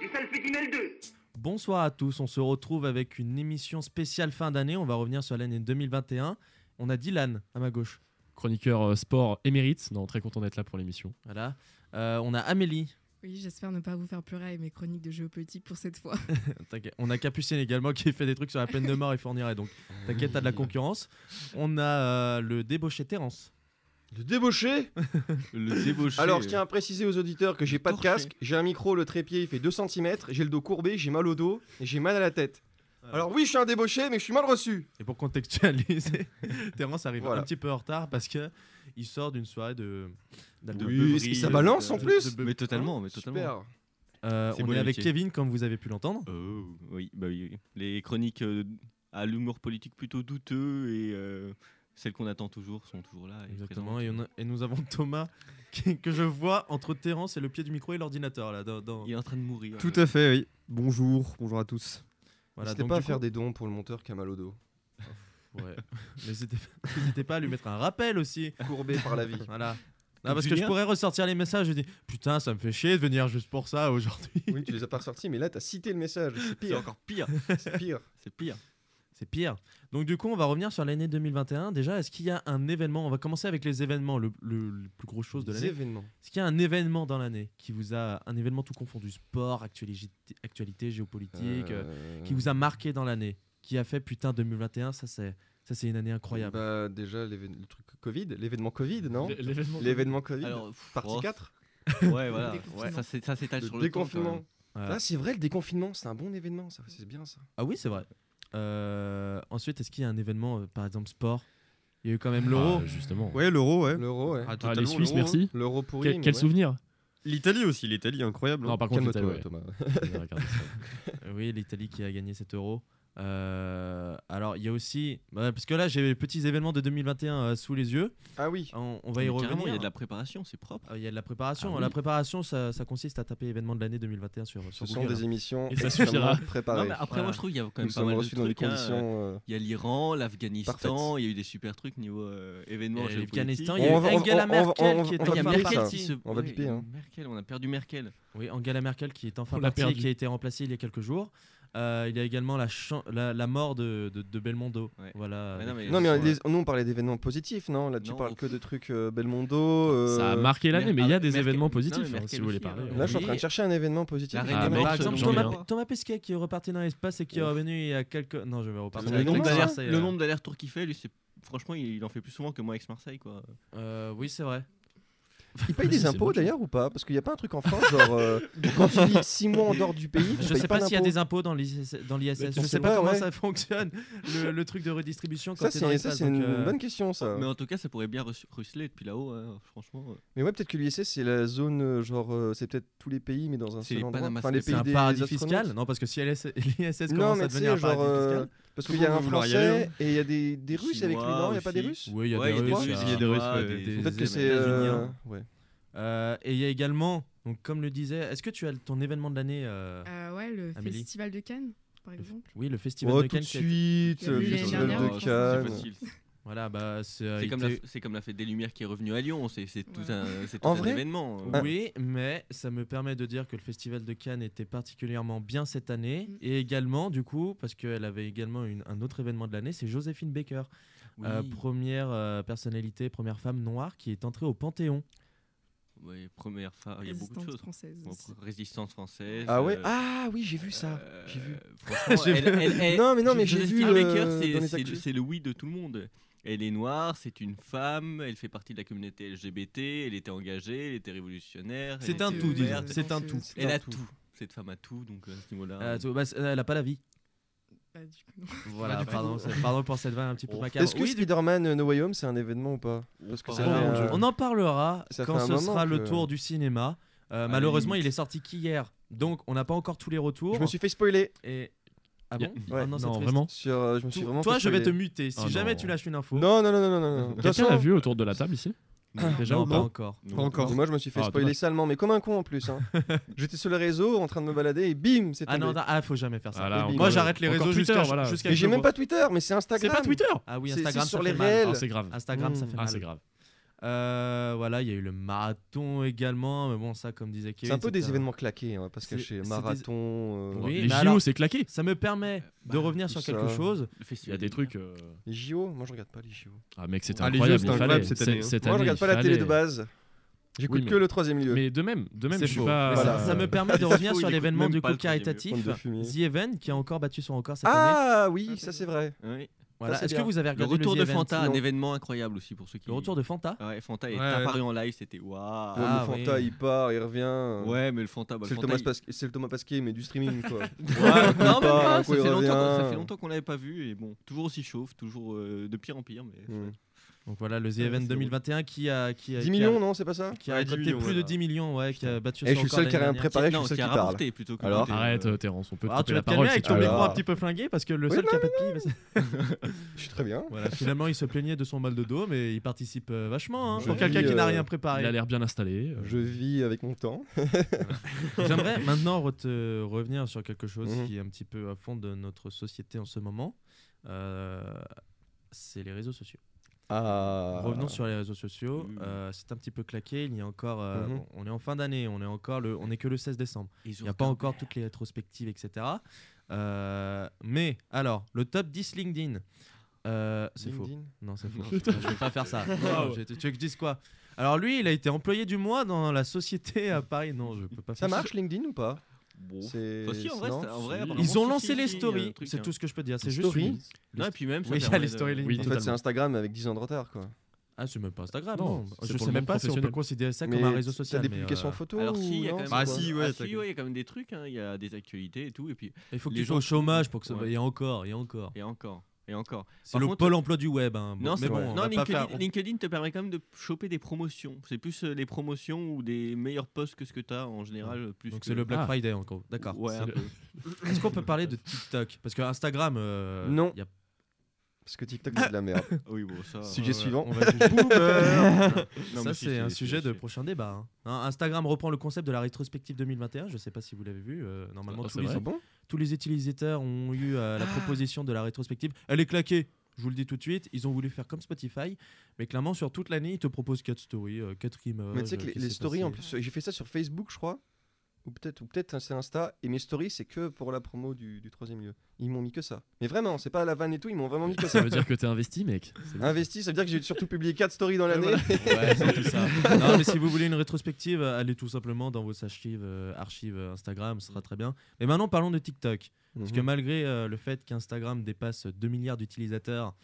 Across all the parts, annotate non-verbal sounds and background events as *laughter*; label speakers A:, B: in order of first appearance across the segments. A: Les salles pétinelles 2
B: Bonsoir à tous, on se retrouve avec une émission spéciale fin d'année, on va revenir sur l'année 2021. On a Dylan à ma gauche,
C: chroniqueur euh, sport émérite. Non, très content d'être là pour l'émission.
B: voilà. Euh, on a Amélie,
D: Oui, j'espère ne pas vous faire pleurer avec mes chroniques de géopolitique pour
E: *laughs*
D: cette fois.
B: T'inquiète. on a Capucine également qui fait des trucs sur la peine de mort et fournirait, donc t'inquiète,
F: *laughs*
B: t'as de la concurrence. On a euh, le débauché Terence.
F: Le débauché
C: Le débauché. euh,
F: Alors, je tiens à préciser aux auditeurs que j'ai pas de
B: Torché.
F: casque, j'ai un micro, le trépied il fait 2 cm, j'ai le dos courbé, j'ai mal au dos et j'ai mal à la tête. Alors oui, je suis un débauché, mais je suis mal reçu.
B: Et pour
F: *laughs*
B: contextualiser, Terence arrive
F: Voilà.
B: un petit peu en retard parce que il sort d'une soirée de. d'alcool.
F: Oui, est-ce que ça balance, en plus
B: de-
E: Mais
C: hein,
E: totalement, mais totalement.
F: Super.
B: Euh,
E: C'est
B: on
E: beau,
B: est avec
E: l'amitié.
B: Kevin, comme vous avez pu l'entendre.
E: Oh, oui, bah oui, oui. Les chroniques euh, à l'humour politique plutôt douteux et euh, celles qu'on attend toujours sont toujours là. et
B: Exactement,
E: présentes.
B: et, on a- et nous avons Thomas qui- que je vois entre Terence et le pied du micro et l'ordinateur. là. Dans, dans-
E: Il est en train de mourir.
F: Tout à fait, oui. Bonjour, bonjour à tous.
B: voilà,
F: N'hésitez
B: donc
F: pas à
B: du
F: faire
B: coup-
F: des dons pour le monteur qui a mal au dos.
B: Ouais. *laughs* N'hésitez n'hésitez pas *laughs* à lui mettre un rappel aussi.
F: Courbé par la
B: *laughs*
F: vie. *laughs*
B: Voilà. Non,
E: Comme
B: parce que je
E: Julien.
B: pourrais ressortir les messages, je dis putain, ça me fait chier de venir juste pour ça aujourd'hui. *laughs*
F: Oui, tu les as pas ressortis, mais là, t'as cité le message. C'est
E: C'est
F: pire,
E: encore pire.
F: c'est pire.
E: C'est pire.
B: C'est pire. Donc du coup, on va revenir sur l'année 2021. Déjà, est-ce qu'il y a un événement On va commencer avec les événements, le, le- le plus gros chose de
F: Les
B: l'année.
F: événements.
B: Est-ce qu'il y a un événement dans l'année qui vous a un événement tout confondu, sport, actualité, actualité géopolitique, euh,
F: Euh,
B: qui vous a marqué dans l'année, qui a fait putain 2021, ça c'est ça c'est une année incroyable.
F: Bah, déjà, l'évé- le truc Covid, l'événement Covid, non
C: L'événement.
F: L'événement Covid,
B: bah,
E: Alors, pff,
F: partie
E: oh,
F: 4,
E: Ouais, voilà.
D: Le déconfinement.
E: Ouais, ça s'é- ça s'étale sur
F: le
E: le temps, quand même.
F: déconfinement.
B: Ouais.
F: Ah, c'est vrai, le déconfinement, c'est un bon événement, ça, c'est bien ça.
B: Ah oui, c'est vrai. Euh, ensuite, est-ce qu'il y a un événement, euh, par exemple sport Il y a eu quand même l'euro.
C: Ah, justement.
G: Ouais, l'euro, ouais.
F: L'euro, ouais.
C: Ah, les Suisses, merci.
F: L'euro pourri.
C: Quel,
F: mais
C: quel
F: ouais.
C: souvenir
G: L'Italie aussi, l'Italie, incroyable.
C: Non, par contre,
F: Calme-toi,
C: l'Italie,
F: Thomas.
C: ouais. J'ai regardé ça.
B: Euh, Oui, l'Italie qui a gagné cet euro. Euh, alors, il y a aussi. ouais, parce que là, j'ai les petits événements de 2021 euh, sous les yeux.
F: Ah oui.
B: On, on va y
E: Mais
B: revenir.
E: carrément, Il y a de la préparation, c'est propre.
B: Ah, il y a de la préparation.
E: Ah oui.
B: La préparation, ça, ça consiste à taper événement de l'année 2021 sur,
F: Ce
B: sur
F: sont
B: Google,
F: des
B: hein.
F: émissions
C: Et ça
F: extrêmement
C: suffira.
E: Non,
F: préparées.
E: mais après,
B: Ah Voilà.
E: moi, je trouve qu'il y a quand même pas
F: Nous sommes
E: mal de
F: reçus dans des
E: trucs. hein.
F: conditions. euh,
E: Il y a l'Iran, l'Afghanistan,
F: Parfaites.
E: il y a eu des super trucs niveau euh, événements.
B: Et
E: géopolitiques.
B: L'Afghanistan,
F: On
B: il y a eu
F: va- on va-
B: Angela
F: on va- on
B: Merkel
F: va-
B: qui est
F: on va
B: enfin
F: biper ça.
B: partie.
E: se- Ah,
F: On va
E: ouais,
F: biper,
E: il y a
F: hein.
E: Merkel, on a perdu Merkel.
B: Oui, Angela Merkel qui est enfin
C: On l'a
B: partie,
C: perdu.
B: qui a été remplacée il y a quelques jours. Euh, il y a également la, chan- la, la mort de, de, de Belmondo.
E: Ouais.
B: Voilà.
E: Mais non,
B: avec-
E: mais-
F: Non, mais
E: Ouais.
F: les- nous, on parlait d'événements positifs, non Là, tu
E: Non.
F: parles que de trucs euh, Belmondo. euh,
C: Ça a marqué l'année, mais il y a des
E: Merkel-
C: événements
E: non, mais
C: positifs, hein,
E: Merkel
C: si vous voulez
E: aussi,
C: parler.
E: alors.
F: Là, je suis en train
B: Oui.
F: de chercher un événement positif.
E: La reine
C: Ah,
E: euh, des
C: mais
E: morts,
B: Par
C: Mort,
B: exemple,
E: j'en
C: ai
B: Thomas,
E: viens.
B: Thomas Pesquet qui est reparti dans l'espace et qui est
F: Ouf.
B: revenu il y a quelques. Non, je vais repartir.
F: Mais
E: Le
F: non,
E: nombre
F: ça,
E: d'aller-
B: Marseille,
E: le
B: euh,
E: nombre d'allers-retours qu'il fait, lui, c'est franchement, il, il en fait plus souvent que moi avec Marseille, quoi.
B: euh, oui, c'est vrai.
F: Il paye des
C: C'est
F: impôts
C: moche.
F: d'ailleurs ou pas Parce qu'il n'y a pas un truc en France, genre euh, quand tu vis 6 mois en dehors du pays, tu
B: Je
F: payes
B: sais
F: pas
B: pas s'il y a
F: d'impôts.
B: des impôts dans l'ISS. dans l'ISS. Je
F: on
B: sais
F: sait
B: pas
F: pas,
B: comment
F: ouais.
B: ça fonctionne, le, le truc de redistribution quand
F: Ça,
B: t'es dans
F: c'est ça,
B: l'espace.
F: c'est une
B: donc, euh,
F: bonne question, ça.
E: Mais en tout cas, ça pourrait bien rus- ruisseler depuis là-haut, hein, franchement. euh.
F: Mais ouais, peut-être que l'ISS, c'est la zone, euh, genre, euh, c'est peut-être tous les pays, mais dans un
E: C'est
F: seul
E: les
F: endroit.
E: Panama-
F: Enfin, les
E: c'est
F: pays
B: C'est un
F: des
B: paradis
F: astronautes.
B: fiscal Non, parce que si *laughs* LS l'ISS
F: Non,
B: commence à
F: mais tu
B: devenir
F: sais,
B: un
F: genre.
B: paradis
F: euh,
B: fiscal.
F: Parce
E: Tout
F: qu'il y a
E: le
F: un
E: monde voulait y aller,
F: Français et il y a des, des Russes avec lui.
E: Chinois
F: Non, il n'y a pas des
E: aussi.
F: Russes
B: Oui, il y a
E: Ouais,
B: des Russes,
E: il
B: il y a
E: des Russes,
C: Russes,
E: ouais,
C: ouais,
E: des-
C: des-
F: Peut-être que
B: des hein.
F: c'est. euh,
B: États-Unis,
F: ouais.
B: Euh, et il y a également, donc comme le disait, est-ce que tu as ton événement de l'année euh,
D: Euh, ouais, le
B: Amélie.
D: festival de Cannes, par
B: le f-
D: exemple.
B: Oui, le festival
F: Oh,
B: de
F: tout de
B: Cannes. qui a été-
F: suite,
D: Il y a eu l'année
F: festival
D: dernière,
F: de
D: je pense,
E: c'est
F: Cannes.
E: facile.
B: Voilà, bah c'est. euh,
E: C'est
B: il
E: comme, la,
B: était-
E: c'est comme la fête des Lumières qui est revenue à Lyon, c'est c'est tout
D: Ouais.
E: un, c'est tout
F: En
E: un
F: vrai
E: événement.
F: Ah.
E: euh.
B: Oui, mais ça me permet de dire que le festival de Cannes était particulièrement bien cette année.
D: Mm.
B: Et également, du coup, parce qu'elle avait également une- un autre événement de l'année, c'est Joséphine Baker,
E: Oui.
B: euh, première euh, personnalité, première femme noire qui est entrée au Panthéon.
E: Ouais, première fois, il y a beaucoup de
D: Résistante
E: choses.
D: française.
E: Bon,
D: aussi.
E: après, résistance française.
F: Ah ouais
E: euh,
F: Ah oui, j'ai vu ça.
E: euh,
F: J'ai vu.
E: franchement,
B: J'ai
E: elle- elle- elle-
F: Non, mais non, mais j'ai
E: Joséphine
F: vu.
E: Baker,
F: euh,
E: c'est-
F: dans les
E: c'est le-
F: actus.
E: c'est le oui de tout le monde. Elle est noire, c'est une femme, elle fait partie de la communauté LGBT, elle était engagée, elle était révolutionnaire. elle
B: C'est un
E: était
B: tout,
E: ouverte.
D: euh,
B: disons. C'est un tout.
F: C'est
E: Elle
F: un
E: Ah
B: Ah,
E: a tout. Cette femme a tout, donc à euh, ce niveau-là.
B: Euh, bah, c'est- elle a pas la vie.
D: pas du coup. non.
B: Voilà,
C: Ouais, du
B: pardon, c'est- pardon pour cette vanne un petit peu
E: Oh.
B: macabre.
F: Est-ce que
B: Oui, du-
F: Spider-Man euh, No Way Home, c'est un événement ou pas Parce que
E: Oh,
F: ça
B: Alors,
F: fait,
C: mon
F: euh,
C: Dieu.
B: on en parlera
F: ça fait
B: quand
F: un
B: ce
F: moment
B: sera le
F: que- Ah
B: tour du cinéma. Euh,
E: la
B: malheureusement,
E: limite.
B: il est sorti qu'hier, donc on n'a pas encore tous les retours.
F: Je me suis fait spoiler.
B: Et ah
C: Y-
B: bon
F: Ouais.
B: Ah non, c'est
C: Non,
B: triste.
C: vraiment.
F: Sur, euh, je me suis
B: Tou-
F: vraiment
B: Toi,
F: fait
B: je vais te
F: spoiler.
B: muter si
C: Oh
B: jamais
C: non.
B: tu lâches une info.
F: Non, non, non, non, non, non. non. De toute
C: Quelqu'un
F: façon,
C: l'a vu autour de la table ici Déjà
B: Non,
C: ou
B: pas
C: pas
B: encore.
E: Non.
G: Pas encore.
F: Moi, je me suis fait
C: Ah,
F: spoiler
C: dommage.
F: salement, mais comme un con en plus. hein. J'étais sur le réseau en train de me balader et bim, c'est
B: Ah
F: tombé.
B: non, non, ah, faut jamais faire ça.
C: Ah là,
F: Moi,
B: Moi,
C: encore-
B: j'arrête les
C: encore
B: réseaux
C: Twitter,
B: jusqu'à
C: voilà.
B: jusqu'à
F: mais j'ai
B: que je
F: même
B: vois.
F: pas Twitter, mais c'est
C: C'est
F: Instagram.
C: pas Twitter
B: Ah oui,
F: C'est-
B: Instagram ça
F: c'est sur
B: fait
F: les
B: mal.
F: réels.
C: Ah, C'est grave.
B: Instagram, ça
F: Mm.
B: fait
C: Ah,
B: mal.
C: c'est grave.
B: Euh, voilà, il y a eu le marathon également, mais bon, ça, comme disait Kevin.
F: C'est un peu des
B: c'était
F: événements claqués, hein, on va pas se
B: C'est-
F: cacher.
B: c'est des-
F: Marathon, euh,
B: Oui,
C: Les
B: mais
C: JO,
B: alors-
C: c'est claqué.
B: Ça me permet de
E: bah,
B: revenir
F: tout
B: sur quelque
F: ça.
B: chose.
C: Il y a des trucs. euh,
F: les JO. Moi, je regarde pas les JO.
C: Ah, mec, c'était
G: Ah, les
C: incroyable.
G: JO,
C: il
G: c'était
C: fallait.
G: incroyable cette
C: C'est-
G: année, hein.
C: cette
F: Moi, je
C: année,
F: regarde
C: il
F: pas la télé
C: fallait-
F: de base. J'écoute
C: Oui, mais-
F: que le troisième lieu.
C: Mais de même, de même,
B: C'est
C: je suis
B: faux.
C: pas.
B: Mais ça-
F: Voilà.
B: Ça me
F: *laughs*
B: permet de revenir
E: faux,
B: sur
E: il
B: l'événement
E: écoute
B: du
E: même pas
B: coup
E: le troisième
B: caritatif,
F: Bande de fumier.
B: The Event, qui a encore battu son record cette année.
F: Ah oui, ça c'est vrai.
E: Ouais.
B: Voilà.
F: c'est
B: Est-ce que
F: bien.
B: vous avez
E: Le
B: regardé le,
E: retour
B: The
E: de
B: Event
E: Fanta, un
F: non.
E: événement incroyable aussi pour ceux qui. Ah
B: Le retour de Fanta
E: Ouais, Fanta est
G: Ouais,
E: apparu en live, c'était waouh.
F: Ouais,
B: Ah,
F: le
B: oui.
F: Fanta, il part, il revient.
E: Ouais, mais le Fanta, bah,
F: C'est le,
E: Fanta,
F: Thomas
E: il-
F: Pasqu- c'est le Thomas Pasquier, mais du streaming quoi.
E: Ouais,
F: Il
E: non, mais
F: part,
E: pas,
F: un
E: ça,
F: coup,
E: fait
F: il
E: longtemps, qu'on- ça
F: revient.
E: fait longtemps qu'on l'avait pas vu et bon, toujours aussi chauve, toujours euh, de pire en pire. Mais...
F: Mm.
B: Donc voilà, le The
E: Ouais,
B: Event
E: c'est
B: 2021 qui a, qui a,
F: 10
B: qui a-
F: millions, non, c'est pas ça
B: qui a
G: Ouais, 10
B: récolté
G: millions,
B: plus
G: voilà.
B: de 10 millions, ouais, qui a battu son
F: Et je suis le
B: record
F: seul qui a
B: l'année
F: rien
B: dernière.
F: préparé, je
E: non,
F: suis le seul
E: qui
F: qui
E: a
F: parle.
E: rapporté plutôt que.
F: Alors
E: des-
C: Arrête, euh, Terence, on peut te
B: Ah,
C: couper
B: tu vas
C: la
B: te calmer
C: parole. si
B: avec
C: tu
B: ton
C: veux.
F: Alors.
B: micro un petit peu flingué parce que le
F: Oui,
B: seul
F: non,
B: qui a pas de pied, bah, c'est-
F: Je suis très bien.
B: Voilà, finalement il se plaignait de son mal de dos, mais il participe euh, vachement hein,
F: Je
B: pour
F: vis,
B: quelqu'un qui n'a
F: euh,
B: rien
C: Il a
B: préparé.
C: l'air bien installé. euh,
F: Je vis avec mon temps.
B: J'aimerais maintenant re- te- revenir sur quelque chose
F: Mhm.
B: qui est un petit peu à fond de notre société en ce moment. Euh, c'est les réseaux sociaux.
F: Ah.
B: Revenons sur les réseaux sociaux.
E: Oui, oui.
B: Euh, c'est un petit peu claqué. Il y a encore. euh,
F: Mhm.
B: bon, on est en fin d'année. On est encore le. On est que le 16 décembre. Il n'y a pas encore toutes les rétrospectives, etc. Euh, mais alors, le top 10 LinkedIn. Euh, c'est faux.
F: LinkedIn.
B: Non, c'est faux. je vais pas faire ça. Non,
C: ouais.
B: je- tu veux que je dise quoi Alors lui, il a été employé du mois dans la société à Paris. Non, je peux pas
F: Ça
B: faire
F: marche LinkedIn ou pas
E: Bon.
F: C'est.
E: Enfin, si, en vrai,
F: non
E: c'est- en vrai,
C: si.
E: apparemment,
B: Ils ont
E: si,
B: lancé
E: si,
B: les
E: si, il y a un
B: stories.
E: truc,
B: C'est
E: hein.
B: tout ce que je peux dire. C'est juste.
F: Stories
B: une-
E: Non, et puis même. ça
B: Oui, il y a
E: permet
B: les
E: de-
B: stories LinkedIn.
C: Oui,
F: En fait,
C: totalement.
F: c'est Instagram avec 10 ans de retard quoi.
B: Ah, c'est même pas Instagram.
C: Non,
B: non.
C: c'est
B: Je
C: pour
B: sais
C: le
B: même
C: monde
B: pas si on peut
C: professionnel.
B: considérer ça comme un réseau social.
F: T'as des
B: mais,
F: publications
B: euh,
F: photo
E: Alors,
F: ou
E: si, il y a
F: non,
E: quand même.
F: c'est
G: Ah,
F: quoi
G: si, ouais,
E: Ah,
G: t'as-
E: si, ouais, il y a quand même des trucs, hein, il y a des actualités et tout. Et puis,
B: Il faut que
E: Les
B: tu sois
E: gens
B: au
E: qui-
B: chômage pour que ça.
E: Ouais.
B: Il y a encore, il y a encore.
E: et encore, et encore.
B: C'est
E: Par
B: le
E: contre-
B: pôle emploi du web. hein.
E: Non,
B: mais
E: c'est
B: bon,
E: bon.
B: on
E: Non,
B: va pas
E: LinkedIn,
B: faire- on-
E: LinkedIn te permet quand même de choper des promotions. C'est plus euh, les promotions ou des meilleurs posts que ce que tu as en général. Plus
B: Donc
E: que-
B: c'est le Black
C: Ah.
B: Friday en gros. D'accord.
E: Ouais,
C: C'est
E: un
C: le-
E: peu.
B: *laughs* Est-ce qu'on peut parler de TikTok Parce que Instagram. euh,
F: Non.
B: y a-
F: Parce que TikTok c'est
B: *laughs*
F: de la merde.
E: Ah Oui, bon, ça. euh,
F: Sujet suivant.
B: On va juger.
F: *laughs*
B: Boomer.
E: Non, mais
B: Ça,
E: si,
B: c'est
E: si,
B: un
E: si,
B: sujet
E: si,
B: de
E: si.
B: prochain débat. hein. Hein, Instagram reprend le concept de la rétrospective 2021. Je ne sais pas si vous l'avez vu. euh, normalement,
C: Ah,
B: tous,
C: c'est
B: les,
C: vrai.
F: Ah bon Ah.
B: tous les utilisateurs ont eu euh, la proposition de la rétrospective. Elle est claquée. Je vous le dis tout de suite. Ils ont voulu faire comme Spotify. Mais clairement, sur toute l'année, ils te proposent 4 stories, 4 images.
F: Mais tu sais que
B: euh,
F: les,
B: qui
F: les
B: s'est
F: stories en
B: passé.
F: plus, j'ai fait ça sur Facebook, je crois. Ou peut-être, ou peut-être c'est Insta. Et mes stories, c'est que pour la promo du, du troisième lieu. Ils m'ont mis que ça. Mais vraiment, c'est pas la vanne et tout, ils m'ont vraiment mis que
C: Ça
F: ça.
C: veut dire que t'es investi, mec. C'est-
B: *laughs*
F: Investi, ça veut dire que j'ai surtout publié 4 stories dans *laughs* l'année.
B: Ouais, c'est tout ça. Non, mais si vous voulez une rétrospective, euh, allez tout simplement dans vos archives, euh, archives euh, Instagram, ce sera très bien. Mais maintenant, parlons de TikTok. Parce que
F: Mhm.
B: malgré euh, le fait qu'Instagram dépasse 2 milliards d'utilisateurs,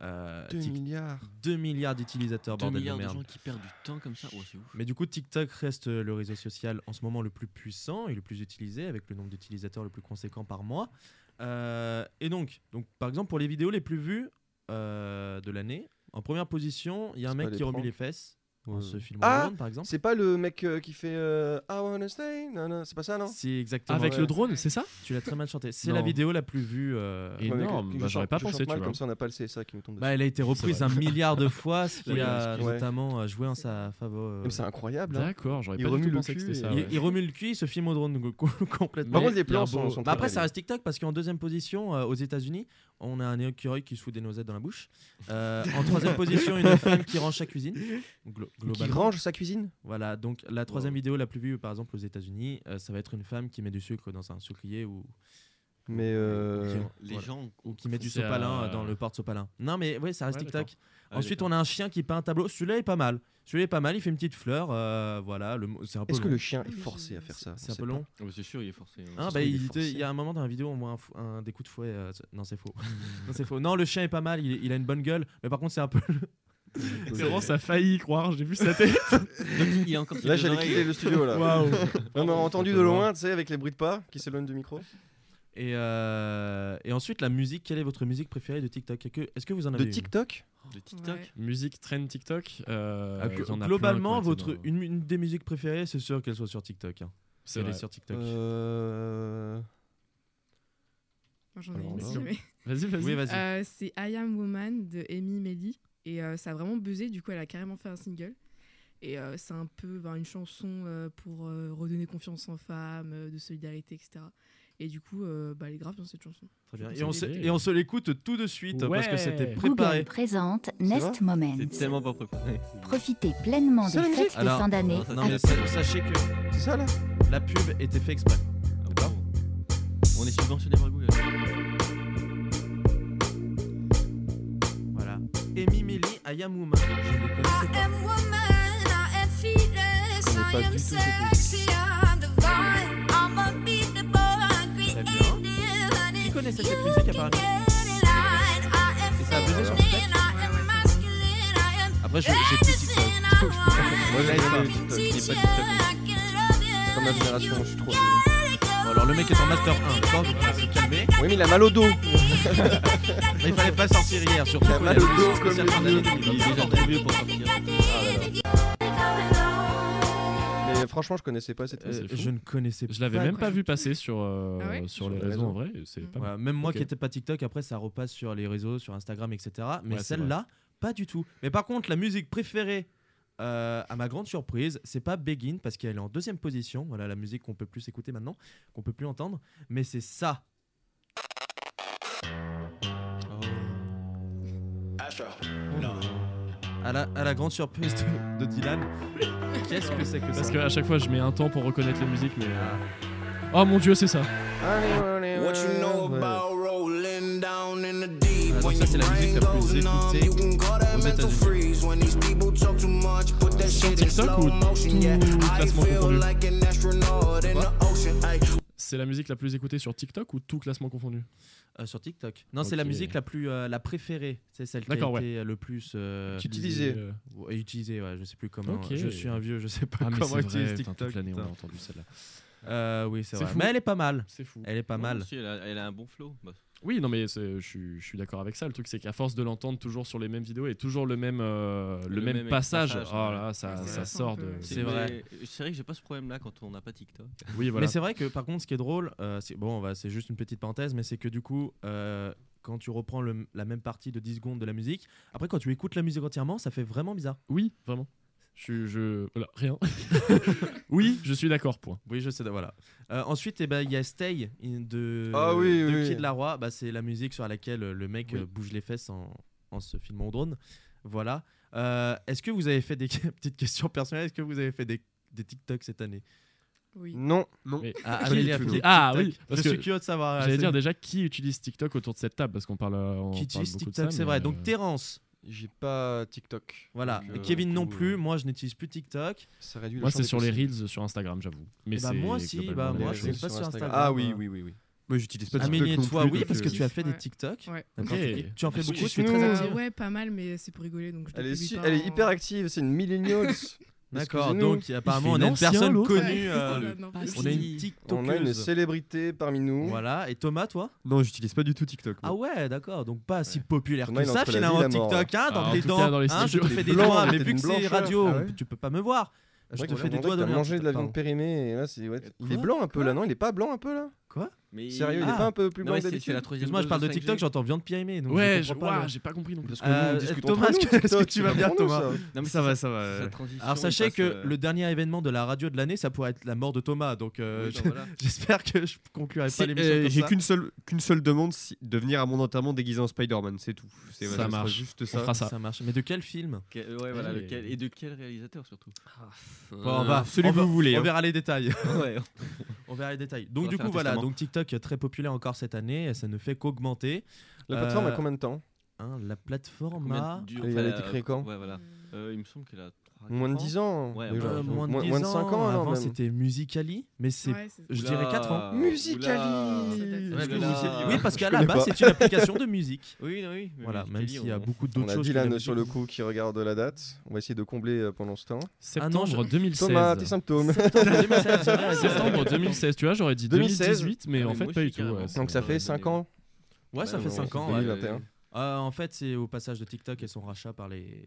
B: euh,
F: 2
B: Tik-
F: milliards.
B: 2 milliards d'utilisateurs,
E: 2
B: bordel de
E: milliards de
B: merde.
E: gens qui perdent du temps comme ça. Oh, c'est ouf.
B: Mais du coup, TikTok reste euh, le réseau social en ce moment le plus puissant et le plus utilisé, avec le nombre d'utilisateurs le plus conséquent par mois. Euh, et donc, donc, par exemple, pour les vidéos les plus vues euh, de l'année, en première position, il y a un
F: C'est
B: mec
F: pas les
B: qui remue
F: pranks.
B: les fesses en
F: Ouais.
B: se filmant
F: Ah
B: le monde, par exemple.
F: C'est pas le mec euh, qui fait euh, I wanna stay Non, non, c'est pas ça, non
B: C'est exactement.
C: Avec
B: Ouais.
C: le drone, c'est ça
B: Tu l'as très mal chanté. C'est
C: Non.
B: la vidéo la plus vue. euh,
C: Et-
F: mais
C: énorme,
F: que- que
C: bah,
F: je
C: j'aurais
F: chante-
C: pas
F: je
C: pensé,
F: chante
C: tu
F: mal,
C: vois.
F: Comme ça, on n'a pas le CSA qui nous tombe dessus.
B: Bah, elle a été reprise
C: C'est
B: un milliard de fois, ce qui
C: Ouais,
B: a
F: excuse-moi.
B: notamment euh, joué en sa faveur.
F: Mais c'est incroyable. hein.
C: D'accord, j'aurais
F: Il
C: pas du
F: remue
C: tout
F: le
C: pensé que
F: cul
C: c'était
F: et-
C: ça.
B: il,
C: ouais.
B: il remue le cul, il se filme au drone donc, *laughs* co- complètement.
F: Par contre,
C: il y
F: les
C: a
F: plans
C: un
F: sont,
C: beau-
F: sont
B: Bah
F: très
B: après, ça
F: belles.
B: reste TikTok parce qu'en deuxième position, euh, aux États-Unis, on a un écureuil qui se fout des noisettes dans la bouche. Euh, en
F: *laughs*
B: troisième position, une femme qui range sa cuisine. Glo-
F: Qui
B: globalement.
F: range sa cuisine
B: Voilà, donc la troisième vidéo la plus vue, par exemple, aux États-Unis, euh, ça va être une femme qui met du sucre dans un sucrier ou,
F: Mais euh,
B: Ok.
E: Les
B: Voilà.
E: gens.
B: ou qui met du
C: C'est,
B: sopalin
C: euh,
B: euh, dans le porte-sopalin. Non, mais oui, ça reste
C: Ouais,
B: TikTok.
E: Ah,
B: Ensuite,
E: d'accord.
B: on a un chien qui peint un tableau. Celui-là est pas mal. Celui-là est pas mal. Il fait une petite fleur. euh, voilà, le mo- c'est un peu.
F: est-ce que
B: long.
F: le chien est forcé à faire ça
B: C'est
F: On
B: un
F: sait
B: peu
F: pas.
B: long.
E: Ah, bah, C'est sûr, il est forcé. hein.
B: Hein,
F: se
B: bah,
F: trouve, il est
B: il, était-
F: forcé.
B: il y a un moment dans la vidéo, on voit un, fou- un- des coups de fouet. euh, c'est- non, c'est faux. non, c'est faux. Non, le chien est pas mal. Il, il a une bonne gueule. Mais par contre, c'est un peu. *laughs*
C: *laughs* Terence a failli y croire, j'ai vu sa tête.
E: Il a encore ses
F: Là,
E: deux
F: j'allais
E: oreilles.
F: *laughs* quitter le studio là.
C: Waouh.
F: On m'a entendu de loin, tu sais, avec les bruits de pas qui s'éloignent du micro.
B: Et, euh, et ensuite, la musique, quelle est votre musique préférée de TikTok Est-ce que- Est-ce que vous en avez
F: De
B: une
F: TikTok
E: De TikTok
D: Ouais.
C: *laughs* Musique trend TikTok. euh,
B: Ah, que-
C: il y en a plein
B: Globalement,
C: qui ont été
B: votre,
C: dans-
B: une, une des musiques préférées, c'est sûr qu'elle soit sur TikTok. hein.
C: C'est
B: Elle est
C: vrai.
B: sur TikTok.
F: Euh,
D: Moi, J'en ai
C: Alors
D: une si
C: là.
D: jamais.
C: Vas-y, vas-y.
B: Oui, vas-y.
D: Euh, c'est I Am Woman de Amy Melly. Et euh, ça a vraiment buzzé, du coup, elle a carrément fait un single. Et euh, c'est un peu ben, une chanson euh, pour euh, redonner confiance en femmes, euh, de solidarité, etc. Et du coup, euh, bah, elle est grave dans cette chanson.
H: Euh,
B: Très bien.
D: je
B: Et on,
D: pensais-
B: s'est- et on se l'écoute tout de suite parce que
C: Ouais.
B: c'était
H: Google
B: préparé.
H: présente
F: vrai
H: Nest Moments.
E: C'est tellement pas préparé.
H: Profitez pleinement
F: C'est
H: des
F: la
H: fêtes de
B: Alors,
H: fin d'année.
B: Non, mais sa- sachez que
F: C'est ça là
B: la pub était fait exprès.
E: Ah,
B: bah
E: bravo. On est subventionné par Google.
B: Voilà. Amy Melly, I am woman. Je ne connaissais pas.
F: C'est pas du tout cette musique.
B: Très bien. Qui connaissait cette musique apparemment Et ça a buzzé sur TikTok Après, je- j'ai plus TikTok.
F: Moi j'ai pas de TikTok.
E: Il n'y a pas de TikTok.
F: C'est pas ma génération, je suis trop.
B: Bon, alors le mec est en master 1, d'accord Donc, on va se calmer.
F: Oui, mais il a mal au dos.
B: Mais il fallait pas sortir hier, surtout
F: Il a
B: qu'on
F: mal
B: a
F: au
B: vu
F: dos
B: ce
F: comme
B: spécial
F: le
B: fin d'année
F: vieux.
B: 2020.
E: Il est déjà trop vieux pour sortir.
F: Mais franchement, je connaissais pas cette
B: Euh,
F: musique.
C: c'est fou.
B: je ne connaissais
C: Je l'avais même pas
D: Incroyable.
C: vu passer sur, euh,
D: Ah ouais
C: sur
F: Sur
C: les
F: les
C: réseaux en
F: réseaux.
C: vrai. et C'est pas mal.
B: Voilà, même moi
C: Ok.
B: qui n'étais pas TikTok, après ça repasse sur les réseaux, sur Instagram, etc. Mais
C: Ouais, c'est
B: celle-là, pas du tout. Mais par contre, la musique préférée, euh, à ma grande surprise, c'est pas Begin parce qu'elle est en deuxième position. Voilà la musique qu'on peut plus écouter maintenant, qu'on peut plus entendre. Mais c'est ça.
C: Oh.
B: À la, à la grande surprise de, de Dylan, qu'est-ce que c'est que
C: Parce
B: ça
C: qu'à chaque fois, je mets un temps pour reconnaître les musiques, mais. euh, Oh mon dieu, c'est ça!
I: What you know about rolling down in the deep
B: Ah, donc
I: when
B: ça,
I: your
B: c'est la musique
I: brain
B: la plus
I: goes numb,
B: écoutée
I: you can call that
B: aux
I: mental
B: États-Unis.
I: freeze when these people talk too much. Put that
C: Sur
I: shit in
C: TikTok
I: slow
C: ou
I: motion. Yeah,
C: tout
I: I
C: classement
I: feel
C: confondu?
I: like an astronaut in the ocean. Ay,
C: C'est la musique la plus écoutée sur TikTok ou tout classement confondu?
B: Euh, sur TikTok Non, c'est la
C: Ok.
B: musique la plus euh, la préférée. C'est celle qui a été
C: D'accord, ouais.
B: euh, le plus euh,
F: Utilisé. *laughs*
C: Euh,
B: Ouais, utilisé, ouais, je sais plus comment.
C: Ok.
B: Je suis un vieux, je sais pas
C: Ah, mais
B: comment
C: c'est
B: utilise
C: vrai, putain,
B: TikTok.
C: toute l'année, on a
B: putain.
C: entendu celle-là.
B: Euh, oui, c'est
C: C'est
B: vrai.
C: fou.
B: Mais elle est pas mal.
C: C'est fou.
B: Elle est pas
E: Non,
B: mal.
E: si, elle, a, elle a un bon flow. Bah,
C: Oui, non, mais c'est- je suis- je suis d'accord avec ça. Le truc, c'est qu'à force de l'entendre toujours sur les mêmes vidéos et toujours le même, euh, le
E: Le
C: même,
E: même
C: passage,
E: passage,
C: oh
E: ouais.
C: là, ça,
D: Ouais, c'est
C: ça
D: lassant un
C: sort
D: peu,
C: de.
D: ouais.
B: C'est vrai.
E: mais C'est vrai que j'ai pas ce problème-là quand on n'a pas TikTok.
C: Oui, voilà.
B: Mais c'est vrai que par contre, ce qui est drôle, euh, c'est bon, on va- c'est juste une petite parenthèse, mais c'est que du coup, euh, quand tu reprends le- la même partie de 10 secondes de la musique, après quand tu écoutes la musique entièrement, ça fait vraiment bizarre.
C: Oui, vraiment. Je suis. Je... Voilà, rien.
B: *laughs*
C: oui, je suis d'accord, point.
B: Oui, je sais, voilà. Euh, ensuite, eh ben, il y a Stay in- de,
F: Ah oui,
B: de
F: oui.
B: Kid Laroi. Bah, c'est la musique sur laquelle euh, le mec
C: Oui.
B: euh, bouge les fesses en, en se filmant au drone. Voilà. Euh, Est-ce que vous avez fait des *laughs* petites questions personnelles Est-ce que vous avez fait des, des TikTok cette année
D: Oui.
F: Non, non.
C: Mais-
B: Ah,
C: Qui
B: Amélie a fait
C: utilise-
B: des
C: Ah
B: TikTok.
C: oui, parce
B: je
C: que
B: suis curieux de savoir.
C: J'allais
B: euh,
C: dire
B: c'est-
C: déjà qui utilise TikTok autour de cette table parce qu'on parle. euh, on
B: qui
C: parle
B: utilise
C: beaucoup de
B: TikTok,
C: ça,
B: c'est
C: mais,
B: vrai.
C: euh,
B: Donc Terence,
F: J'ai pas TikTok.
B: voilà.
F: Donc, euh,
B: Kevin non
F: tout,
B: plus.
F: euh,
B: Moi, je n'utilise plus TikTok.
F: Ça réduit le
C: Moi,
F: champ
C: c'est
F: des
C: sur les
F: possibles.
C: reels sur Instagram, j'avoue. Mais
B: bah,
C: c'est
B: moi aussi,
C: globalement
B: bah,
C: les
B: moi,
C: réseaux.
B: je suis pas sur Instagram.
F: Ah oui, oui, oui. oui.
G: Moi, j'utilise pas
B: Amélie et
G: TikTok non
B: toi,
G: plus,
B: oui,
G: donc,
B: parce que
G: euh,
B: tu as fait des
D: Ouais.
B: TikTok.
D: Ouais.
B: D'accord,
C: Ok.
B: tu- Tu en fais
F: Faut
B: beaucoup,
F: que
B: tu es
F: tu
B: très
F: nous-
B: active.
D: Euh, ouais, pas mal, mais c'est pour rigoler. Donc je
F: Elle
D: le
F: est,
D: publie
F: su-
D: pas
F: elle
D: en-
F: est hyper active, c'est une millennials.
B: D'accord,
F: Excusez-nous.
B: donc apparemment on
C: fait
B: a une
C: l'ancien,
B: personne
C: l'autre.
D: Ouais,
B: connue.
D: c'est
B: euh,
D: ça, non,
C: pas
D: c'est-
B: on a une
F: On a une
B: TikTokeuse.
F: célébrité parmi nous.
B: Voilà, et Thomas, toi
G: Non, j'utilise pas du tout TikTok.
B: Ah ouais, d'accord, donc pas si populaire
F: Thomas,
B: que
F: il est
B: ça
F: entre la vie
B: finalement
F: et la mort.
B: TikTok, hein, dans
C: Ah, en
B: tes
C: tout
B: dents.
C: cas, dans les
B: hein, je te
C: studios,
B: fais
F: t'es
B: des
F: blanc,
B: doigts, mais
F: t'es
B: vu
F: une
B: que c'est
F: blancheur.
B: radio,
G: Ah ouais
B: tu peux pas me voir. Je
F: Ouais,
B: te
F: on
B: fais des
F: dirait
B: doigts
F: que
B: de
F: T'as
B: l'honneur.
F: mangé de la viande
B: Pardon.
F: périmée et là c'est. ouais, il est
B: Quoi
F: blanc un peu là, non Il est pas blanc un peu là
B: Quoi
E: Mais
F: Sérieux, il est
B: Ah.
F: pas un peu plus
E: Non,
F: blanc
E: mais
F: que
E: c'est c'est
F: d'habitude
E: la troisième.
B: Excuse-moi, je
E: dose
B: parle
E: de
B: de
E: 5G.
B: TikTok, j'entends viande PME. donc
C: Ouais,
B: je
C: je-
B: comprends pas.
C: ouah,
B: le-
C: j'ai pas compris non plus.
F: Parce que nous, on
B: Euh,
F: discute
B: Thomas,
F: entre nous,
B: est-ce que
F: TikTok,
B: tu
F: c'est
B: vas
F: pas
B: bien,
F: pour nous,
B: Thomas
F: ça.
E: Non, mais
G: Ça
E: c'est
G: va,
E: sa-
G: ça va,
E: c'est
G: ouais.
E: sa transition,
B: Alors
E: il
B: sachez
E: passe,
B: que
E: euh,
B: le dernier événement de la radio de l'année, ça pourrait être la mort de Thomas, donc euh,
E: oui,
B: je-
E: non, voilà.
B: j'espère que je conclurai pas
G: C'est-
B: l'émission
G: euh,
B: comme
G: J'ai
B: ça.
G: qu'une seule, qu'une seule demande, si- de venir à mon enterrement déguisé en Spider-Man, c'est tout. C'est-
C: Ça
G: sera
C: marche.
G: Juste
C: On
G: ça.
C: fera ça.
B: Ça marche. Mais de quel film
E: Que- ouais, voilà,
C: Allez.
E: lequel- et de quel réalisateur surtout Euh,
B: Bon, on va-
G: celui
B: on
G: que
B: va-
G: vous voulez.
B: On
G: hein.
B: verra les détails.
E: Ouais.
B: *laughs* On verra les détails.
E: On
B: Donc
E: va
B: du
E: faire
B: coup
E: un
B: voilà,
E: testament.
B: donc TikTok est très populaire encore cette année, ça ne fait qu'augmenter.
F: La plateforme
B: Euh,
F: a combien de temps
B: hein, la plateforme
E: Combien
B: a
E: de- du-
F: Elle
E: enfin,
F: a
E: la-
F: été créée quand
E: Ouais, voilà. Euh, il me semble qu'elle a
F: Moins de 10 ans.
E: Ouais,
F: déjà.
B: Euh, moins de
F: Moins-
B: 10
F: moins de 5 ans, alors,
B: Avant,
F: même.
B: c'était Musicali, mais c'est.
D: Ouais, c'est-
B: Je dirais 4 ans.
D: Oula.
F: Musicali
E: Ouais,
F: Est-ce
E: bah
F: que vous y
E: là.
F: êtes-
B: Oui, parce qu'à la
F: euh, connais
B: base,
F: pas.
B: c'est une application de musique.
E: Oui, non, *laughs* oui. mais
B: Voilà,
E: Musicali,
B: même s'il y a
E: on-
B: beaucoup
F: On
B: d'autres
F: a
B: choses. que la
F: Dylan
B: musique. *laughs*
F: sur le coup qui regarde la date. On va essayer de combler euh, pendant ce temps.
G: Ah
C: Septembre 2016.
F: Thomas, tes symptômes.
B: Septembre 2016, c'est vrai, c'est vrai.
C: Septembre 2016, tu vois, j'aurais dit
F: 2016.
C: 2018, mais
E: Ah,
C: en
E: mais
C: fait,
E: moi
C: pas
E: aussi,
C: du tout.
E: carrément.
C: ouais, c'est-
F: Donc ça
E: Ouais,
F: fait 5
E: donné.
F: ans.
B: Ouais, ça
F: Ouais,
B: fait
F: bon,
B: 5 ans.
F: c'est
B: ouais.
F: 2021.
B: Euh, en fait, c'est au passage de TikTok et son rachat par les.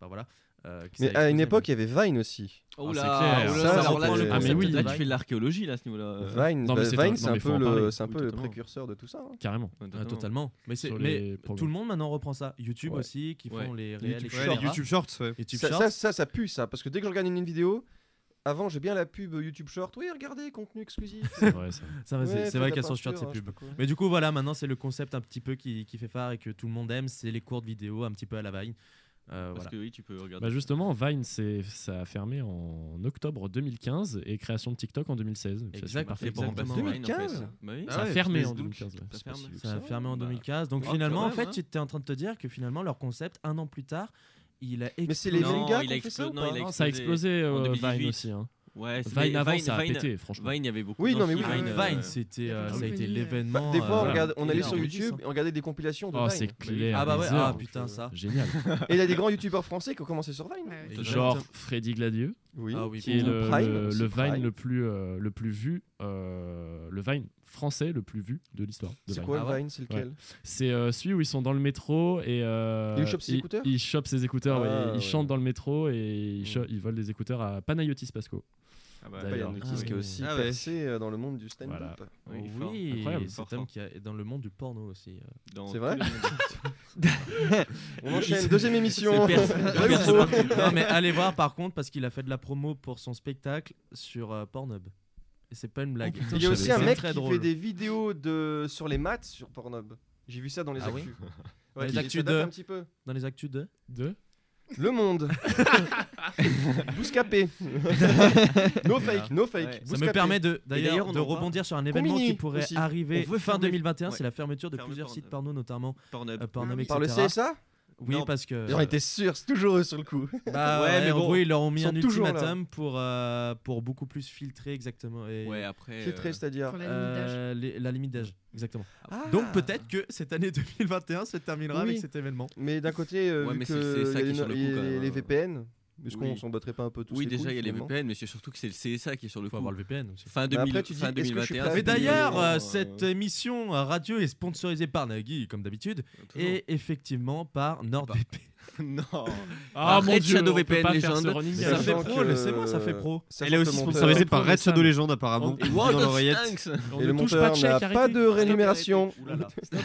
B: Bah voilà. euh, que
F: Mais
B: ça a
F: à une
B: explosé.
F: époque, il y avait Vine aussi.
E: Oh là,
C: Ah, c'est clair.
E: oh là,
F: Ça,
E: là,
F: c'était-
E: là, le
F: Ah, mais
E: concept
C: oui.
E: de- là, tu fais de l'archéologie là, à ce niveau-là.
F: Vine,
C: Non, mais
F: bah,
C: c'est-
F: Vine,
C: non,
F: c'est
C: mais
F: un
C: faut
F: peu
C: en
F: le,
C: parler.
F: c'est un
E: Oui,
F: peu le
E: totalement.
F: précurseur de tout ça. hein.
C: Carrément.
E: Ouais,
B: Ah,
E: totalement.
B: totalement. Mais c'est
C: Sur
B: mais
C: les programmes.
B: tout le monde maintenant reprend ça. YouTube
F: Ouais.
B: aussi qui font
E: Ouais.
B: les réels,
G: YouTube,
B: etc.
G: ouais, les YouTube Shorts, ouais.
B: YouTube
F: Ça,
B: Shorts.
F: ça, ça, ça pue ça. Parce que dès que je regarde une, une vidéo, avant j'ai bien la pub YouTube Short. Oui, regardez,
B: *laughs*
F: contenu exclusif.
C: C'est vrai, ça.
B: Ça va, Ah, c'est-
F: Ouais,
B: c'est
F: faites
B: vrai
F: la
B: qu'elles sont sur ces
F: peinture,
B: pubs.
F: hein, je sais pas quoi.
B: Mais du coup, voilà, maintenant c'est le concept un petit peu qui, qui fait phare et que tout le monde aime, c'est les courtes vidéos un petit peu à la Vine. Euh,
E: Parce
B: voilà.
E: que oui, tu peux regarder.
C: Bah justement, Vine, c'est- ça a fermé en octobre 2015 et création de TikTok en 2016. Ça, c'est
B: Exact,
C: parfait.
B: exactement.
C: Bon, bah,
E: Vine, en
F: 2015.
E: fait. Bah oui.
C: Ah Ça a ouais, fermé en
E: Facebook,
C: 2015, ouais,
E: ça
C: c'est
E: ferme.
C: possible.
B: Ça a fermé en
E: Bah,
B: 2015. Donc
E: oh,
B: finalement,
E: quand
B: en
E: même,
B: fait,
E: hein.
B: tu étais en train de te dire que finalement, leur concept, un an plus tard, il a
F: Mais c'est les
E: Non,
F: mêmes gars
E: il
F: qui
E: a
F: ont fait ça. ou
E: explo- non,
F: pas
E: il
C: Non, ça a explosé
E: en
C: euh,
E: 2018.
C: Vine aussi. hein.
E: Ouais, c'était-
C: Vine avant, ça a
E: Vine-
C: pété, franchement.
E: Vine, il y avait beaucoup
F: Oui,
E: de
F: non,
E: gens
F: mais
E: qui-
F: oui,
B: Ah, Vine,
F: oui,
E: euh,
B: Vine, c'était euh,
D: Ah
B: ça a
D: oui.
B: été
D: Bah,
F: Bah,
B: l'événement.
F: des fois,
B: euh,
F: on, regarde- on allait
B: énorme.
F: sur YouTube et on regardait des compilations de
C: Oh, c'est
F: Vine.
C: clair.
B: Ah bah
C: des
B: ouais,
C: heures.
B: ah putain ça.
C: Génial.
F: Et
B: *laughs*
F: il y a des grands youtubeurs français qui ont commencé sur Vine.
D: Ouais, ouais.
B: Exactement.
C: Genre Freddy Gladieux,
F: Oui.
B: Ah oui,
C: qui est
B: putain.
C: le,
F: Prime,
C: le-
F: c'est
C: le Vine
F: Prime.
C: le plus, euh, le plus vu, euh, le Vine français le plus vu de l'histoire. de
F: C'est
C: Vine.
F: quoi
B: Ah ouais.
F: Vine C'est lequel
C: C'est euh, celui où ils sont dans le métro et. euh,
F: Ils chopent ses
C: ils-
F: écouteurs
C: Ils chopent ses écouteurs, ouais.
F: Ah,
C: ils
F: ouais.
C: chantent dans le métro et ils, cho-
F: Mm.
C: ils volent des écouteurs à Panayotis Pasco.
E: Ah bah,
C: D'ailleurs.
F: Yann Lucas,
B: Ah
F: qui est
B: oui.
F: aussi
G: Ah ouais.
F: percé euh, dans le monde du stand-up.
C: Voilà.
E: oui,
B: Oui,
E: fort.
C: Incroyable.
B: c'est
E: Fort,
B: un
E: fort.
B: qui est dans le monde du porno aussi. euh.
E: Dans tous
F: C'est vrai
E: les mondes.
F: On enchaîne,
B: *laughs*
F: deuxième émission.
E: C'est
F: *laughs*
E: percé-
F: Vrai ou
E: percé
F: faux
E: par tout le monde.
B: non mais allez voir par contre parce qu'il a fait de la promo pour son spectacle sur euh, Pornhub. Et c'est pas une blague.
F: Il y a
C: Je
F: aussi un
C: savais
B: C'est
C: pas.
F: mec
B: très
F: qui
B: drôle.
F: fait des vidéos de... sur les maths sur Pornhub. J'ai vu ça dans les
B: Ah oui
F: actus.
B: les
F: il- ça
B: actus
F: date
B: de-
F: un petit peu.
B: dans les actus de
C: Deux
F: Le Monde. *laughs* Bouscapé. *laughs* no fake, no fake.
E: Ouais.
B: Ça me
F: Bouscapé.
B: permet de
E: d'ailleurs,
B: d'ailleurs
E: on
B: de
E: en parle.
B: rebondir sur un événement
F: Combini
B: qui pourrait
F: aussi.
B: arriver
E: On veut
B: fin
E: fermer-
B: 2021,
E: ouais.
B: c'est la fermeture de
E: Fermer
B: plusieurs
E: Pornhub.
B: sites porno notamment
E: Pornhub.
B: euh, Pornhub
D: oui.
B: etc.
F: Par le CSA
B: Oui
E: Non.
B: parce que
F: J'en étais sûr, c'est toujours eux sur le coup.
B: bah
E: Ouais,
B: ouais,
E: mais
B: en
E: bon,
B: gros ils leur ont mis
F: ils
B: un
F: sont toujours là.
B: ultimatum pour euh, pour beaucoup plus filtrer exactement et
E: Ouais, après.
F: Filtré,
E: euh,
F: c'est-à-dire.
D: Pour la limite d'âge.
B: euh, les- la limite d'âge exactement.
F: Ah.
B: Donc peut-être que cette année *laughs* 2021 se terminera
F: Oui.
B: avec cet événement.
F: Mais d'un côté, euh,
E: Ouais,
F: vu
E: mais
F: que
E: c'est- c'est ça
F: il y a
E: qui est
F: les-
E: sur le coup,
F: il y a
E: quand
F: les,
E: même, hein.
F: VPN, est-ce qu'on
E: Oui.
F: s'en battrait pas un peu tous
E: Oui,
F: les
E: déjà,
F: couilles,
E: il y a les
F: finalement
E: VPN, mais c'est surtout que c'est le CSA qui est sur le
B: Faut
E: coup.
B: avoir le VPN aussi.
E: Fin
F: Mais après,
E: 2000
F: tu dis,
E: fin
F: est-ce que je suis
E: 2021.
F: prêt à
B: Mais
F: Parce que-
B: d'ailleurs, euh,
E: euh,
B: cette émission euh, radio est sponsorisée par Nagui, comme d'habitude,
F: *laughs*
E: toujours.
B: et effectivement par NordVPN.
E: *laughs* Non.
C: Ah
E: Arrête,
C: mon dieu,
E: Shadow
C: on peut
E: VPN,
C: pas
E: les
C: faire
E: gens
C: ce
E: de-
C: running
F: Mais
B: Ça
C: gag.
B: fait
F: sachant
B: pro,
F: que-
B: laissez-moi, ça fait pro.
F: Sachant que mon père-
G: Sponsorisé par
C: Pro
G: Red Shadow
C: Sam.
G: Legend apparemment.
C: Oh,
G: qui dit
E: What
G: dans
E: the
G: l'oreillette.
E: stinks
F: Et
C: On
F: le
C: ne touche
F: monteur
C: pas de chèque,
F: n'a
C: arrêtez.
F: pas de rémunération.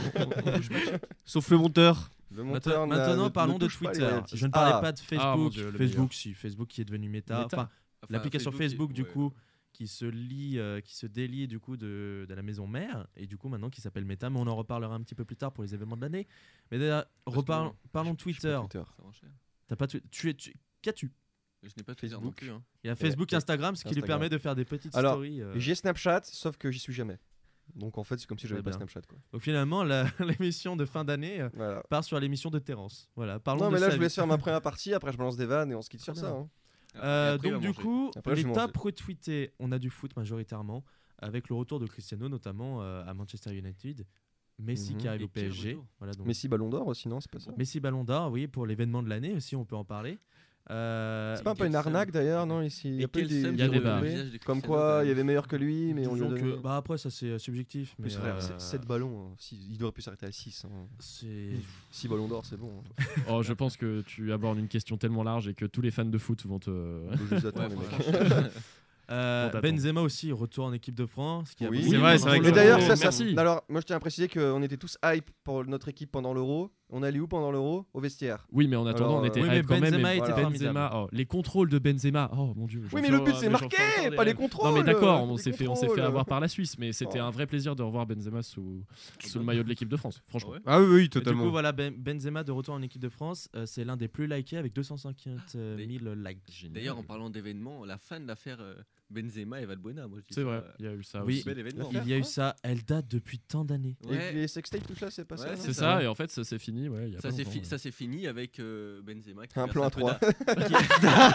B: *laughs*
G: Sauf le monteur.
F: Le
B: Maintenant,
F: monteur n'a-
B: maintenant,
F: ne- ne
B: parlons de
F: touche pas les
B: Twitter.
F: royalties.
B: Je ne parlais
F: Ah,
B: pas de
C: Ah, mon
B: Facebook.
C: Dieu, le meilleur.
B: Facebook, si, Facebook qui est devenu Meta.
C: Meta.
B: Enfin,
E: Enfin,
B: l'application Facebook, du
E: ouais.
B: coup, qui se lie, euh, qui se délie du coup de, de la maison mère, et du coup maintenant qui s'appelle Meta, mais on en reparlera un petit peu plus tard pour les événements de l'année. Mais d'ailleurs,
E: que-
B: reparlons parlons
F: Je suis pas
B: Twitter.
E: Ça enchaîne.
B: T'as pas tu, tu, es- tu- Qu'as-tu
E: Je n'ai pas Twitter non
F: Facebook.
E: plus. hein.
B: Il y a Facebook,
F: et-
B: Instagram, ce qui lui
F: Instagram.
B: permet de faire des petites
F: Alors,
B: stories. euh.
F: J'ai Snapchat, sauf que j'y suis jamais. Donc en fait, c'est comme si
B: Très
F: j'avais pas
B: bien.
F: Snapchat. Quoi.
B: Donc finalement, la- *laughs* l'émission de fin d'année euh,
F: Voilà.
B: part sur l'émission de Terence. Voilà, parlons
F: Non,
B: de
F: mais là,
B: sa
F: je vous
B: vie. *laughs*
F: laisse faire ma première partie. Après, je balance des vannes et on se quitte sur
B: Très
F: ça.
B: bien.
F: hein.
B: Euh,
E: Et après, il va
B: donc du
E: manger.
B: coup,
F: Après, je
B: les
F: vais manger.
B: tapes retweetées, on a du foot majoritairement, avec le retour de Cristiano notamment euh, à Manchester United, Messi
F: Mhm.
B: qui arrive
E: Et
B: au
E: quel
B: PSG,
E: retour.
B: voilà, donc, Messi.
F: Messi Ballon d'Or aussi, non C'est pas ça
B: Ballon d'Or, oui, pour l'événement de l'année aussi, on peut en parler. Euh,
F: C'est pas un peu une
E: Quel
F: arnaque
E: seum.
F: d'ailleurs, non ici Il y
E: Et
F: a pas eu
E: quel
F: des.
E: seum
F: des
C: sur le
F: retombées
E: visage de
F: Comme
E: Cristiano,
F: quoi,
E: quand
F: il y
E: même.
F: avait meilleur que lui, mais on lui a
B: disons
F: donné.
B: que- bah après ça c'est euh, subjectif, mais
F: Plus frère,
B: euh,
F: 7 ballons, hein. Six- il devrait plus s'arrêter à 6.
B: c'est
F: 6 ballons d'or, c'est bon. *laughs* hein.
C: Oh, je pense que tu abordes une question tellement large et que tous les fans de foot
F: *laughs*
C: vont te.
F: Je vous attends,
E: Ouais,
F: les mecs.
E: franchement.
B: Euh,
C: On t'attend.
B: Benzema aussi retourne en équipe de France. Qui a
F: Oui.
B: beaucoup
F: C'est
B: de
F: vrai,
B: monde
C: c'est
B: dans
C: vrai
B: le
C: que-
F: Et
B: jeu.
F: d'ailleurs, ça,
C: Oh,
F: ça-
C: merci.
F: Alors, moi, je tiens à préciser qu'on était tous hype pour notre équipe pendant l'Euro. On allait où pendant l'Euro Au vestiaire.
C: Oui, mais en attendant,
F: Alors,
C: on était
F: euh,
B: oui, mais
C: hype quand même.
B: Benzema
C: et
B: était
C: Benzema, oh, les contrôles de Benzema. Oh mon dieu. j'en
F: Oui, mais le
C: fais-
F: but,
C: ah,
F: c'est
C: mais j'en
F: marqué,
C: fais encore des-
F: pas les contrôles.
C: Non, mais d'accord, on
F: les
C: s'est fait, on s'est fait
F: contrôles.
C: avoir par la Suisse, mais c'était
F: Oh.
C: un vrai plaisir de revoir Benzema sous, sous le maillot de l'équipe de France, franchement.
E: Ouais.
G: Ah oui, oui,
B: Et Du coup,
G: totalement.
B: voilà, Ben- Benzema de retour en équipe de France, euh, c'est l'un des plus likés avec 250 000 euh, likes.
E: D'ailleurs, en parlant d'événements, la fan d'affaires euh, Benzema et Valbuena, moi je dis.
C: C'est
E: ça,
C: vrai,
E: euh,
C: il y a eu ça
B: Oui.
C: aussi.
E: bel événement.
B: Il y a eu ça, elle date depuis tant d'années.
E: Ouais.
F: Et les sextapes, tout ça, c'est pas
E: Ouais,
F: ça non
C: C'est ça, et en fait, ça s'est fini. Ouais, il y a
E: Ça
C: pas
E: s'est
C: longtemps,
E: fi-
C: ouais.
E: ça s'est fini avec euh, Benzema. qui
F: Un
E: verse
F: plan à
E: peu
F: trois.
E: d'a-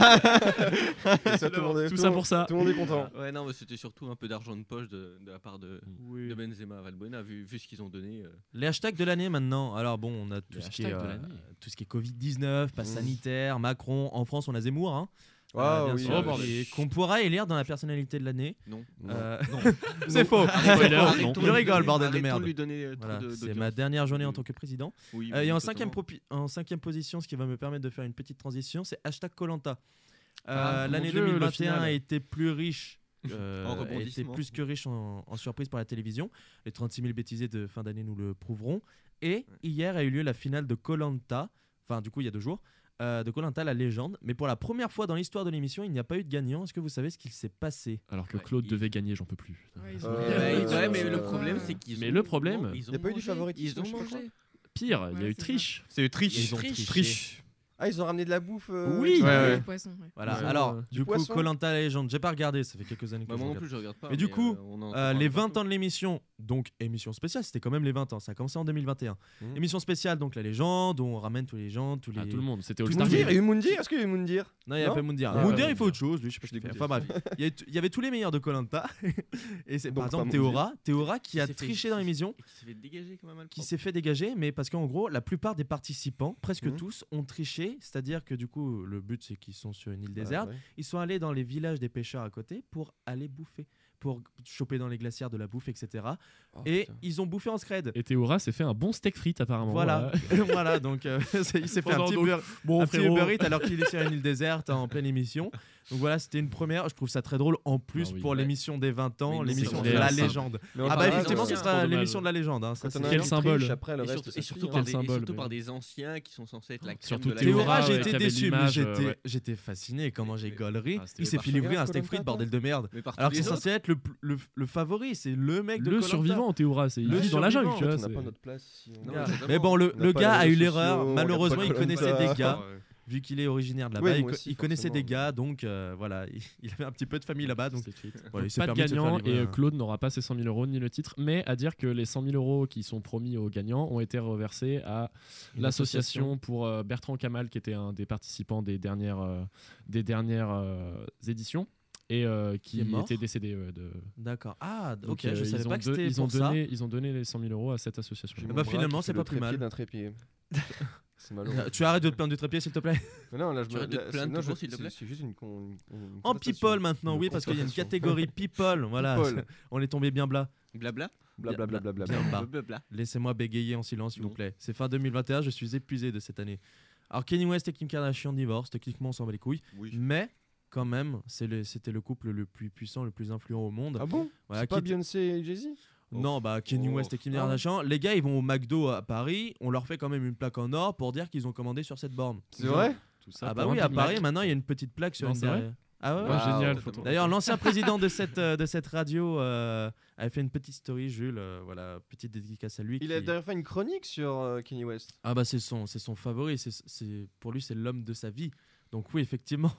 F: C'est ça, *laughs* tout, le monde est-
C: Tout
F: le
C: ça
F: monde-
C: pour ça.
F: Tout le monde est content.
E: Ouais, non, mais c'était surtout un peu d'argent de poche de, de la part de, de Benzema à Valbuena, vu, vu ce qu'ils ont donné. euh.
B: Les hashtags de l'année maintenant. Alors bon, on a tout
C: Les
B: ce, qui est,
C: hashtags de
B: euh,
C: l'année.
B: tout ce qui est Covid-19, passe
F: Mm.
B: sanitaire, Macron. En France, on a Zemmour. Hein,
F: Ah,
B: bien
F: oui,
B: sûr,
C: Oh,
F: euh,
C: bordel.
B: qui- Qu'on pourra élire dans la personnalité de l'année.
E: Non.
F: Non.
B: Euh, *laughs* c'est faux.
C: Spoiler, non.
E: Arrêtons
B: Je
E: de
B: rigole,
E: lui-
B: bordel de
E: arrêtons
B: merde.
E: lui donner euh, trop
B: Voilà,
E: de-
B: c'est
E: d'audience.
B: ma dernière journée en tant que président.
E: Oui,
B: Euh,
E: oui,
B: et en
E: totalement.
B: cinquième, propi- en cinquième position, ce qui va me permettre de faire une petite transition, c'est hashtag Colanta. Euh,
C: Ah, mon
B: L'année
C: Dieu, le
B: 2021
C: final.
B: a été plus riche. euh,
E: *laughs* En
B: a été
E: rebondissement.
B: plus que riche en, en surprises par la télévision. Les 36 000 bêtisés de fin d'année nous le prouveront. Et hier a eu lieu la finale de Colanta, enfin du coup il y a deux jours, euh, de Colanta la légende. Mais pour la première fois dans l'histoire de l'émission, il n'y a pas eu de gagnant. Est-ce que vous savez ce qu'il s'est passé
C: Alors que
E: Ouais,
C: Claude
E: il-
C: devait gagner, j'en peux plus.
D: Ouais, ils ont-
F: Euh,
E: Ouais,
F: Ouais,
E: ouais, mais
F: euh,
E: le problème,
D: ouais.
E: c'est qu'ils
C: Mais
E: ont-
C: le problème-
E: ils ont
F: Il n'y a pas eu du
E: mangé.
F: favoritisme.
E: Ils ont
F: je crois.
E: mangé.
C: Pire, il y a
D: Ouais,
C: eu
D: c'est
C: triche.
G: C'est eu
E: Ils
G: triche.
E: ont
G: Triche.
E: triché.
F: Ah, ils ont ramené de la bouffe. euh, avec-
C: Oui.
G: Ouais, ouais.
D: Du poisson, ouais.
B: Voilà.
C: Ouais.
B: Alors
C: Euh,
B: du,
F: du
B: coup
F: poisson.
B: Colanta la légende, j'ai pas regardé. Ça fait quelques années que
E: Bah,
B: je
E: moi non
B: regarde.
E: plus, je regarde pas.
B: Mais du coup,
E: euh, on en
B: Euh,
E: parle
B: les
E: partout.
B: 20 ans de l'émission, donc émission spéciale, c'était quand même les 20 ans, ça a commencé en 2021.
F: Mhm.
B: Émission spéciale, donc la légende, où on ramène tous les gens, tous les.
C: À Ah, tout le monde,
B: Tout
C: c'était All
B: le
C: Star
B: monde
F: Moundir,
C: Game.
F: il y a eu Moundir, est-ce qu'il y a eu Moundir
B: Non, il n'y a
F: Non
B: pas Moundir.
C: Ah,
B: Moundir,
C: ouais,
B: il fait
C: Moundir.
B: autre chose, lui, je sais pas ce qu'il fait. Enfin bref, il y avait t- il y avait tous les meilleurs de Colanta. *laughs* Et c'est par
F: Donc,
B: exemple
F: pas Moundir.
B: Théora, Théora qui
E: Il
B: a
E: s'est fait-
B: triché dans l'émission,
E: Et qui s'est fait dégager quand même.
B: qui s'est fait dégager, mais parce qu'en gros, la plupart des participants, presque
F: Mhm.
B: tous, ont triché, c'est-à-dire que du coup, le but c'est qu'ils sont sur une île déserte.
F: Ah, ouais.
B: Ils sont allés dans les villages des pêcheurs à côté pour aller bouffer, pour choper dans les glacières de la bouffe, etc. et ils ont bouffé en scred.
C: Et Théora s'est fait un Ah bon steak frites apparemment.
B: Voilà, *laughs* voilà. Donc euh, c'est- il s'est fait un
C: Pendant
B: petit,
C: donc-
B: Uber,
C: Bon
B: un petit Uber Eats alors qu'il est sur une île déserte hein, en pleine émission. Donc voilà, c'était une première. Je trouve ça très drôle. En plus
C: Ah oui,
B: pour
C: ouais.
B: l'émission des 20
E: Oui,
B: ans,
E: non,
B: l'émission de
C: c'est clair,
B: la
C: ça.
B: légende.
F: Mais
B: Ah
F: enfin,
B: bah
F: voilà,
B: effectivement,
F: ouais.
B: ce
C: c'est
B: sera
C: dommage.
B: l'émission de la légende. hein, ça,
F: Quand
B: c'est
F: on a un
B: clair.
C: Quel
F: qui
C: symbole.
F: triche, Après, le
E: Et
F: reste,
E: surtout,
F: ça
E: et
F: se
E: surtout
F: tient.
E: par,
C: un
E: des, et
C: symbole,
E: surtout
C: mais
E: par
C: bon.
E: des anciens qui sont censés être la crème
C: Surtout
E: de la
C: Théora,
B: Théora,
E: génération.
B: j'ai
C: ouais, qui
B: été
C: avait
B: déçu, mais
C: l'image, euh,
B: j'étais
C: ouais.
B: j'étais fasciné comment j'ai gaulerie.
C: Ah, c'était
B: Il s'est
C: pas
B: fait livrer
F: cher,
B: un steak
F: Koh-Lanta,
B: frites,
F: toi
B: bordel de merde.
E: Mais par
B: Alors
E: tous
B: que c'est
E: les autres,
B: censé être le, pl- le, le favori, c'est le mec de
C: Le
B: Koh-Lanta.
C: survivant, Théora, c'est il
B: Le
C: vit dans la jungle, tu vois.
F: On n'a
C: c'est-
F: pas notre place. si on-
E: Non,
F: Regarde.
E: totalement.
B: Mais bon, le,
F: On n'a
B: le
F: pas
B: gars
F: les
B: a eu
F: réseaux
B: l'erreur.
F: sociaux, on
B: Malheureusement, il
F: regarde pas
B: connaissait
F: Koh-Lanta.
B: des gars. Vu qu'il est originaire de là-bas,
F: Ouais,
B: il,
F: moi
B: co-
F: aussi,
B: il connaissait des
F: forcément.
B: gars, donc euh, voilà, il, *laughs* il avait un petit peu de famille là-bas. Donc,
C: Steak frites.
B: voilà, il s'est
C: Pas de
B: permis se faire
C: gagnant
B: livrer
C: et
B: un-
C: euh, Claude n'aura pas ses 100 000 euros ni le titre, mais à dire que les 100 000 euros qui sont promis aux gagnants ont été reversés à
B: une
C: l'association pour euh, Bertrand Kamal, qui était un des participants des dernières, euh, des dernières euh, éditions et euh, qui
B: Qui est mort
C: était décédé. ouais, de...
B: D'accord. Ah, d-
C: Donc,
B: ok,
C: euh,
B: je savais
C: ils ont
B: pas que
C: don-
B: c'était
C: ils ont
B: pour ça.
C: donné, Ils ont donné les 100 000 euros à cette association.
F: J'ai
B: bah,
F: mon bras qui
B: finalement,
F: fait
B: c'est
F: le
B: pas plus
F: trépied
B: mal.
F: d'un trépied. C'est malheureux.
B: Euh, Tu arrêtes de te plaindre du trépied, s'il te plaît.
F: Mais Non, là, je
E: Tu
F: me-
E: arrêtes de te
F: là,
E: plaindre
F: c'est- non,
E: toujours,
F: je-
E: s'il te
F: c'est-
E: plaît.
F: C'est juste une. con- une- une
B: En
F: constatation.
B: people maintenant,
F: Une
B: oui, parce qu'il y a une
F: constatation.
B: catégorie people. Voilà,
F: People.
B: *laughs* on est tombé bien bas.
E: Blabla.
F: Blablabla. Bla, bla, bla,
B: Bien
E: *laughs*
B: bas.
E: Blabla.
B: Laissez-moi bégayer en silence, s'il vous
E: Non.
B: plaît. C'est fin 2021, je suis épuisé de cette année. Alors, Kanye West et Kim Kardashian divorcent, techniquement, on s'en bat les couilles.
E: Oui.
B: Mais, quand même, c'est le- c'était le couple le plus puissant, le plus influent au monde.
F: Ah bon
B: Voilà,
F: C'est pas
B: quitte-
F: Beyoncé et Jay-Z
B: Non, bah Kenny
E: Oh.
B: West et Kim Kardashian. Les gars, ils vont au McDo à Paris. On leur fait quand même une plaque en or pour dire qu'ils ont commandé sur cette borne.
F: C'est vrai
C: Tout ça
B: Ah bah
C: pour un
B: oui, à
C: Big Mac.
B: Paris, maintenant, il y a une petite plaque sur
C: Non,
B: une
C: c'est vrai
B: derrière. Ah ouais, ouais.
C: Ouais,
E: Waouh,
C: génial,
E: totalement.
C: photo. *laughs*
B: D'ailleurs, l'ancien président de cette, euh, de cette radio euh, avait fait une petite story, Jules. euh, voilà, petite dédicace à lui.
F: Il
B: qui-
F: a d'ailleurs fait une chronique sur euh, Kanye West.
B: Ah bah c'est son, c'est son favori. c'est- c'est pour lui, c'est l'homme de sa vie. Donc oui, effectivement.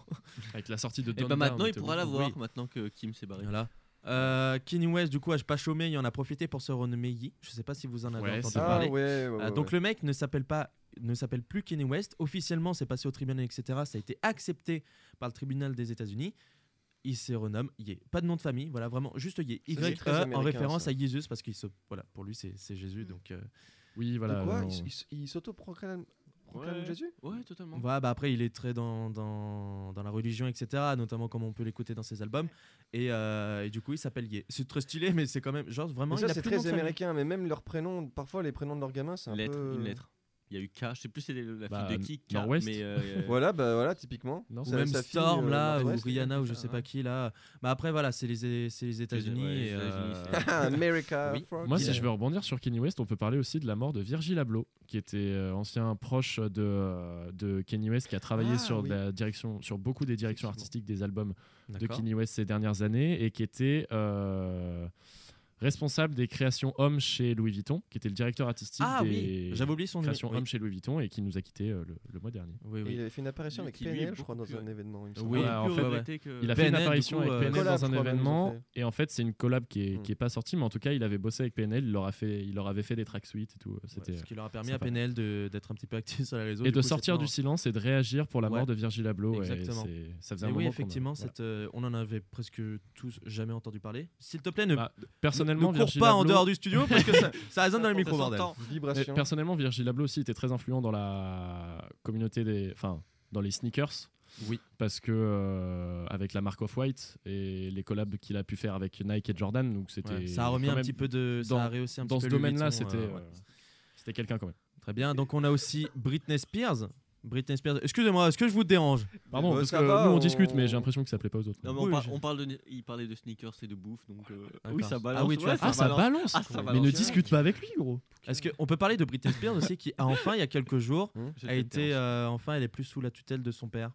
C: Avec la sortie
B: Eh
C: de
E: Et
C: Donda,
E: bah maintenant,
C: on
E: il
C: était
E: pourra
C: au-
E: l'avoir,
C: Oui.
E: maintenant que Kim
F: Bah
E: s'est barré.
B: Voilà. Euh, Kenny West, du coup, âge pas chômé, il en a profité pour se renommer Yee. Je sais pas si vous en avez
C: Ouais,
B: entendu
C: c'est
F: Ah
B: parler.
F: ouais, ouais, ouais,
B: Euh,
F: ouais.
B: donc le mec ne s'appelle pas ne s'appelle plus Kanye West. Officiellement, c'est passé au tribunal, etc. Ça a été accepté par le tribunal des États-Unis. Il se renomme Ye. Pas de nom de famille, voilà, vraiment juste Ye.
F: Ça, c'est
B: Y
F: très
B: E en
F: américain,
B: référence
F: ça.
B: à Jésus parce qu'il se, voilà, pour lui c'est c'est Jésus. Donc euh,
C: Oui,
F: De
C: voilà.
F: quoi
C: non.
F: Il s- Il, il s'auto-proclame proclame
E: Ouais.
F: Jésus
E: Ouais, totalement.
B: voilà. Bah après, il est très dans, dans, dans la religion, etc. Notamment comme on peut l'écouter dans ses albums. Et, euh, et du coup, il s'appelle Ye. C'est très stylé, mais c'est quand même genre vraiment.
F: Mais ça,
B: il a
F: c'est
B: plus de nom
F: très
B: de famille.
F: américain, mais même leurs prénoms, parfois les prénoms de leurs gamins, c'est un
E: Lettre,
F: peu.
E: une lettre. Il y a eu K, je sais plus c'est la
C: Bah,
E: fille de qui, K,
C: Nord-Ouest.
E: mais euh,
F: *laughs* Voilà, bah voilà, typiquement.
C: Non,
F: Ça-
B: Ou même
F: sa fille,
B: Storm
F: euh,
B: là,
F: North
B: ou
F: West,
B: Rihanna ou je
F: etc.
B: sais pas qui là. Bah après voilà, c'est les, c'est les États-Unis.
E: ouais, les
B: et, euh,
E: États-Unis, c'est-
F: *laughs* *laughs* America.
B: Oui.
F: Frog.
C: Moi,
B: Il
C: si
B: a-
C: je veux rebondir sur Kenny West, on peut parler aussi de la mort de Virgil Abloh, qui était euh, ancien proche de, euh, de Kenny West, qui a travaillé
F: Ah,
C: sur,
F: oui.
C: la direction, sur beaucoup des
F: Effectivement.
C: directions artistiques des albums de
B: D'accord.
C: Kenny West ces dernières années, et qui était euh, responsable des créations hommes chez Louis Vuitton, qui était le directeur artistique
B: Ah
C: des
B: oui, j'avais oublié son nom.
C: créations hommes chez Louis Vuitton et qui nous a quittés euh, le, le mois dernier.
B: Oui,
F: Et
B: oui.
F: Il avait fait une apparition
E: Lui
F: avec
E: qui, lui, est
F: PNL, je crois, dans
E: beaucoup
F: un événement. il me
B: Oui,
F: semble.
C: Ah, en
B: plus
C: fait,
B: regretté
C: Il a fait une
B: PNL, du
C: apparition
B: coup,
C: avec
B: euh,
C: PNL
F: collab,
C: dans un
F: je crois, même, ils ont
C: événement.
F: fait.
C: Et en fait, c'est une collab qui est,
F: Hmm.
C: qui est pas sortie, mais en tout cas, il avait bossé avec PNL. Il leur, a fait, il leur avait fait des tracksuits et tout. euh,
B: Ouais,
C: C'était
B: ce qui leur a permis
C: sympa.
B: à PNL de- d'être un petit peu actif sur les réseaux.
C: et
B: du
C: de
B: coup,
C: sortir
B: c'était
C: du
B: un-
C: silence et de réagir pour la mort
B: Ouais.
C: de Virgil Abloh. et
B: Exactement.
C: c'est- ça faisait un
B: Mais
C: moment
B: oui,
C: qu'on-
B: effectivement,
C: voilà.
B: cette, euh, on en avait presque tous jamais entendu parler. S'il te plaît, ne,
C: Bah,
B: ne
C: Personnellement,
B: cours
C: Virgil
B: pas en
C: Abloh-
B: dehors du studio parce que
C: *laughs*
B: ça, ça résonne dans les micros, bordel.
C: Mais
F: Vibration.
C: personnellement, Virgil Abloh aussi était très influent dans la communauté des, enfin, dans les sneakers.
B: Oui.
C: Parce que euh, avec la marque Off White et les collabs qu'il a pu faire avec Nike et Jordan, donc c'était.
B: Ouais, ça a remis
C: quand
B: un
C: même-
B: petit peu de.
C: dans-
B: ça a rehaussé un
C: Dans
B: petit
C: ce
B: peu Louis
C: domaine-là,
B: Vuitton,
C: c'était,
B: euh, ouais.
C: euh, c'était quelqu'un quand même.
B: Très bien. Donc on a aussi Britney Spears. Britney Spears. Excusez-moi, est-ce que je vous dérange
C: Pardon,
F: bah,
C: parce
F: ça
C: que
F: va,
C: nous on
F: on-
C: discute, mais j'ai l'impression que ça plaît pas aux autres.
E: Non, mais
B: Oui,
E: on, par-
B: je-
E: on parle de, il parlait de sneakers et de bouffe, donc euh,
B: D'accord.
E: oui, ça balance.
B: Ah oui, tu
E: Ouais,
B: as-
C: ah, ça
E: balance.
C: balance.
E: Ah, ça
C: mais
E: balance.
C: ne discute pas avec lui, gros.
B: Est-ce qu'on peut parler de Britney Spears aussi qui a enfin, il y a quelques
F: *laughs*
B: jours,
E: Je
B: a
E: t'aime,
B: été
E: Terence.
B: euh, enfin, elle est plus sous la tutelle de son père.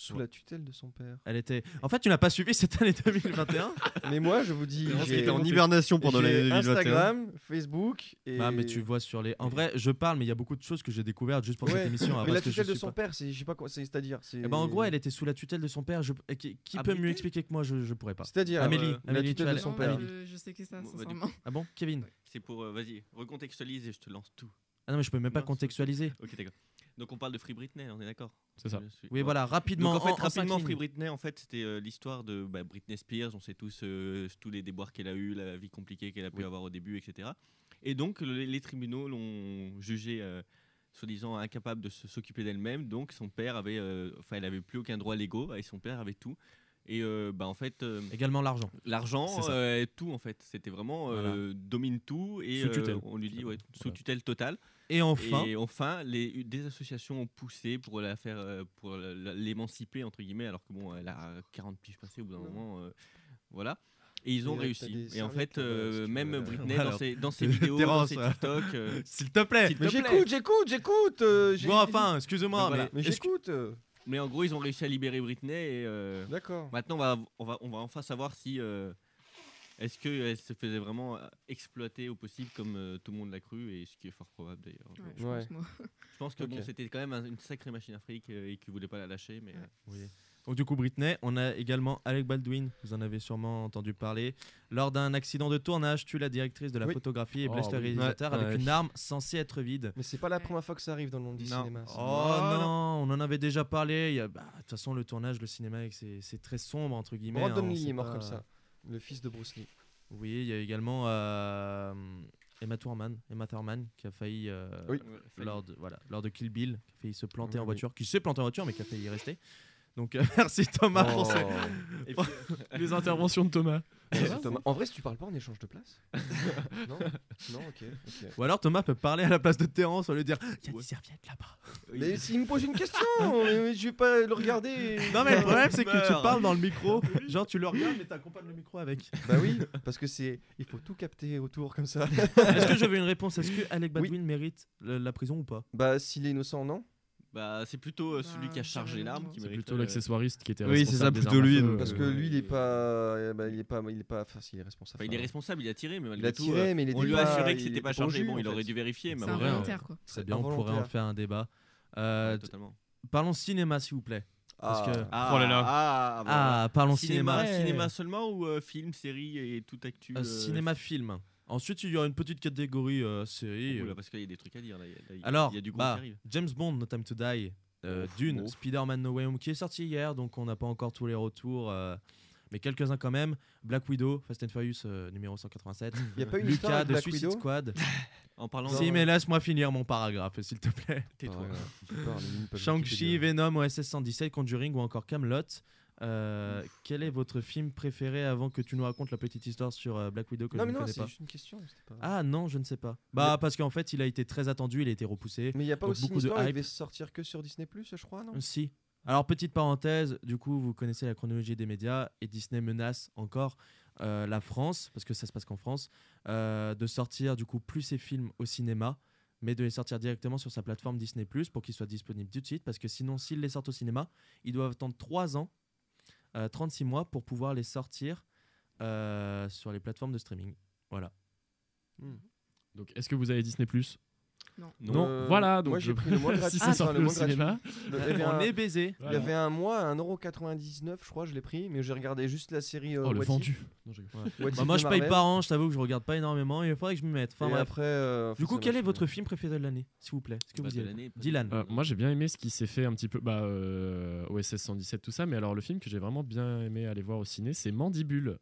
F: Sous la tutelle de son père.
B: Elle était. En fait, tu n'as pas suivi cette
F: *laughs*
B: année 2021.
F: Mais moi, je vous dis.
G: Parce qu'il
F: j'ai-
G: était en hibernation pendant l'année
F: j'ai
G: 2021.
F: Instagram, Facebook et.
B: Ah, mais tu vois sur les. En vrai, je parle, mais il y a beaucoup de choses que j'ai découvertes juste pour
F: Ouais.
B: cette émission. hein,
F: Mais la
B: parce que je
F: tutelle de
B: suis
F: son
B: pas-
F: père, c'est, je sais pas quoi, c'est, c'est-à-dire. C'est...
B: Eh ben, en gros, elle était sous la tutelle de son père. Je... eh, Qui, qui
E: Ah,
B: peut mieux
E: Britney
B: expliquer que moi Je je pourrais pas.
F: C'est-à-dire.
B: Amélie,
E: euh,
F: la
B: Amélie, tu
F: tutelle
B: vas
F: de
B: aller-
F: son
D: Non,
F: père.
B: Amélie.
D: je, je sais que ça,
E: Bon, bah, du
D: sincèrement.
B: Ah bon, Kevin
E: C'est pour. euh, Vas-y, recontextualise et je te lance tout.
B: Ah non, mais je peux même pas
E: Non, c'est-
B: contextualiser.
E: Ok, d'accord. Donc on parle de Free Britney, on est d'accord
C: C'est ça.
E: Je suis-
B: Oui,
E: Ouais.
B: voilà, rapidement.
E: Donc en fait,
B: en- en cinq
E: rapidement,
B: lignes.
E: Free Britney, en fait, c'était euh, l'histoire de bah, Britney Spears. On sait tous euh, tous les déboires qu'elle a eu, la vie compliquée qu'elle a pu avoir au début, etc. Et donc, le- les tribunaux l'ont jugée, euh, soi-disant, incapable de se- s'occuper d'elle-même. Donc, son père avait, euh, enfin, elle avait plus aucun droit légaux et son père avait tout. Et euh, bah, en fait, euh,
B: Également l'argent.
E: l'argent,
B: C'est ça.
E: euh, tout, en fait. C'était vraiment euh, domine tout et
C: Sous
E: euh,
C: tutelle.
E: on lui dit ouais, sous
C: Voilà.
E: tutelle totale.
B: Et enfin.
E: Et enfin, les, des associations ont poussé pour la faire, euh, pour la- la- l'émanciper entre guillemets, alors que bon, elle a 40 piges passées au bout d'un moment, euh, voilà. Et ils ont
F: Et, euh, t'as
E: réussi.
F: des
E: Et en
F: serviettes,
E: fait, euh,
F: euh, si tu
E: même
F: veux, euh, *laughs*
E: Britney
B: voilà.
E: dans ses, dans ses vidéos, dans
G: Terence,
E: ses
G: ouais.
E: TikTok, euh,
B: *laughs* S'il te plaît
E: s'il te
F: Eh, Mais
E: plaît.
F: j'écoute, j'écoute, j'écoute. euh, j'ai-
B: Bon, enfin, excusez-moi,
E: Donc voilà.
B: mais.
F: Mais
B: est-ce
F: j'écoute. euh,
E: Mais en gros, ils ont réussi à libérer Britney. Et euh,
F: D'accord.
E: maintenant, on va, on va, on va enfin savoir si euh, est-ce qu'elle se faisait vraiment euh, exploiter au possible comme euh, tout le monde l'a cru, et ce qui est fort probable d'ailleurs.
D: Ouais, je
F: Ouais.
D: pense, moi.
E: Je pense que bon,
F: Ok.
E: c'était quand même un- une sacrée machine à fric euh, et qu'ils voulaient pas la lâcher, mais. euh,
B: Donc du coup Britney, on a également Alec Baldwin, vous en avez sûrement entendu parler. Lors d'un accident de tournage, tue la directrice de la
F: Oui.
B: photographie et
C: Oh,
B: blesse le
C: oui.
B: réalisateur
G: Ouais,
B: avec
G: ouais.
B: une arme censée être vide.
F: Mais c'est pas la première fois que ça arrive dans le monde du
E: Non.
F: cinéma.
B: Oh,
F: ça.
B: non, on en avait déjà parlé. il y a- bah, De toute façon, le tournage, le cinéma, c'est c'est très sombre entre guillemets. hein,
F: Brandon
B: on
F: Lee
B: sait
F: est mort
B: pas.
F: comme ça. Le fils de Bruce Lee.
B: Oui, il y a également euh, Emma Thurman, Emma Thurman qui a failli euh,
F: Oui.
E: Ouais, ça y est.
B: lors de, voilà, lors de Kill Bill, qui a failli se planter
F: Oui,
B: en
F: oui.
B: voiture, qui s'est planté en voiture mais qui a failli y rester. Donc euh, *laughs* merci Thomas
F: Oh.
B: pour *laughs*
F: *laughs*
B: ce-
E: Et puis,
C: Les interventions de Thomas.
F: Ouais, Thomas. En vrai, si tu parles pas, on échange
B: *laughs*
F: de place Non Non, ok. ok.
B: Ou alors Thomas peut parler à la place de Terence au lieu de dire il y a
E: Ouais.
B: des serviettes là-bas.
F: Mais s'il me pose une question, euh, je vais pas le regarder. et-
B: *laughs* Non mais le problème c'est que tu
E: Meurs.
B: parles dans le micro, genre tu le regardes mais t'accompagnes le micro avec.
F: *laughs* Bah oui, parce que c'est. Il faut tout capter autour
B: *laughs*
F: comme ça.
B: Est-ce que j'avais une réponse Est-ce que Alec Baldwin mérite le- la prison ou pas
F: bah, s'il est innocent, non
E: bah, c'est plutôt euh, celui
D: Bah,
E: qui a chargé
D: carrément.
E: l'arme qui
C: C'est
E: mérite.
C: plutôt
E: euh,
C: l'accessoiriste qui était
G: Oui, c'est ça,
C: responsable des
G: plutôt
C: armes à
G: lui,
C: feu,
G: donc.
C: euh,
F: Parce que
E: Euh,
F: lui, il est
E: oui.
F: pas. euh, bah, il est pas. Il est pas. Enfin, s'il est responsable.
B: Bah,
E: enfin, il est
F: enfin,
E: responsable, il a tiré, mais
F: Il a
E: malgré tout.
F: tiré,
E: euh,
F: mais il
E: on
F: était
E: lui a
F: pas-
E: assuré que
F: il
E: c'était
F: était
E: pas
F: pas
E: chargé.
F: jus,
E: Bon,
F: en
E: il aurait
F: fait.
E: dû vérifier, mais
D: C'est
E: en vrai, euh,
D: involontaire, quoi.
B: C'est bien, on pourrait en
F: involontaire.
B: faire un débat.
E: ouais,
B: Euh, t-
E: totalement.
B: parlons cinéma s'il vous plaît. parce que-
E: Ah,
G: Oh là là.
E: Ah, voilà.
B: Ah, parlons
E: cinéma,
B: cinéma.
E: cinéma, seulement ou euh, film, série et toute actu.
B: Euh,
E: euh,
B: cinéma film. Ensuite il y aura une petite catégorie euh, série. euh.
E: Oula, Oh, parce qu'il y a des trucs à dire là. il y a- là, il y a-
B: Alors,
E: il y a du gros
B: bah,
E: qui arrive. Oh,
B: James Bond, No Time to Die, euh,
E: Ouf,
B: Dune,
E: ouf.
B: Spider-Man No Way Home qui est sorti hier, donc on n'a pas encore tous les retours, euh, mais quelques-uns quand même. Black Widow, Fast and Furious euh, numéro 187,
F: Il y a pas eu une histoire
B: Lucas
F: avec
B: de
F: Black
B: Suicide
F: Widow
B: Squad.
E: En parlant
B: si,
E: de-
B: mais laisse-moi finir mon paragraphe, s'il te plaît.
E: Tais-toi.
F: Ah, ouais, j'ai peur, les lignes peuvent
B: Shang-Chi,
F: Wikipédia.
B: Venom, OSS 117, Conjuring ou encore Camelot. Euh, quel est votre film préféré avant que tu nous racontes la petite histoire sur euh, Black Widow que
F: Non,
B: je
F: mais
B: ne
F: non,
B: connais
F: c'est
B: pas
F: juste une question. c'était pas-
B: Ah non, je ne sais pas. Bah parce qu'en fait, il a été très attendu, il a été repoussé.
F: Mais il y a pas
B: donc
F: aussi une
B: beaucoup de
F: histoire. Il
B: hype.
F: devait sortir que sur Disney Plus, je crois, non
B: Si. Alors, petite parenthèse, du coup, vous connaissez la chronologie des médias et Disney menace encore euh, la France, parce que ça se passe qu'en France, euh, de sortir du coup plus ses films au cinéma, mais de les sortir directement sur sa plateforme Disney pour qu'ils soient disponibles tout de suite, parce que sinon, s'ils les sortent au cinéma, ils doivent attendre 3 ans, euh, 36 mois pour pouvoir les sortir euh, sur les plateformes de streaming. Voilà.
C: Donc, est-ce que vous avez Disney Plus
D: Non.
C: Non.
F: Euh,
C: voilà. Donc
F: moi, j'ai pris le
C: *laughs*
F: mois gratuit,
C: si ça
F: enfin,
C: sort
F: le
C: plus au
F: mois gratuit.
C: cinéma.
F: Le- il y avait
B: *laughs* On
F: un-
B: est baisé.
F: Il y avait un mois à 1,99€, je crois, je l'ai pris, mais j'ai regardé juste la série. euh,
C: Oh, le
F: What If-
C: vendu.
F: What
B: Bah,
F: If
B: moi,
F: de
B: je paye
F: Marvel.
B: par an, je t'avoue que je regarde pas énormément. Il faudrait que je me mette. Enfin,
F: et
B: bref.
F: après. euh,
B: Du coup,
F: forcément,
B: quel est
F: je-
B: votre film préféré de l'année, s'il vous plaît Est-ce que
E: Pas
B: vous
E: de
B: y allez
E: l'année, pas de-
B: Dylan.
C: Euh, moi j'ai bien aimé ce qui s'est fait un petit peu bah, euh, OSS 117 tout ça mais alors le film que j'ai vraiment bien aimé aller voir au ciné c'est Mandibule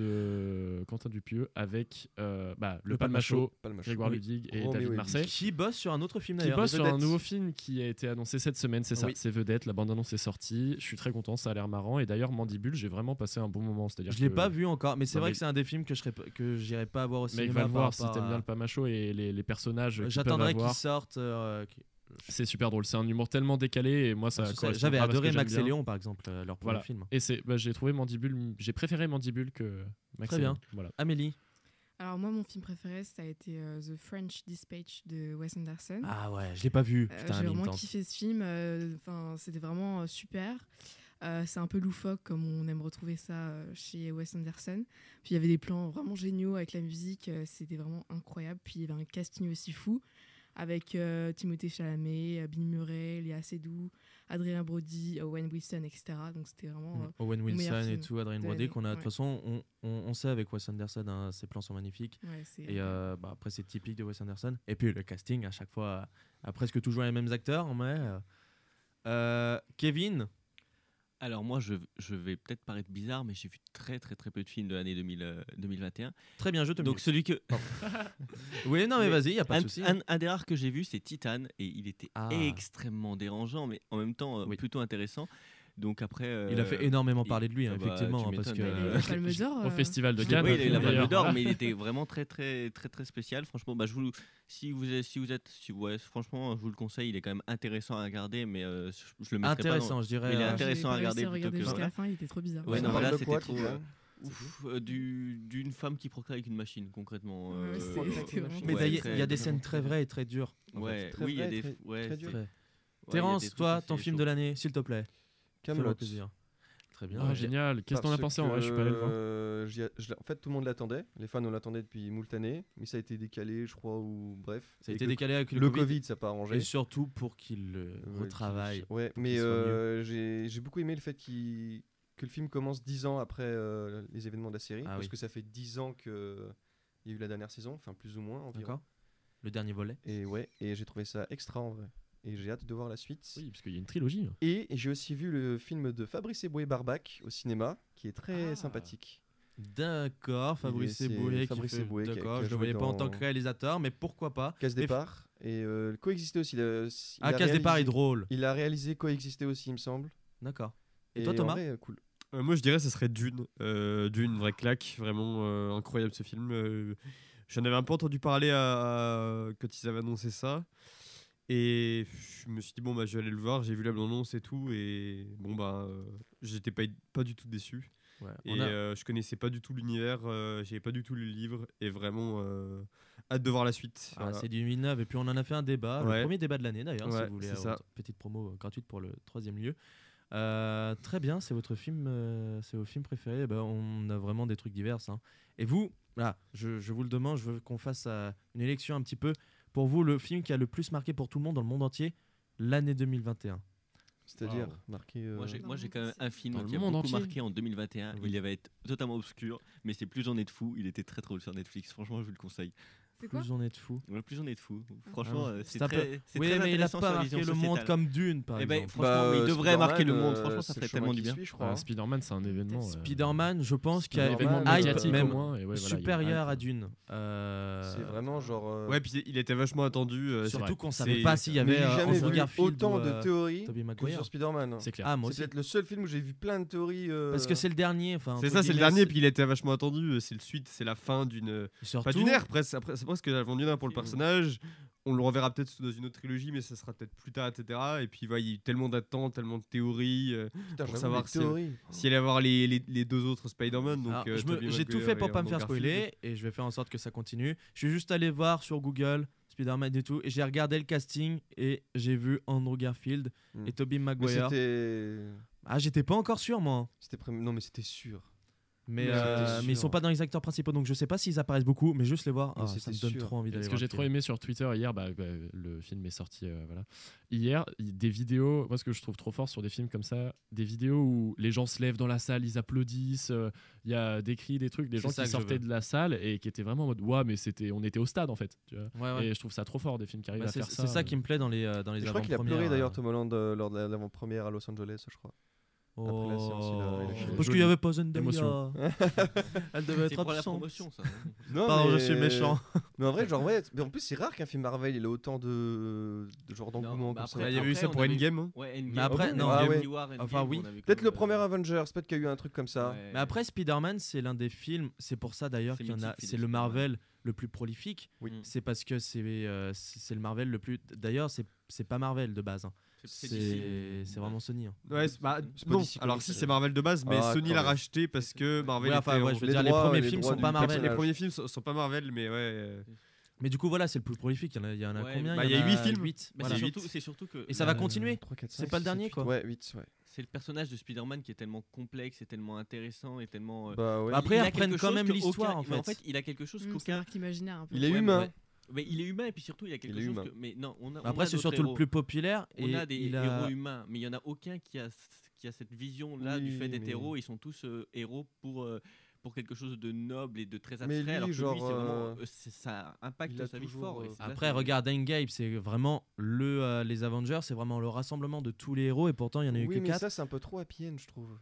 C: de Quentin Dupieux avec euh, bah, le,
B: Le Palma
C: Palmacho,
F: Pas le machin.
C: Grégoire
F: Oui.
C: Ludig et
F: Roméo
C: David
F: et
C: Marseille
B: Qui bosse sur un autre film
C: qui
B: d'ailleurs
C: bosse
B: Les
C: sur un
B: Vedettes.
C: nouveau film qui a été annoncé cette semaine, c'est ça,
B: Oui.
C: c'est Vedette, la bande-annonce est sortie, je suis très content, ça a l'air marrant, et d'ailleurs Mandibule, j'ai vraiment passé un bon moment, c'est-à-dire
B: Je l'ai
C: que-
B: pas vu encore, mais c'est
C: Non,
B: vrai
C: mais-
B: que c'est un des films que je serais pas- que j'irai pas voir au
C: Mec,
B: cinéma.
C: va le
B: par
C: voir si
B: rapport
C: t'aimes
B: à- Euh,
C: bien le Pamacho et les, les personnages qu'ils peuvent
B: J'attendrai qu'il
C: avoir.
B: sorte. euh, qui-
C: C'est super drôle, c'est un humour tellement décalé, et moi ça
B: parce que
C: correspond
B: J'avais
C: grave à ce
B: adoré
C: que j'aime
B: Max et
C: bien.
B: Léon par exemple, euh, leur premier
C: Voilà.
B: film.
C: Et c'est, bah, j'ai trouvé Mandibule, j'ai préféré Mandibule que Max
B: Très
C: et
B: bien.
C: Léon. Voilà.
B: Amélie.
D: Alors, moi, mon film préféré, ça a été euh, The French Dispatch de Wes Anderson.
B: Ah ouais, je l'ai pas vu.
D: Mmh. Euh,
B: Putain,
D: J'ai
B: Amélie me
D: vraiment
B: tente.
D: kiffé ce film. euh, Enfin, c'était vraiment euh, super. Euh, c'est un peu loufoque comme on aime retrouver ça euh, chez Wes Anderson. Puis il y avait des plans vraiment géniaux avec la musique. euh, c'était vraiment incroyable. Puis il y avait un casting aussi fou avec euh, Timothée Chalamet, euh, Bill Murray, Léa Seydoux, Adrien Brody, Owen Wilson, etc. Donc c'était vraiment.
E: Mm.
D: euh,
B: Owen
D: meilleur
B: Wilson et
D: film
B: tout, Adrien
D: de
B: Brody,
D: l'année,
B: qu'on a. De
D: ouais.
B: toute façon, on, on- on sait avec Wes Anderson, hein, ses plans sont magnifiques.
D: ouais, c'est-
B: Et euh, bah, après, c'est typique de Wes Anderson. Et puis le casting, à chaque fois, euh, a presque toujours les mêmes acteurs. Mais, euh, euh, Kevin,
E: Alors moi, je, je vais peut-être paraître bizarre, mais j'ai vu très très très peu de films de l'année 2000, euh, 2021.
B: très bien, je te
E: Donc
B: Donc,
E: celui que
B: Oui, non, mais,
E: Mais
B: vas-y, il a pas
E: un,
B: de souci.
E: un- un des rares que j'ai vu, c'est Titan, et il était
B: Ah.
E: extrêmement dérangeant, mais en même temps euh,
B: Oui.
E: plutôt intéressant. Donc après,
B: Il a fait
E: euh,
B: énormément
E: il-
B: parler de lui, hein,
E: Ah bah,
B: effectivement,
E: tu
B: hein, parce que
E: m'étonnes.
D: *laughs* Ouais,
E: euh,
D: les
E: *laughs*
D: Palmes d'Or,
C: Au
D: euh,
C: festival de
D: je l'ai
C: Cannes.
D: pas
E: Oui, il a eu la
C: d'ailleurs.
E: Palme d'Or, mais il était vraiment très très très très spécial. Franchement, bah, je vous, le- si vous êtes, si vous êtes, si ouais, franchement, je vous le conseille. Il est quand même intéressant à regarder, mais euh, je, je le mettrai pas.
B: intéressant, je dirais.
E: Il est
B: euh,
D: j'ai
E: intéressant à
D: pas réussi
E: regarder plutôt que-
D: jusqu'à
E: voilà.
D: la fin, il était trop bizarre.
E: dans- Ouais,
F: Ça
E: non,
F: parle
E: voilà,
F: de
E: c'était
F: quoi,
E: trop,
F: Titan
E: euh, Ouf, euh, du- d'une femme qui procrée avec une machine, concrètement.
D: Ouais,
E: euh,
D: c'est-
E: euh,
D: c'était vraiment-
B: Mais
E: ouais,
B: d'ailleurs,
E: très-
B: il y a des scènes très vraies et très dures. en fait.
E: Ouais,
F: très
E: oui, il y a
F: vrai,
E: des.
F: très-
E: ouais,
F: très
E: c'est-
F: dur.
B: Très.
E: ouais, il y a des
B: Terence,
E: trucs
B: toi,
E: assez
B: ton film
E: chauds.
B: de l'année, s'il te plaît. Fais-moi
F: Camelot.
B: plaisir. Très bien.
C: Ah,
E: Oh,
B: ouais.
C: génial, qu'est-ce qu'on a
F: Parce
C: pensé en vrai Je suis pas allé le voir.
F: que, j'y a- je l'ai- en fait, tout le monde l'attendait. Les fans, on l'attendait depuis moult années. Mais ça a été décalé, je crois, ou bref.
B: Ça a
F: Et
B: été
F: que-
B: décalé avec le,
F: Le Covid, ça n'a pas arrangé.
B: Et surtout pour qu'il le
F: Ouais,
B: retravaille.
F: qu'il- Ouais, mais
B: qu'il soit
F: euh, j'ai j'ai beaucoup aimé le fait qu'il- que le film commence 10 ans après euh, les événements de la série.
B: Ah
F: parce
B: oui.
F: que ça fait 10 ans qu'il y a eu la dernière saison, enfin plus ou moins environ.
B: D'accord Le dernier volet.
F: Et ouais, et j'ai trouvé ça extra en vrai. Et j'ai hâte de voir la suite.
C: Oui, parce qu'il y a une trilogie.
F: Et j'ai aussi vu le film de Fabrice Eboué-Barbac au cinéma, qui est très
C: Ah. sympathique.
F: sympathique.
B: D'accord, Fabrice
F: c'est
B: Eboué.
F: Fabrice
B: qui fait...
F: Eboué qui a-
B: D'accord,
F: qui a
B: je le
F: joué
B: voyais pas en
F: dans-
B: tant que réalisateur, mais pourquoi pas
F: Casse
B: Mais-
F: départ et euh, coexister aussi. le- s- il
B: Ah,
F: a
B: Casse départ est
F: réalisé-
B: drôle.
F: Il a réalisé coexister aussi, il me semble.
B: D'accord. Et toi,
F: en
B: Thomas
F: vrai, euh, cool.
G: Euh, moi, je dirais ça serait Dune. Euh, Dune, vraie claque, vraiment euh, incroyable ce film. Euh, J'en avais un peu entendu parler à- à- quand ils avaient annoncé ça. Et je me suis dit, bon, bah, je vais aller le voir. J'ai vu la bande-annonce et tout. Et bon, bah, euh, j'étais pas, pas du tout déçu.
B: Ouais,
G: Et
B: on a-
G: euh, je connaissais pas du tout l'univers. Euh, J'avais pas du tout lu le livre. Et vraiment, euh, hâte de voir la suite.
B: Ah,
G: Voilà.
B: C'est du 2009 et puis on en a fait un débat, le
G: Ouais.
B: premier débat de l'année d'ailleurs, si
G: Ouais,
B: vous voulez,
G: c'est
B: euh,
G: ça.
B: votre petite promo euh, gratuite pour le troisième lieu. Euh, très bien, c'est votre film, euh, c'est vos films préférés. Eh ben, on a vraiment des trucs divers. hein. Et vous, là, je, je vous le demande, je veux qu'on fasse euh, une élection un petit peu. Pour vous, le film qui a le plus marqué pour tout le monde dans le monde entier l'année 2021.
F: C'est-à-dire,
C: Waouh.
F: marqué. euh,
E: Moi j'ai,
D: Dans
E: moi,
D: le
E: j'ai
D: monde
E: quand même un
C: Dans
E: film
C: le
E: qui a
C: monde
E: beaucoup
C: entier.
E: marqué en 2021.
B: Oui.
E: Il va être totalement obscur, mais c'est Plus on est de fou. Il était très très drôle sur Netflix. Franchement, je vous le conseille.
D: C'est quoi
B: Plus on est de fous.
E: Ouais, Plus on est de fou. Franchement,
B: Ah
E: euh,
B: C'est
E: c'est
B: un
E: très, c'est
B: oui,
E: très
B: mais il a
E: intéressant
B: pas
E: sur la
B: marqué
E: vision
B: le monde
E: sociétale.
B: comme Dune, par
E: Eh ben,
B: exemple.
E: franchement, il
F: euh,
E: devrait
F: Spider-Man,
E: marquer le monde.
F: euh,
E: Franchement, ça
F: c'est
E: ferait
F: le chemin
E: tellement
F: qui
E: du bien.
F: suit, je crois. hein.
C: Euh, Spider-Man, c'est un événement. euh,
B: Spider-Man, je pense qu'il y a
F: Spider-Man,
B: événement
C: événement
F: hype,
C: médiatique
B: même
C: au moins. et ouais, voilà, il y a une
B: supérieur
C: hype.
B: à Dune. Euh,
F: C'est vraiment genre. euh,
G: Ouais, puis il était vachement attendu. euh, c'est
B: Surtout
G: vrai.
B: qu'on savait
G: C'est-
B: pas s'il y
F: mais
B: avait
F: j'ai
B: euh,
F: jamais
B: Andrew
F: vu
B: Garfield
F: autant
B: ou, euh,
F: de théories
B: Tobey
F: que
B: Maguire.
F: sur Spider-Man. hein.
C: C'est clair.
B: Ah, moi
F: C'est
B: aussi.
F: peut-être le seul film où j'ai vu plein de théories. euh,
B: Parce que c'est le dernier. enfin,
G: C'est
B: entre
G: ça, c'est le
B: guillemets,
G: dernier, puis il était vachement attendu. euh, C'est le suite, c'est la fin d'une. euh,
B: c'est- surtout-
G: Pas d'une ère, presque. après- C'est presque la fin d'une ère pour le
E: Oui, oui.
G: personnage. On le reverra peut-être dans une autre trilogie, mais ça sera peut-être plus tard, etc. Et puis, voilà, il y a eu tellement d'attentes, tellement de théories. euh,
F: Putain,
G: pour
F: j'avoue,
G: savoir
F: les
G: si-
F: théories.
G: S'il allait avoir les, les- les deux autres Spider-Man. donc,
B: Alors,
G: euh,
B: Ah, je me-
G: Tobey
B: J'ai tout
G: Maguire
B: fait pour
G: et
B: pas me faire
G: Andrew Garfield.
B: spoiler et je vais faire en sorte que ça continue. Je suis juste allé voir sur Google Spider-Man et tout et j'ai regardé le casting et j'ai vu Andrew Garfield
F: Hmm.
B: et Tobey
F: Mais
B: Maguire.
F: c'était.
B: Ah, j'étais pas encore sûr moi.
F: c'était pré- Non, mais c'était sûr.
B: Mais,
G: Mais
B: euh,
G: c'était
B: mais ils
G: sûr.
B: sont pas dans les acteurs principaux, donc je sais pas s'ils apparaissent beaucoup, mais juste les voir,
F: Mais
B: ah,
F: c'était
B: ça me donne
F: sûr.
B: trop envie d'aller
C: Ce
B: voir.
C: que
B: le
C: j'ai trop
B: film.
C: aimé sur Twitter hier, bah, bah, le film est sorti, euh, voilà. Hier, il- des vidéos, moi ce que je trouve trop fort sur des films comme ça, des vidéos où les gens se lèvent dans la salle, ils applaudissent, euh, il y a des cris, des trucs, des
G: C'est
C: gens
G: ça que
C: qui
G: je veux.
C: sortaient de la salle et qui étaient vraiment en mode, ouais, mais c'était, on était au stade en fait. tu vois.
B: Ouais, Ah ouais.
C: Et je trouve ça trop fort des films qui arrivent
B: Bah,
C: à
B: c'est
C: faire ça.
B: c'est ça
C: euh.
B: qui me plaît dans les euh, dans les
F: Je crois qu'il a
B: avant-premières,
F: pleuré d'ailleurs
B: euh,
F: Tom Holland euh, lors de la- l'avant-première à Los Angeles, je crois. Après la séance, il a- il a
B: Oh.
F: chialé.
B: Parce qu'il
C: Joli.
B: y avait pas Zendaya.
F: *laughs*
C: Émotion.
B: *laughs* Elle devait
E: C'est
B: être
E: pour la
B: absente. *laughs*
E: promotion, ça.
F: Non,
B: Pardon, je
F: mais-
B: suis méchant.
F: Mais en vrai, genre, ouais, mais en plus, c'est rare qu'un film Marvel ait autant de, de genre d'engouement
E: Non,
F: comme
E: bah
F: ça.
G: Il
E: après,
G: y avait eu ça
E: on
G: pour
E: avait-
G: Endgame. hein.
E: Ouais, Endgame.
B: Mais après,
E: Ah
B: non.
E: Endgame,
F: Ah ouais.
E: Civil War, Endgame,
B: Enfin, oui.
E: on avait
F: Peut-être
E: comme,
F: le
E: euh,
F: premier Avengers, peut-être qu'il y a eu un truc comme ça.
E: ouais.
B: Mais après, Spider-Man, c'est l'un des films. C'est pour ça d'ailleurs
E: C'est
B: qu'il y en a.
E: mythique, les
B: C'est le
E: Spider-Man. Mm.
B: Marvel le plus prolifique.
E: Oui.
B: C'est parce que c'est euh, c'est c'est le Marvel le plus. D'ailleurs, c'est c'est pas Marvel de base. hein.
E: C'est- c'est
B: C'est
E: d'ici.
B: c'est vraiment Sony. hein.
G: Ouais, c'est- bah,
F: C'est pas
G: non.
F: d'ici,
G: Alors
F: quoi,
G: si
F: ça.
G: c'est Marvel de base, mais
F: Ah,
G: Sony
F: quand
G: l'a
F: même.
G: racheté parce que Marvel.
B: Ouais, enfin,
G: était
B: ouais,
G: en-
B: je veux
F: les
B: dire,
F: droits,
B: les premiers
F: les
B: films
F: droits
B: sont
F: du
B: pas Marvel. hein.
F: personnage.
G: les premiers films sont, sont pas Marvel, mais ouais. euh,
B: Mais du coup, voilà, c'est le plus prolifique. Il y en a, il y en a
E: Ouais,
B: combien
G: bah,
B: en
G: il y a huit films.
B: huit.
E: Mais
B: Voilà.
E: c'est surtout- c'est surtout que
B: Et ça
E: la-
F: Euh,
B: va continuer.
F: 3, 4,
B: C'est pas le dernier, quoi.
F: Ouais, 8, ouais.
E: c'est le personnage de Spider-Man qui est tellement complexe et tellement intéressant et tellement. euh,
F: Bah ouais.
B: Bah, après,
E: il a
B: ils reprennent
E: quelque
B: quand
E: chose
B: même
E: que
B: l'histoire,
E: aucun-
B: en
E: mais en
B: fait.
E: fait, il a quelque
B: Mm,
E: chose
D: Hum, C'est
E: qu'aucun
D: un arc imaginaire un peu.
F: Il est
E: Ouais, mais
F: humain.
E: ouais. Mais il est humain et puis surtout il a quelque
F: Il est
E: chose
F: humain.
E: que- mais non, on a- on a
B: Après, c'est
E: d'autres
B: surtout le
E: héros.
B: plus populaire.
E: On
B: et
E: a des
B: il
E: héros humains, mais il n'y en a aucun qui a, c- qui a cette vision-là du
F: Oui,
E: fait d'être
F: mais-
E: héros. Ils sont tous euh, héros pour, euh, pour quelque chose de noble et de très
F: Mais
E: abstrait.
F: lui,
E: alors que
F: genre,
E: lui, c'est vraiment,
F: euh,
E: euh, c'est- ça
F: il a
E: impacte sa vie
F: toujours,
E: fort. et
F: euh,
E: c'est là,
B: Après,
E: c'est-
B: regarde Endgame, c'est vraiment le, euh, les Avengers, c'est vraiment le rassemblement de tous les héros, et pourtant il y en a eu
F: oui,
B: que
F: mais
B: 4.
F: ça, c'est un peu trop happy end, je trouve.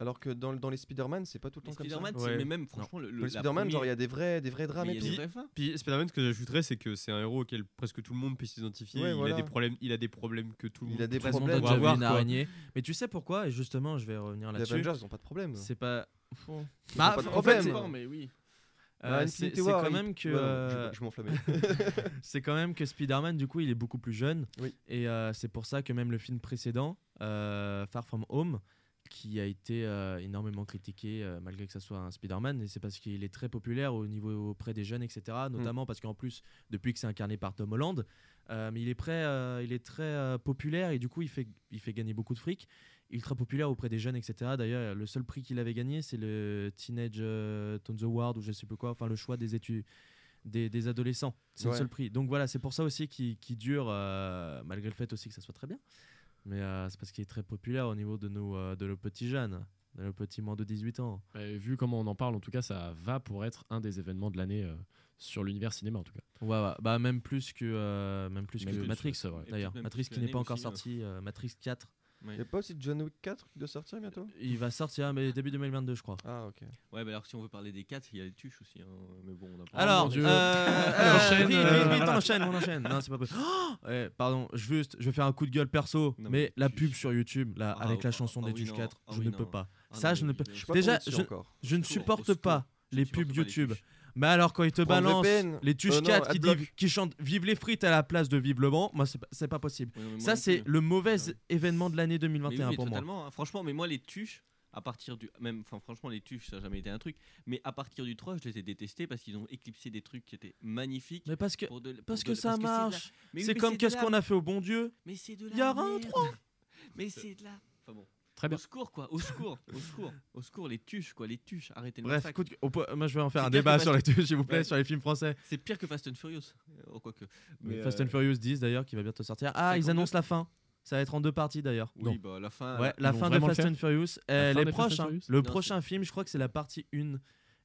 F: Alors que dans, dans les Spider-Man, c'est pas tout le
E: Mais
F: temps comme ça.
E: Spider-Man,
G: ça.
E: c'est-
G: Ouais.
E: mais même franchement, le, le-
F: Dans les
E: la
F: Spider-Man, genre,
E: première-
F: il y a des vrais, des vrais drames
E: mais
F: et
E: il y a
F: tout.
E: des
G: puis-
E: vraies fins.
G: Puis Spider-Man, ce que j'ajouterais, c'est que c'est un héros auquel presque tout le monde peut s'identifier.
F: Ouais,
G: il
F: voilà.
G: a des problèmes, il a des problèmes que tout le
F: Il
G: monde.
F: a des
B: Raison
F: problèmes.
B: d'être déjà
G: Voir,
B: vu une
G: quoi.
B: araignée. Mais tu sais pourquoi Et justement, je vais revenir
F: Les
B: là-dessus.
F: Avengers, ils ont pas de problème.
B: C'est pas. euh,
F: Bah, pas de
B: en fait,
F: problème.
B: c'est-
E: Fort, mais oui.
B: euh,
F: Ah,
B: c'est
F: Infinity
B: c'est
F: War,
B: quand
F: il-
B: même que
F: Ouais, non,
B: euh,
F: je, je m'enflammais.
B: *laughs* c'est quand même que Spider-Man, du coup, il est beaucoup plus jeune.
F: Oui.
B: Et euh, c'est pour ça que même le film précédent, euh, Far From Home, qui a été euh, énormément critiqué, euh, malgré que ça soit un Spider-Man, et c'est parce qu'il est très populaire au niveau auprès des jeunes, etc. Notamment parce qu'en plus, depuis que c'est incarné par Tom Holland, euh, mais il est, prêt, euh, il est très euh, populaire et du coup, il fait, il fait gagner beaucoup de fric. Ultra populaire auprès des jeunes, etc. D'ailleurs, le seul prix qu'il avait gagné, c'est le Teenage euh, Tons Award ou je sais plus quoi, enfin le choix des études des, des adolescents. C'est
F: Ouais.
B: le seul prix. Donc voilà, c'est pour ça aussi qu'il qu'il dure, euh, malgré le fait aussi que ça soit très bien. Mais euh, c'est parce qu'il est très populaire au niveau de nos, euh, de nos petits jeunes, de nos petits moins de 18 ans.
C: Et vu comment on en parle, en tout cas, ça va pour être un des événements de l'année euh, sur l'univers cinéma, en tout cas.
B: Ouais, ouais. Bah, même plus que, euh, même plus
C: Même
B: que
C: plus,
B: Matrix,
C: c'est vrai.
E: Et
B: d'ailleurs.
E: peut-être même
B: Matrix
E: plus que
B: qui n'est pas
E: l'anime
B: encore
E: aussi, euh.
B: sorti, euh, Matrix 4.
E: Ouais.
F: Il y a pas aussi John Wick 4 qui doit sortir bientôt
B: Il va sortir mais début 2022, je crois.
F: Ah, ok.
E: hein. Ouais, mais alors si on veut parler des 4, il y a les tuches aussi. hein, Mais bon, on a pas.
B: Alors,
C: mon Dieu.
B: *laughs* euh,
E: *laughs*
C: On enchaîne,
B: vite, vite,
C: euh,
B: vite,
C: voilà.
B: on enchaîne, on enchaîne. Non, c'est pas possible. *gasps* Oh Ouais, pardon, juste, je vais faire un coup de gueule perso, mais,
E: Non, mais
B: la
E: tu-
B: pub sur YouTube, là,
E: Ah,
B: avec la
E: ah,
B: chanson
E: ah
B: des
E: oui,
B: Tuches
E: non.
B: 4,
E: Ah
B: je
E: oui,
B: ne
E: non.
B: peux pas.
E: Ah
B: ça,
E: non,
B: je ne
E: mais
B: peux-
E: je-
F: Je suis pas
B: Déjà,
F: convaincu
B: je-
F: encore.
B: Je ne
E: secours, au
B: supporte
E: secours.
B: pas
E: Je
B: les
E: supporte
B: pubs
E: pas les
B: YouTube.
E: tuches.
B: Mais alors quand ils te
F: Prends le
B: balancent
F: VPN.
B: les tuches
E: Oh
F: Euh, non,
B: 4 qui,
F: Adblock.
B: disent- qui chantent Vive les frites à la place de Vive le vent, moi c'est pas, c'est pas possible.
E: Ouais, mais moi
B: Ça
E: non
B: c'est
E: plus.
B: le mauvais
E: Ah ouais.
B: événement de l'année
E: Mais
B: 2021
E: oui, mais
B: pour moi.
E: totalement, hein. Franchement, mais moi, les tuches, à partir du. Même, enfin, franchement, les tuches, ça n'a jamais été un truc. Mais à partir du 3, je les ai détestés parce qu'ils ont éclipsé des trucs qui étaient magnifiques.
B: Mais parce que
E: pour de- pour
B: parce
E: de-
B: que ça
E: c'est de la-
B: marche.
E: Mais oui,
B: C'est
E: mais
B: comme
E: de
B: qu'est-ce
E: la-
B: qu'on a fait au bon Dieu
E: Mais c'est de la.
B: Il y a un
E: merde.
B: 3.
E: *laughs* Mais c'est de la. Enfin bon.
C: Très bien.
E: Au secours, quoi. Au secours. au secours. Au secours, les tuches, quoi. Les tuches. Arrêtez le
B: Bref,
E: massacre.
B: écoute, on peut- moi je vais en faire
E: C'est
B: un
E: bien
B: débat
E: que
B: sur les tuches, s'il vous plaît,
E: Ouais.
B: sur les films français.
E: C'est pire que Fast and Furious. Oh, quoique. Mais,
B: Fast
E: euh,
B: and Furious 10 d'ailleurs qui va bientôt sortir. Ah, ils
E: 52.
B: annoncent la fin. Ça va être en deux parties d'ailleurs.
E: Oui, bah, la fin.
B: Ouais,
E: euh,
B: la
C: vont
B: fin de
C: vraiment le
B: Fast
C: faire
B: and Furious,
C: La
B: elle
C: fin
B: est
C: des Fast
B: proche.
C: and
B: hein.
C: Furious
B: Le
E: Non,
B: prochain film, je crois que c'est la partie 1.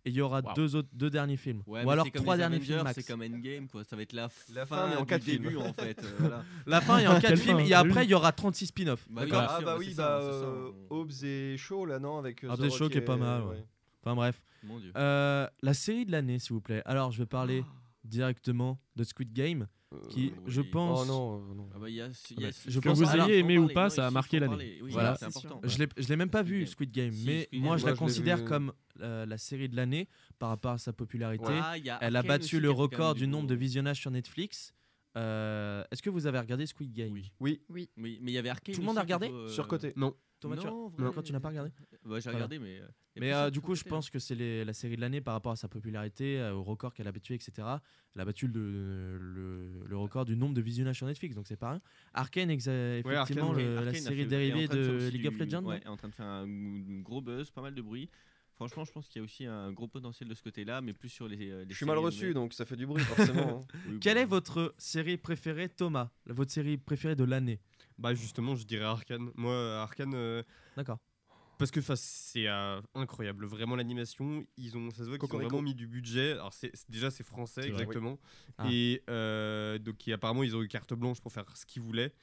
B: Et il y aura
C: Waouh.
B: deux, autres, deux derniers films.
E: ouais,
B: Ou
E: mais
B: alors
E: c'est comme
B: trois
E: les
B: derniers
E: Avengers,
B: films max.
E: C'est comme Endgame, quoi. Ça va être la,
F: La fin,
E: fin,
F: mais en
E: du
F: quatre films.
E: début, en fait. euh,
B: *laughs*
E: voilà.
B: La fin, il y a en 4
C: *laughs* Quelle
B: films.
C: fin
B: Et après,
C: Une
B: il y aura 36 spin-offs.
E: Bah oui,
B: D'accord
E: bien
F: Ah,
E: sûr,
F: bah
E: c'est
F: oui,
E: ça,
F: bah.
E: c'est ça,
F: euh,
E: on-
F: Hobbs et Shaw là, non Avec. euh,
B: Hobbs
F: The
B: et Ah, Shaw
F: Rock euh,
B: qui est pas mal, ouais. Enfin bref.
E: Mon dieu.
B: Euh, la série de l'année, s'il vous plaît. Alors, je vais parler directement de Squid Game, qui,
E: Ah. oui.
B: je
E: Oh
B: pense.
F: Oh non, euh, non.
E: Ah bah, il y a, il y a-
B: je
E: il faut
B: pense-
E: en
B: Que vous
E: parler,
C: ayez
E: faut en
C: aimé ou
E: parler,
C: pas,
E: non,
C: ça a
E: il faut
C: marqué
E: en
C: l'année.
E: parler, oui,
B: Voilà.
E: c'est
D: C'est
E: important.
D: sûr.
B: Je l'ai- je l'ai même pas
E: Squid
B: vu,
E: Game.
B: Squid Game,
E: Si,
B: mais moi je
E: Squid Game, moi,
B: la
F: je l'ai
B: considère
F: vu.
B: comme euh, la série de l'année par rapport à sa popularité.
E: Ah, il y
B: Elle a
E: Arkane aussi
B: battu
E: qui
B: le
E: fait quand même
B: record
E: du
B: du
E: boulot.
B: nombre de visionnages sur Netflix. Euh, Est-ce que vous avez regardé Squid Game
E: Oui.
F: Oui.
E: Oui, mais il y avait Arkane.
B: Tout le monde a
E: aussi qui
B: regardé
E: vaut, euh,
F: Surcoté.
G: Non.
B: Thomas, tu-
E: non, en
B: Non,
E: vrai,
B: quand tu n'as pas regardé
E: Bah, j'ai
B: Voilà.
E: regardé, mais. euh, y a
B: Mais
E: personne
B: euh, du
E: qui
B: coup, je
E: comptait.
B: pense que c'est les- la série de l'année par rapport à sa popularité, euh, au record qu'elle a battu, etc. Elle a battu le, le- le record du nombre de visionnages sur Netflix, donc c'est pas rien. Arkane, exa- effectivement,
G: Arkane,
B: le-
E: Arkane
B: la
E: a fait-
B: série
E: est en train
B: dérivée
E: faire
B: de
E: aussi
B: League
E: du-
B: of Legends.
E: Ouais, est en train de faire un gros buzz, pas mal de bruit. Franchement, je pense qu'il y a aussi un gros potentiel de ce côté-là, mais plus sur les. euh, les
F: Je suis mal
E: séries
F: reçu,
E: nouvelles.
F: donc ça fait du bruit, forcément. hein.
E: Oui,
B: Quelle
E: bon.
B: est votre série préférée, Thomas Votre série préférée de l'année
G: *laughs* Bah justement, je dirais Arkane. Moi, Arkane, euh,
B: D'accord.
G: parce que 'fin, c'est euh, incroyable. Vraiment l'animation, ils ont, ça se voit qu'ils ont
F: Cocorico.
G: vraiment mis du budget. Alors c'est c'est- déjà c'est français
C: C'est vrai.
G: exactement.
B: Ah.
G: Et euh, donc et apparemment ils ont eu carte blanche pour faire ce qu'ils voulaient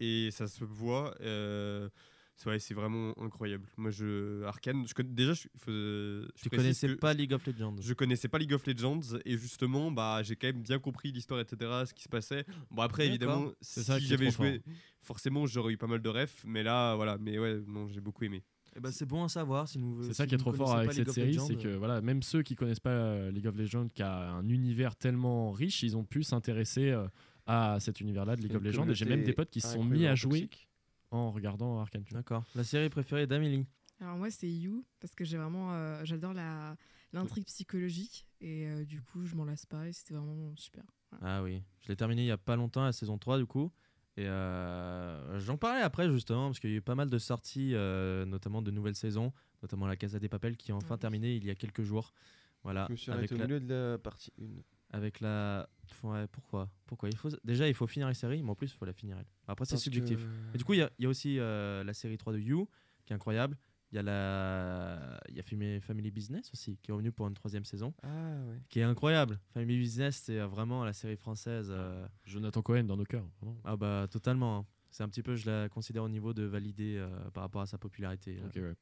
G: et ça se voit. euh, c'est ouais, c'est vraiment incroyable. Moi, je Arkane, je conna- déjà je, faut, euh, je
B: Tu
G: précise
B: connaissais
G: que-
B: pas League of Legends
G: je connaissais pas League of Legends et justement bah j'ai quand même bien compris l'histoire etc ce qui se passait bon après
B: D'accord.
G: évidemment
C: C'est
G: si
C: ça qui est
G: j'avais
C: trop
G: joué forcément j'aurais eu pas mal de refs mais là voilà mais ouais non j'ai beaucoup aimé
B: Eh ben, c'est bon à savoir. Si nous,
C: C'est
B: si
C: ça qui est
B: vous
C: trop fort
B: connaissez
C: avec
B: pas League
C: cette
B: of
C: série,
B: Legends, euh.
C: c'est que voilà, même ceux qui connaissent pas euh, League of Legends, qui a un univers tellement riche, ils ont pu s'intéresser euh, à cet univers-là de League
F: Une
C: of Legends. Et j'ai même des
F: communauté
C: potes qui se sont mis à
F: incroyablement
C: jouer
F: toxique.
C: en regardant Arkane. tu vois.
B: euh, D'accord. La série préférée d'Amélie.
D: Alors moi c'est You parce que j'ai vraiment euh, j'adore la l'intrigue psychologique et euh, du coup je m'en lasse pas et c'était vraiment super. Voilà.
B: Ah oui. Je l'ai terminée il y a pas longtemps, la saison 3 du coup. Et euh, j'en parlais après justement, parce qu'il y a eu pas mal de sorties, euh, notamment de nouvelles saisons, notamment La Casa des Papels qui est enfin
D: Oui.
B: terminée il y a quelques jours. Voilà.
F: Je me suis
B: avec
F: arrêté au
B: la,
F: milieu de la partie 1.
B: avec la. Ouais, pourquoi Pourquoi il faut... Déjà, il faut finir les séries, mais en plus, il faut la finir elle. Après, c'est subjectif. Et du coup, il y, a- il y a aussi euh, la série 3 de You, qui est incroyable. Il y a la, il y a Fami- Family Business aussi, qui est revenu pour une troisième saison,
F: Ah ouais.
B: qui est incroyable. Family Business, c'est euh, vraiment la série française. euh,
C: Jonathan Cohen dans nos cœurs. vraiment.
B: Ah bah totalement. hein. C'est un petit peu, je la considère au niveau de valider euh, par rapport à sa popularité. là.
C: Ok, ouais.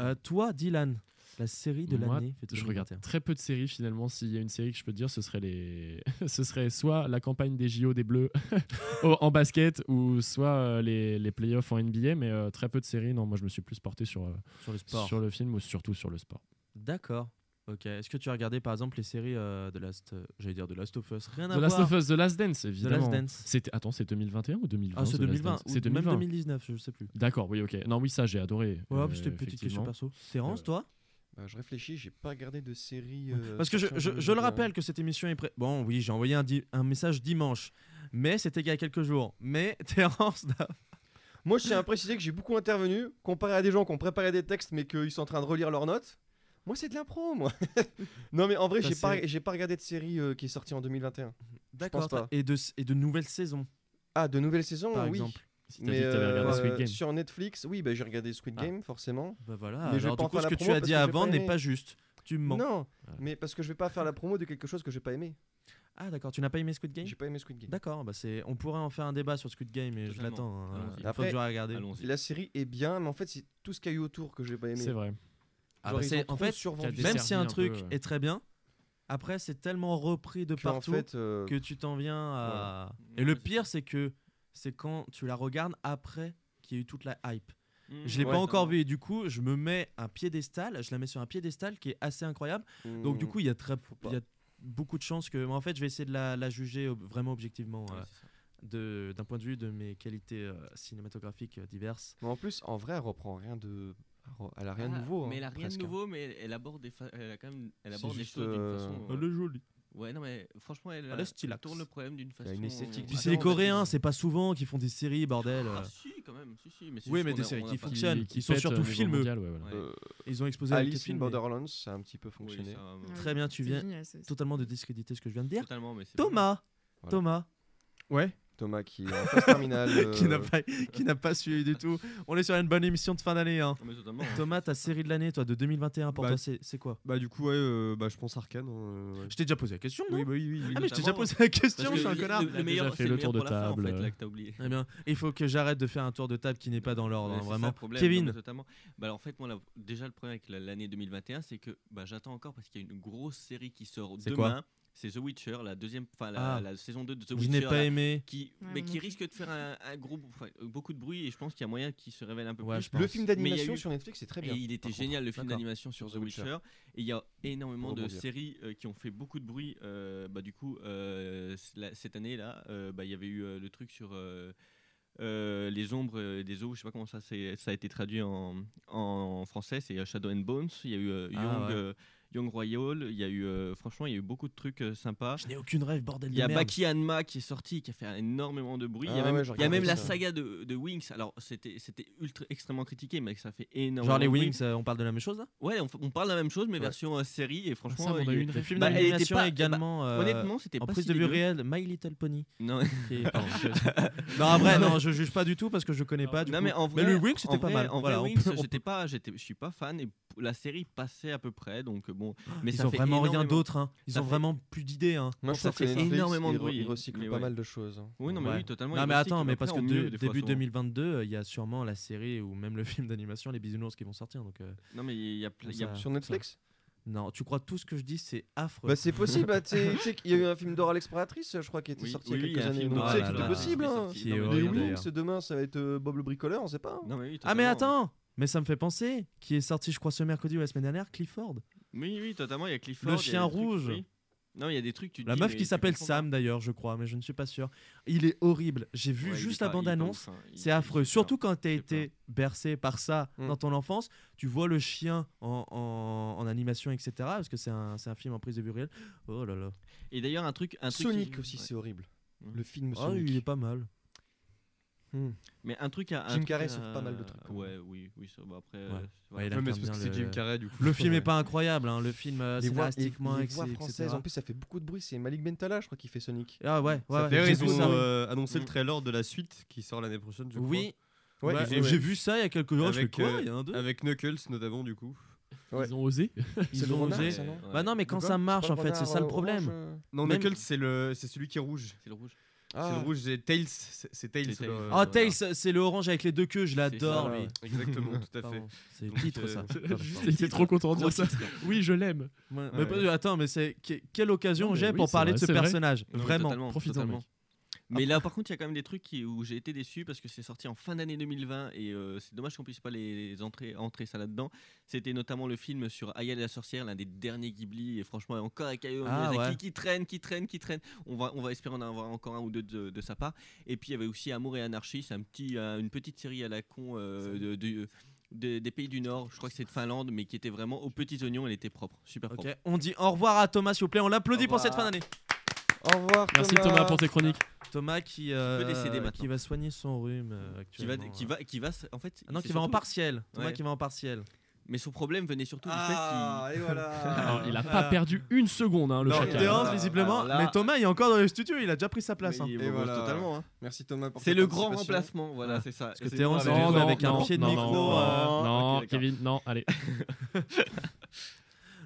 B: Euh, toi, Dylan, la série de
C: Moi,
B: l'année.
C: Je
B: 2021.
C: regarde très peu de séries finalement. S'il y a une série que je peux te dire, ce serait, les... *laughs* ce serait soit la campagne des JO des Bleus *laughs* au- en basket ou soit euh, les, les playoffs en NBA, mais euh, très peu de séries. Non, moi je me suis plus porté sur, euh,
B: sur le sport.
C: sur le film ou surtout sur le sport.
B: D'accord. Ok. Est-ce que tu as regardé par exemple les séries euh, de Last, euh, j'allais dire de Last of Us, rien à
C: The Last
B: voir.
C: of Us, The Last Dance, évidemment.
B: Dance.
C: C'était, attends, c'est 2021 ou 2020
B: Ah, c'est
C: The Last
B: 2020.
C: Dance
B: ou
C: C'est 2020.
B: Même 2019, je sais plus.
C: D'accord, oui, ok. Non, oui, ça, j'ai adoré.
B: Voilà,
C: euh,
B: c'était une petite question
C: effectivement.
B: perso. Terence,
C: Euh,
B: toi
F: Bah, je réfléchis, j'ai pas regardé de série. euh,
B: Parce que je,
F: sortie en
B: je- je le
F: 2021.
B: rappelle que cette émission est pré... Bon, oui, j'ai envoyé un, di- un message dimanche, mais c'était il y a quelques jours. Mais *laughs* Terence, n'a-
F: Moi, je tiens à préciser que j'ai beaucoup intervenu, comparé à des gens qui ont préparé des textes mais qu'ils sont en train de relire leurs notes. Moi, c'est de l'impro, moi. *laughs* non, mais en vrai,
B: Ta
F: j'ai pas,
B: série.
F: j'ai pas regardé de série euh, qui est sortie en 2021.
B: d'accord,
F: pas.
B: et de, et de nouvelles saisons,
F: Ah, de nouvelles saisons,
B: par
F: oui.
B: exemple.
C: Si t'as dit que t'avais
F: euh,
C: regardé Squid Game.
F: sur Netflix, oui, bah, j'ai regardé Squid
B: Ah.
F: Game, forcément.
B: Bah voilà,
F: Mais je vais
B: alors
F: pas
B: du
F: en
B: coup,
F: faire
B: ce
F: la
B: que tu as
F: promo
B: dit
F: parce que j'ai
B: avant
F: pas
B: n'est
F: aimé.
B: pas juste. Tu me mens.
F: Non,
C: Voilà.
F: mais parce que je vais pas faire la promo de quelque chose que j'ai pas aimé.
B: Ah d'accord, tu n'as pas aimé Squid Game
F: J'ai pas aimé Squid Game.
B: D'accord, bah c'est... on pourrait en faire un débat sur Squid Game et je
E: Totalement.
B: l'attends. hein.
E: Allons-y.
B: Il faut
F: Après-
B: que je regarde.
E: Allons-y.
F: La série est bien, mais en fait, c'est tout ce qu'il y a eu autour que j'ai pas aimé.
C: C'est vrai.
B: Ah
F: Genre,
B: bah,
F: ils
B: c'est-
F: ont
B: en
F: trop
B: fait,
F: survendu
C: qu'il y a
B: même
C: desservi
B: si un
C: un
B: truc
C: peu, ouais.
B: est très bien, après c'est tellement repris de
F: que, en
B: partout.
F: fait, euh,
B: que tu t'en viens à.
E: Voilà.
B: Et le
E: Ouais, c'est
B: pire,
E: ça.
B: c'est que c'est quand tu la regardes après qu'il y a eu toute la hype.
E: Mmh,
B: Je l'ai
E: ouais,
B: pas
E: ça
B: encore
E: va.
B: vue et du coup, je me mets un piédestal, je la mets sur un piédestal qui est assez incroyable. Donc du
F: hmm,
B: coup, il y a très
F: pas.
B: il y a beaucoup de chances que mais en fait, je vais essayer de la, la juger ob- vraiment objectivement
E: Ouais,
B: euh,
E: c'est ça.
B: de d'un point de vue de mes qualités euh, cinématographiques euh, diverses.
F: Mais en plus, en vrai, elle reprend rien de. Elle a rien de
E: Ah,
F: nouveau.
E: Mais
F: hein,
E: elle a rien
F: presque,
E: de
F: hein.
E: nouveau, mais elle, elle aborde des, fa- elle a quand même, elle
F: C'est
E: aborde les
F: juste,
E: choses d'une
F: euh,
E: façon.
F: elle
E: euh,
B: jolie.
E: Ouais, non mais franchement, elle,
B: Elle est stylax.
E: elle tourne le problème d'une façon.
F: a une esthétique
B: Puis
F: Ah
B: c'est
F: non,
B: les
F: mais-
B: Coréens, c'est pas souvent qu'ils font des séries bordel.
E: Ah
B: euh.
E: si, quand même, si si. Mais c'est
B: Oui,
E: juste
B: mais
E: qu'on
B: des
E: a-
B: séries
E: on a
B: qui
E: pas-
B: fonctionnent. Tiens, ils sont
C: pète, euh,
B: surtout
C: au niveau
B: filmeux.
C: mondial, ouais, voilà.
E: Ouais.
F: Euh,
B: Ils ont exposé la
F: Alice
B: question
F: in Borderlands, ça a un petit peu
E: Oui,
F: fonctionné.
E: ça va,
D: Ah
B: Très
D: oui,
B: bien, tu
D: c'est
B: viens-
D: génial, ça aussi.
B: Totalement de discréditer ce que je viens de dire.
E: Totalement, mais c'est pas grave.
B: Thomas,
F: Voilà.
B: Thomas,
G: ouais
F: Thomas qui est en phase terminale. euh,
B: qui n'a pas, qui n'a pas suivi du tout. On est sur une bonne émission de fin d'année. hein.
E: Non, mais totalement. hein.
B: Thomas, ta série de l'année, toi, de 2021, pour
G: Bah,
B: toi, c'est, c'est quoi
G: bah du coup ouais euh, bah je pense Arkane hein, euh, ouais.
B: Je t'ai déjà posé la question, non
G: oui bah oui oui, oui.
B: Ah, mais je t'ai déjà
E: notamment,
B: posé la question,
E: Parce
B: je
E: que
B: suis un
E: le-
B: connard.
E: Le,
C: Il a
E: meilleur,
C: déjà fait
E: c'est
C: le
E: meilleur
C: tour de
E: pour la fin, en
C: table,
E: fait,
C: euh.
E: là que t'as oublié.
B: Eh bien, il faut que j'arrête de faire un tour de table qui n'est pas dans l'ordre,
E: Ouais,
B: hein,
E: c'est ça
B: vraiment.
E: le problème. Non,
B: Kevin,
E: mais totalement. Bah, alors, en fait, moi, la- déjà, le problème avec la- l'année 2021, c'est que bah, j'attends encore parce qu'il y a une grosse série qui sort
B: C'est quoi
E: demain. C'est The Witcher, la deuxième, enfin la,
B: Ah.
E: la saison 2 de The
B: je
E: Witcher.
B: n'ai pas
E: là,
B: aimé.
E: Qui,
D: Ouais,
E: mais
D: moi
E: qui
D: non
E: risque de faire un, un gros, enfin, beaucoup de bruit et je pense qu'il y a moyen qu'il se révèle un peu
B: Ouais,
E: plus.
B: je
F: Le
B: pense.
F: film
E: Mais il y a
F: d'animation
E: eu-
F: sur Netflix est très
E: Et
F: bien.
E: il était
F: par contre.
E: génial le film
B: D'accord.
E: d'animation sur The
F: The Witcher.
E: Witcher. Et il y a énormément
F: Pour
E: de
F: rebondir.
E: séries euh, qui ont fait beaucoup de bruit. euh, bah, du coup, euh, c- la- cette année-là, euh, bah, il y avait eu euh, le truc sur euh, euh, les ombres euh, des eaux. Je sais pas comment ça, s'est- ça a été traduit en, en français. C'est euh, Shadow and Bones. Il y a eu euh,
B: Ah,
E: Young,
B: ouais.
E: euh, Young Royal, il y a eu, euh, franchement, il y a eu beaucoup de trucs euh, sympas.
B: Je n'ai aucune rêve, bordel
E: Il
B: de
E: y a
B: merde.
E: Baki Hanma qui est sorti, qui a fait énormément de bruit. il y a
F: Ah
E: même,
F: ouais, j'ai
E: il y a même
F: regardé
E: la
F: ça.
E: saga de, de Wings. Alors, c'était c'était ultra extrêmement critiqué, mais ça fait énormément.
B: Genre les
E: de bruit.
B: Wings, euh, on parle de la même chose là
E: Ouais, on, f- on parle de la même chose, mais
B: Ouais.
E: version euh, série. Et franchement,
C: Ça, on en a
E: il-
C: eu une
B: Le film
E: Bah, elle était
B: d'animation
E: pas-
B: également. euh,
E: honnêtement, c'était
B: En
E: pas
B: prise
E: si
B: de vue
E: dégueu.
B: réelle, My Little Pony.
E: Non, *laughs*
B: qui est- pardon, je- non, en vrai, non, je juge pas du tout parce que je connais pas. Du
E: Non,
B: coup.
E: mais en vrai,
B: le Wings, c'était
E: en
B: pas
E: vrai-
B: mal.
E: En vrai,
B: Voilà, on
E: Wings,
B: peut- on
E: j'étais pas, j'étais, je suis pas fan et p- la série passait à peu près, donc bon. Mais
B: Ils
E: ça
B: ont
E: fait
B: vraiment rien
E: énormément-
B: d'autre. hein. Ils
E: ça
B: ont
E: fait-
B: vraiment plus d'idées. hein.
F: Moi,
E: Bon,
F: je
E: ça
F: trouve que
E: fait
F: Netflix,
E: énormément de
F: ils re-
E: bruit,
F: Ils recyclent
E: mais
F: pas
E: ouais.
F: mal de choses. hein.
E: Oui, non, mais
B: Ouais.
E: oui, totalement.
B: Non,
E: il
B: mais
E: le sait
B: attends,
E: qu'il
B: mais
E: va
B: parce que
E: faire
B: de-
E: mieux, des fois,
B: début
E: souvent.
B: 2022, il y a sûrement la série ou même le *laughs* film d'animation Les Bisounours qui vont sortir. Donc, euh,
E: Non, mais il y a plein. il y a-
B: ça-
F: Sur Netflix
B: non, tu crois tout ce que je dis, c'est affreux.
F: Bah, c'est possible. bah, tu sais- tu sais qu'il y a eu un film d'Oral Exploratrice, je crois, qui était
E: Oui,
F: sorti
E: oui,
F: il y a
E: oui, il y
F: quelques
E: a un
F: années.
E: film
F: Donc,
B: d'Oral
F: tu sais que tout est
B: Exploratrice
F: possible.
E: qui est
F: hein.
E: sorti.
B: Qui
E: Non,
B: est
E: mais-
F: Les
B: horrible, d'ailleurs.
F: Wings, demain, ça va être euh, Bob le bricoleur, on sait pas. hein.
E: Non, mais oui,
B: ah, mais
E: totalement.
B: attends Mais ça me fait penser, qui est sorti, je crois, ce mercredi ou la semaine dernière, Clifford.
E: Oui, oui, totalement. Il y a Clifford. il y a
B: chien
E: des trucs,
B: rouge.
E: oui. Non, il y a des trucs. Tu te
B: La
E: dis,
B: meuf
E: mais
B: qui
E: tu
B: s'appelle
E: comprends pas.
B: Sam, d'ailleurs, je crois, mais je ne suis pas sûr. Il est horrible. J'ai vu
E: Ouais, il est
B: juste
E: pas-
B: la
E: il est pas
B: bande-annonce.
E: ouf, hein. Il-
B: C'est
E: il-
B: affreux.
E: il-
B: Surtout quand t'as
E: j'ai
B: été bercé par ça
F: Mm.
B: dans ton enfance. Tu vois le chien en, en- en animation, etc. Parce que c'est un, c'est un film en prise de vue réelle. Oh là là.
E: Et d'ailleurs, un truc. un truc qui-
F: Sonic aussi,
E: ouais. Mm.
F: c'est horrible.
E: Ouais.
F: Le film
B: Oh, il est
F: Sonic.
B: pas mal.
E: Mais un truc à. un
F: Jim
E: truc
F: Carrey
E: à-
F: sauve pas mal de trucs, hein. quand
E: Ouais, oui, oui. ça- bah, Après.
B: Ouais.
E: euh,
B: Ouais, il
E: voilà.
B: euh,
G: Ouais, mais
B: incarne
G: c'est parce que
B: bien
G: c'est
B: le-
G: Jim Carrey, du coup.
B: Le film est
F: ouais.
B: pas incroyable. hein. Le film, euh,
F: Les voix, et-
B: scénaristiquement,
F: les
B: etc.
F: voix françaises, en plus, ça fait beaucoup de bruit. C'est Malik Bentala, je crois, qui fait Sonic.
B: Ah ouais, ouais, ouais,
G: D'ailleurs,
B: j'ai
G: ils
B: vu
G: ont
B: ça.
G: euh, annoncé le
E: Mm.
G: trailer de la suite qui sort l'année prochaine, je crois.
B: Oui,
F: Ouais,
B: bah,
F: ouais,
B: j'ai
F: ouais.
B: j'ai vu ça il y a quelques jours. je fais
G: Avec,
B: quoi
G: euh,
B: Il y a un deux
G: Avec Knuckles, notamment, du coup.
F: Ouais.
C: Ils ont osé.
F: C'est
B: Ils
F: le
B: ont
F: renard,
B: osé.
F: ça, non
B: Bah non, mais quand
F: quoi
B: ça marche,
F: C'est pas
B: en fait, c'est ça le problème.
F: renard, orange, euh,
G: Non,
B: Même-
G: Knuckles, c'est le... c'est celui qui est rouge.
E: C'est le rouge.
G: C'est
F: Ah,
G: le rouge, c'est Tails. C'est c'est Tails.
E: C'est
G: le-
E: Tails.
B: Oh,
E: Ah,
B: Tails, c'est le orange avec les deux queues, je l'adore,
F: ça,
B: lui.
F: ouais.
E: *laughs*
G: Exactement, tout à fait.
B: Pardon, C'est le
G: Donc,
B: titre,
G: euh,
B: ça.
C: Juste, il était trop content de dire ça. Oui, je l'aime.
B: Ouais,
G: Ouais.
B: mais pas- attends, mais c'est que- quelle occasion
C: Non, mais
B: j'ai
C: oui,
B: pour
C: c'est
B: parler de
C: vrai,
B: ce
C: c'est vrai.
B: personnage
E: Non, mais
B: Vraiment.
E: totalement,
C: Profite-en,
E: totalement.
C: mec.
E: Mais là, par contre, il y a quand même des trucs qui- où j'ai été déçu parce que c'est sorti en fin d'année 2020 et euh, c'est dommage qu'on puisse pas les, les entrer, entrer ça là-dedans. C'était notamment le film sur Aya et la sorcière, l'un des derniers Ghibli, et franchement, encore avec Hayao
B: Ah,
E: Miyazaki
B: ouais.
E: qui traîne, qui traîne, qui traîne. On va, on va espérer en avoir encore un ou deux de, de sa part. Et puis, il y avait aussi Amour et Anarchie, c'est un petit, euh, une petite série à la con euh, de- de- de- des pays du Nord, je crois que c'est de Finlande, mais qui était vraiment aux petits oignons, elle était propre, super propre.
B: Ok, on dit au revoir à Thomas, s'il vous plaît. On l'applaudit
E: Au
B: pour cette fin
E: revoir.
B: d'année.
F: Au revoir.
C: Merci Thomas pour tes chroniques.
B: Thomas qui, euh,
E: Qui peut décéder
B: qui
E: maintenant.
B: va soigner son rhume euh,
E: Qui va,
B: actuellement.
E: qui va, qui va, s- en fait,
B: Ah non,
E: c'est
B: qui va en
E: surtout-
B: partiel. Thomas
E: Ouais.
B: qui va en partiel.
E: Mais son problème venait surtout du fait qu'il.
F: Ah, et voilà.
C: Alors, il a pas perdu une seconde, hein, le
F: Non,
B: Il est
C: chacun.
F: dehors.
B: hors,
F: là,
B: visiblement.
E: alors là-
B: Mais Thomas, il est encore dans le studio. Il a déjà pris sa place. hein.
E: Mais
F: Et
E: bon,
F: voilà.
E: totalement. hein.
F: Merci Thomas pour
E: C'est
F: tes
E: le grand
F: participations.
E: remplacement, voilà, c'est ça.
B: Parce que
E: C'est
B: Théon,
E: pas
B: c'est
E: avec-
B: joué
C: non,
B: avec un
C: non,
B: pied de
C: non,
B: micro.
C: non,
B: euh,
C: Non,
E: ok, d'accord.
C: Kevin, non, allez.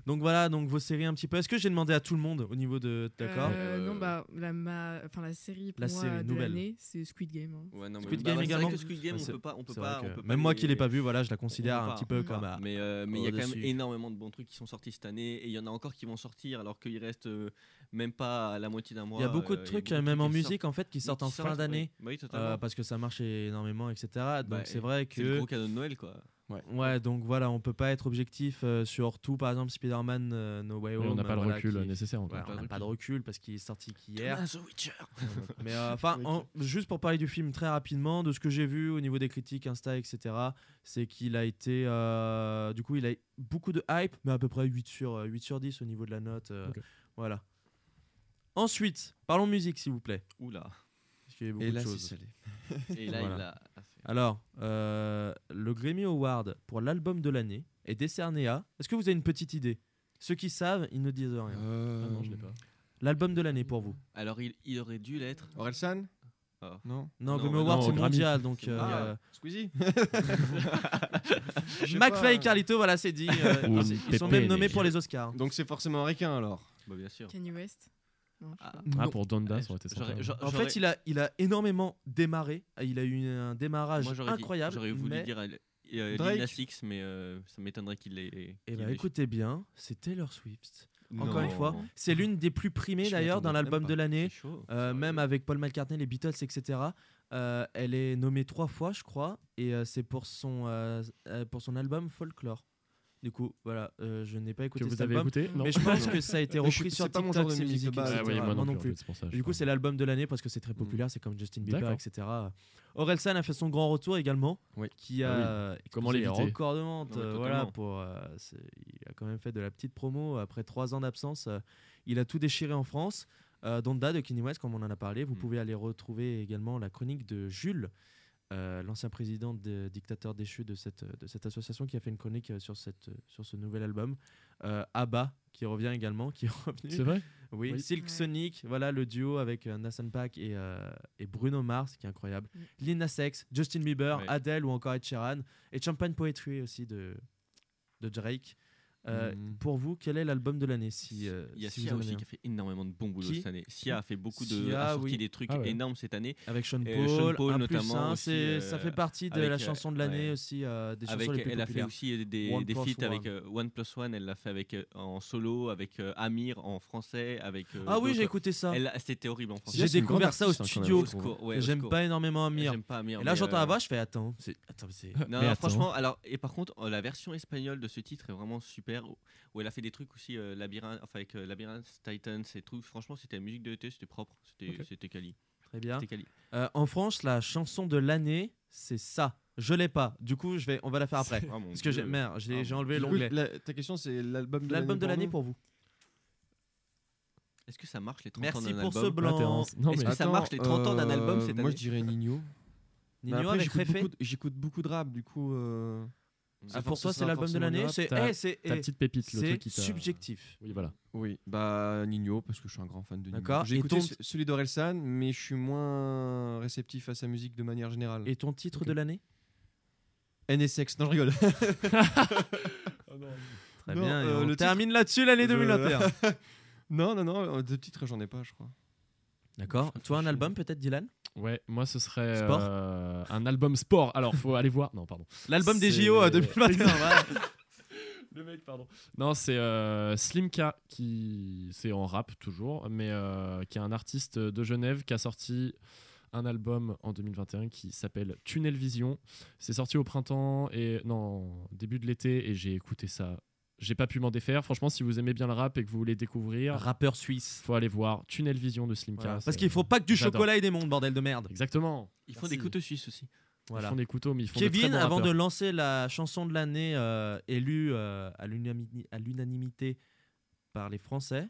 B: Donc voilà, donc vos séries un petit peu. Est-ce que j'ai demandé à tout le monde au niveau de. D'accord
D: Euh,
E: Euh,
D: Non, bah, la, ma... enfin, la série pour
B: la
D: moi
B: série
D: de
B: nouvelle.
D: l'année, c'est Squid Game. hein.
E: Ouais, non, mais-
B: Squid
E: bah,
B: Game
E: c'est vrai
B: également.
E: que Squid Game,
B: Ouais,
E: on
B: c'est-
E: peut pas, on peut
B: C'est vrai
E: pas, on
B: que
E: peut pas
B: Même moi
E: les-
B: qui l'ai pas vu, voilà, je la
E: on peut
B: considère un
E: pas,
B: petit
E: on
B: peu
E: peut
B: comme.
E: pas.
B: euh,
E: Mais euh, mais il y a quand
B: au-dessus.
E: même énormément de bons trucs qui sont sortis cette année et il y en a encore qui vont sortir alors qu'il reste euh, même pas à la moitié d'un mois.
B: Il y a beaucoup
E: euh,
B: de trucs,
E: beaucoup
B: même en
E: qui sortent.
B: musique, en fait, qui
E: Oui,
B: sortent en fin
E: oui.
B: d'année.
E: Oui,
B: euh,
E: totalement.
B: parce que ça marche énormément, etc. Donc
E: Bah,
B: c'est vrai
E: C'est le
B: que.
E: gros cadeau de Noël, quoi.
B: Ouais, donc voilà, on peut pas être objectif euh, sur tout. Par exemple, Spider-Man euh, No Way
C: Mais
B: Home.
C: on n'a pas
B: euh,
C: le
B: voilà,
C: recul
B: qui-
C: euh, nécessaire
B: Ouais,
C: encore.
B: on n'a pas de recul parce qu'il est sorti *laughs* qu'hier.
E: Ah, The Witcher.
B: Mais euh, enfin, en- juste pour parler du film très rapidement, de ce que j'ai vu au niveau des critiques Insta, etc., c'est qu'il a été. euh, du coup, il a eu beaucoup de hype, mais à peu près 8 sur, euh, 8 sur 10 au niveau de la note. euh,
C: Ok.
B: Voilà. Ensuite, parlons musique, s'il vous plaît.
E: Oula.
B: Parce qu'il y a beaucoup
F: Et
B: de
F: là, c'est
B: choses.
F: salé.
E: Et là,
B: Voilà.
E: il a. ah, c'est-
B: Alors, euh, le Grammy Award pour l'album de l'année est décerné à. Est-ce que vous avez une petite idée Ceux qui savent, ils ne disent rien.
F: Euh,
C: Ah non, je l'ai pas.
B: L'album de l'année pour vous
E: Alors, il il aurait dû l'être.
F: Orelsan
E: Ah.
F: Non.
B: Non,
E: Non,
B: Grammy
E: mais
B: Award,
C: non,
B: c'est
C: Grammy.
B: mondial. Donc, euh,
F: Ah. *laughs* Squeezie Je sais
B: McFly et
F: pas.
B: Carlito, voilà, c'est dit. euh,
C: Ou
B: ils ils sont
C: Pépé,
B: même nommés
C: les-
B: pour les Oscars.
F: Donc c'est forcément un requin alors.
E: Bah, bien sûr.
D: Kanye West. Non, je sais
E: Ah,
D: pas.
C: Ah,
B: Non.
C: pour Donda, ça aurait été sympa.
E: J'aurais- j'a-
B: En
E: j'aurais-
B: fait, il a, il a énormément démarré. Il a eu un démarrage
E: Moi, j'aurais dit-
B: incroyable.
E: J'aurais voulu
B: mais-
E: dire euh, euh,
F: Drake.
E: Lil Nas X, mais euh, ça m'étonnerait qu'il l'ait.
B: Eh
E: qu'il
B: ben,
E: l'ait-
B: écoutez bien, c'est Taylor Swift. Encore
E: Non.
B: une fois, c'est l'une des plus primées
E: Je
B: d'ailleurs dans
E: m'attendais
B: l'album
E: même
B: de
E: pas.
B: l'année.
E: C'est chaud,
B: Euh,
E: ça,
B: même
E: ouais.
B: avec Paul McCartney, les Beatles, etc. Euh, elle est nommée trois fois, je crois, et euh, c'est pour son euh, euh, pour son album Folklore. Du coup, voilà, euh, je n'ai pas écouté
C: que vous
B: cet
C: avez
B: album.
C: écouté. Non.
B: Mais je pense que ça a été
G: Je suis-
B: repris sur
G: c'est pas mon
B: TikTok,
G: genre de
B: ces
G: musique de
B: musiques,
G: base,
B: etc.
G: ouais,
C: bah moi, non plus.
B: Du coup, c'est l'album de l'année parce que c'est très
G: Mm.
B: populaire, c'est comme Justin Bieber,
C: D'accord.
B: etc. Orelsan a fait son grand retour également,
G: Oui.
B: qui
C: Ah
B: a explosé
C: Comment
B: les
C: l'éviter
B: records de vente.
E: Non, mais
B: euh, voilà,
E: totalement.
B: pour, euh, c'est- il a quand même fait de la petite promo après trois ans d'absence. euh, il a tout déchiré en France. Euh, Donda de Kenny West, comme on en a parlé, vous
E: Mm.
B: pouvez aller retrouver également la chronique de Jules. euh, l'ancien président de dictateur déchu de cette, de cette association qui a fait une chronique euh, sur, cette, sur ce nouvel album. Euh, Abba, qui revient également, qui est revenu.
C: C'est vrai
B: Oui,
C: Oui.
B: Silk
D: Ouais.
B: Sonic, voilà le duo avec euh, Nathan Pack et, euh, et Bruno Mars, qui est incroyable.
D: Mm.
B: Lil Nas X, Justin Bieber,
E: Ouais.
B: Adele ou encore Ed Sheeran. Et Champagne Poetry aussi de, de Drake. Euh,
G: Mm.
B: Pour vous, quel est l'album de l'année si, euh,
E: Il y a
B: si vous
E: Sia
B: en avez
E: aussi
B: un
E: qui a fait énormément de bons boulots
B: Qui
E: cette année. Sia a fait beaucoup de.
B: Sia,
E: a sorti
B: oui.
E: des trucs
C: Ah ouais.
E: énormes cette année.
B: Avec Sean Paul,
E: Et Sean Paul
B: un plus
E: notamment
B: un,
E: aussi,
B: c'est-
E: euh,
B: ça fait partie de
E: avec,
B: la
E: euh,
B: chanson de l'année
E: ouais.
B: aussi, euh, des chansons
E: Avec,
B: les plus
E: elle a fait
B: populaires.
E: aussi euh, des,
B: One
E: des
B: plus
E: feats
B: one.
E: avec euh, One Plus One. Elle l'a fait avec, euh, en solo, avec euh, Amir en français. Avec, euh,
B: Ah oui,
E: d'autres.
B: j'ai écouté ça.
E: Elle a- C'était horrible en français.
B: J'ai
G: c'est une
B: découvert
G: grande
B: ça au
G: artiste, hein, quand même,
B: studio.
G: je trouve.
E: secours, ouais, au
B: J'aime
E: secours.
B: pas énormément Amir.
E: J'aime pas Amir.
B: Et là,
E: mais,
B: j'entends
E: euh,
B: la voix, je fais attends. c'est- attends,
E: *laughs*
B: c'est- *laughs*
E: Non,
C: Mais
E: non,
C: attends.
E: franchement, alors, et par contre, euh, la version espagnole de ce titre est vraiment super, où- où elle a fait des trucs aussi, euh, labyrinthe, enfin, avec euh, Labyrinthe, Titans et tout. Franchement, c'était la musique de l'été, c'était propre, c'était
B: Ok.
E: c'était quali.
B: Très bien.
E: C'était quali.
B: Euh, en France, la chanson de l'année, c'est ça. Je l'ai pas. Du coup, je vais, on va la faire après.
E: Ah, mon
B: Parce que
E: Dieu.
B: j'ai, merde, j'ai,
E: Ah,
B: j'ai enlevé
G: Du coup,
B: l'onglet.
G: la- ta question, c'est l'album de
B: L'album de l'année
G: nous
B: pour vous.
E: Est-ce que ça marche les 30 ans
B: Merci
E: d'un
B: pour ce
E: album
C: Ah,
B: blanc.
C: Terence. Non,
E: Est-ce
C: mais
E: que ça marche les 30 ans
B: euh,
E: d'un album
F: euh,
E: cette
G: Moi, je
E: année
G: dirais Nino.
B: Nino
G: Après,
B: avec
G: j'écoute
B: Réfé.
G: beaucoup de- J'écoute beaucoup de rap, du coup. euh,
B: Ah,
G: c'est
B: pour toi,
G: forcément-
B: c'est l'album de
G: forcément
B: l'année.
G: rap.
B: C'est,
C: ta-
B: eh, c'est,
C: ta
B: eh,
C: petite pépite, le
B: c'est
C: truc qui t'a.
B: subjectif.
C: Oui, voilà.
G: Oui, bah Nino, parce que je suis un grand fan de Nino.
B: D'accord,
G: J'ai
B: et
G: écouté
B: ton-
G: ce- celui d'Orelsan, mais je suis moins réceptif à sa musique de manière
F: Mm.
G: générale.
B: Et ton titre
G: Ok.
B: de l'année
G: NSX, non, je
B: *laughs*
G: rigole.
B: Très
G: Non,
B: bien. et
G: euh,
B: on
G: le titre-
B: termine là-dessus l'année
G: Je-
B: 2021.
G: *laughs*
F: *laughs*
G: non, non, non, euh, de titre, j'en ai pas, je crois.
B: D'accord.
G: Je
B: Toi, un
G: réfléchis.
B: album peut-être, Dylan
C: Ouais, moi ce serait
B: Sport
C: euh, un album sport. Alors *laughs* faut aller voir. Non, pardon.
B: L'album des
C: C'est-
B: JO euh, 2021. voilà.
C: Le mec, pardon. Non, c'est euh, Slimka qui c'est en rap toujours, mais euh, qui est un artiste de Genève qui a sorti un album en 2021 qui s'appelle Tunnel Vision. C'est sorti au printemps et non début de l'été et j'ai écouté ça. J'ai pas pu m'en défaire. Franchement, si vous aimez bien le rap et que vous voulez découvrir,
B: Rappeur suisse.
C: faut aller voir Tunnel Vision de Slimka.
B: Voilà.
C: C'est-
B: Parce qu'il faut pas que du
C: J'adore.
B: chocolat et des mondes, bordel de merde.
C: Exactement.
E: Ils font des
B: Merci.
E: couteaux suisses aussi.
B: Voilà.
C: Ils font des couteaux, mais ils font de très
B: Kevin,
C: bons
B: avant de
C: rappeurs.
B: lancer la chanson de l'année euh, élue euh, à l'unami- à l'unanimité par les Français,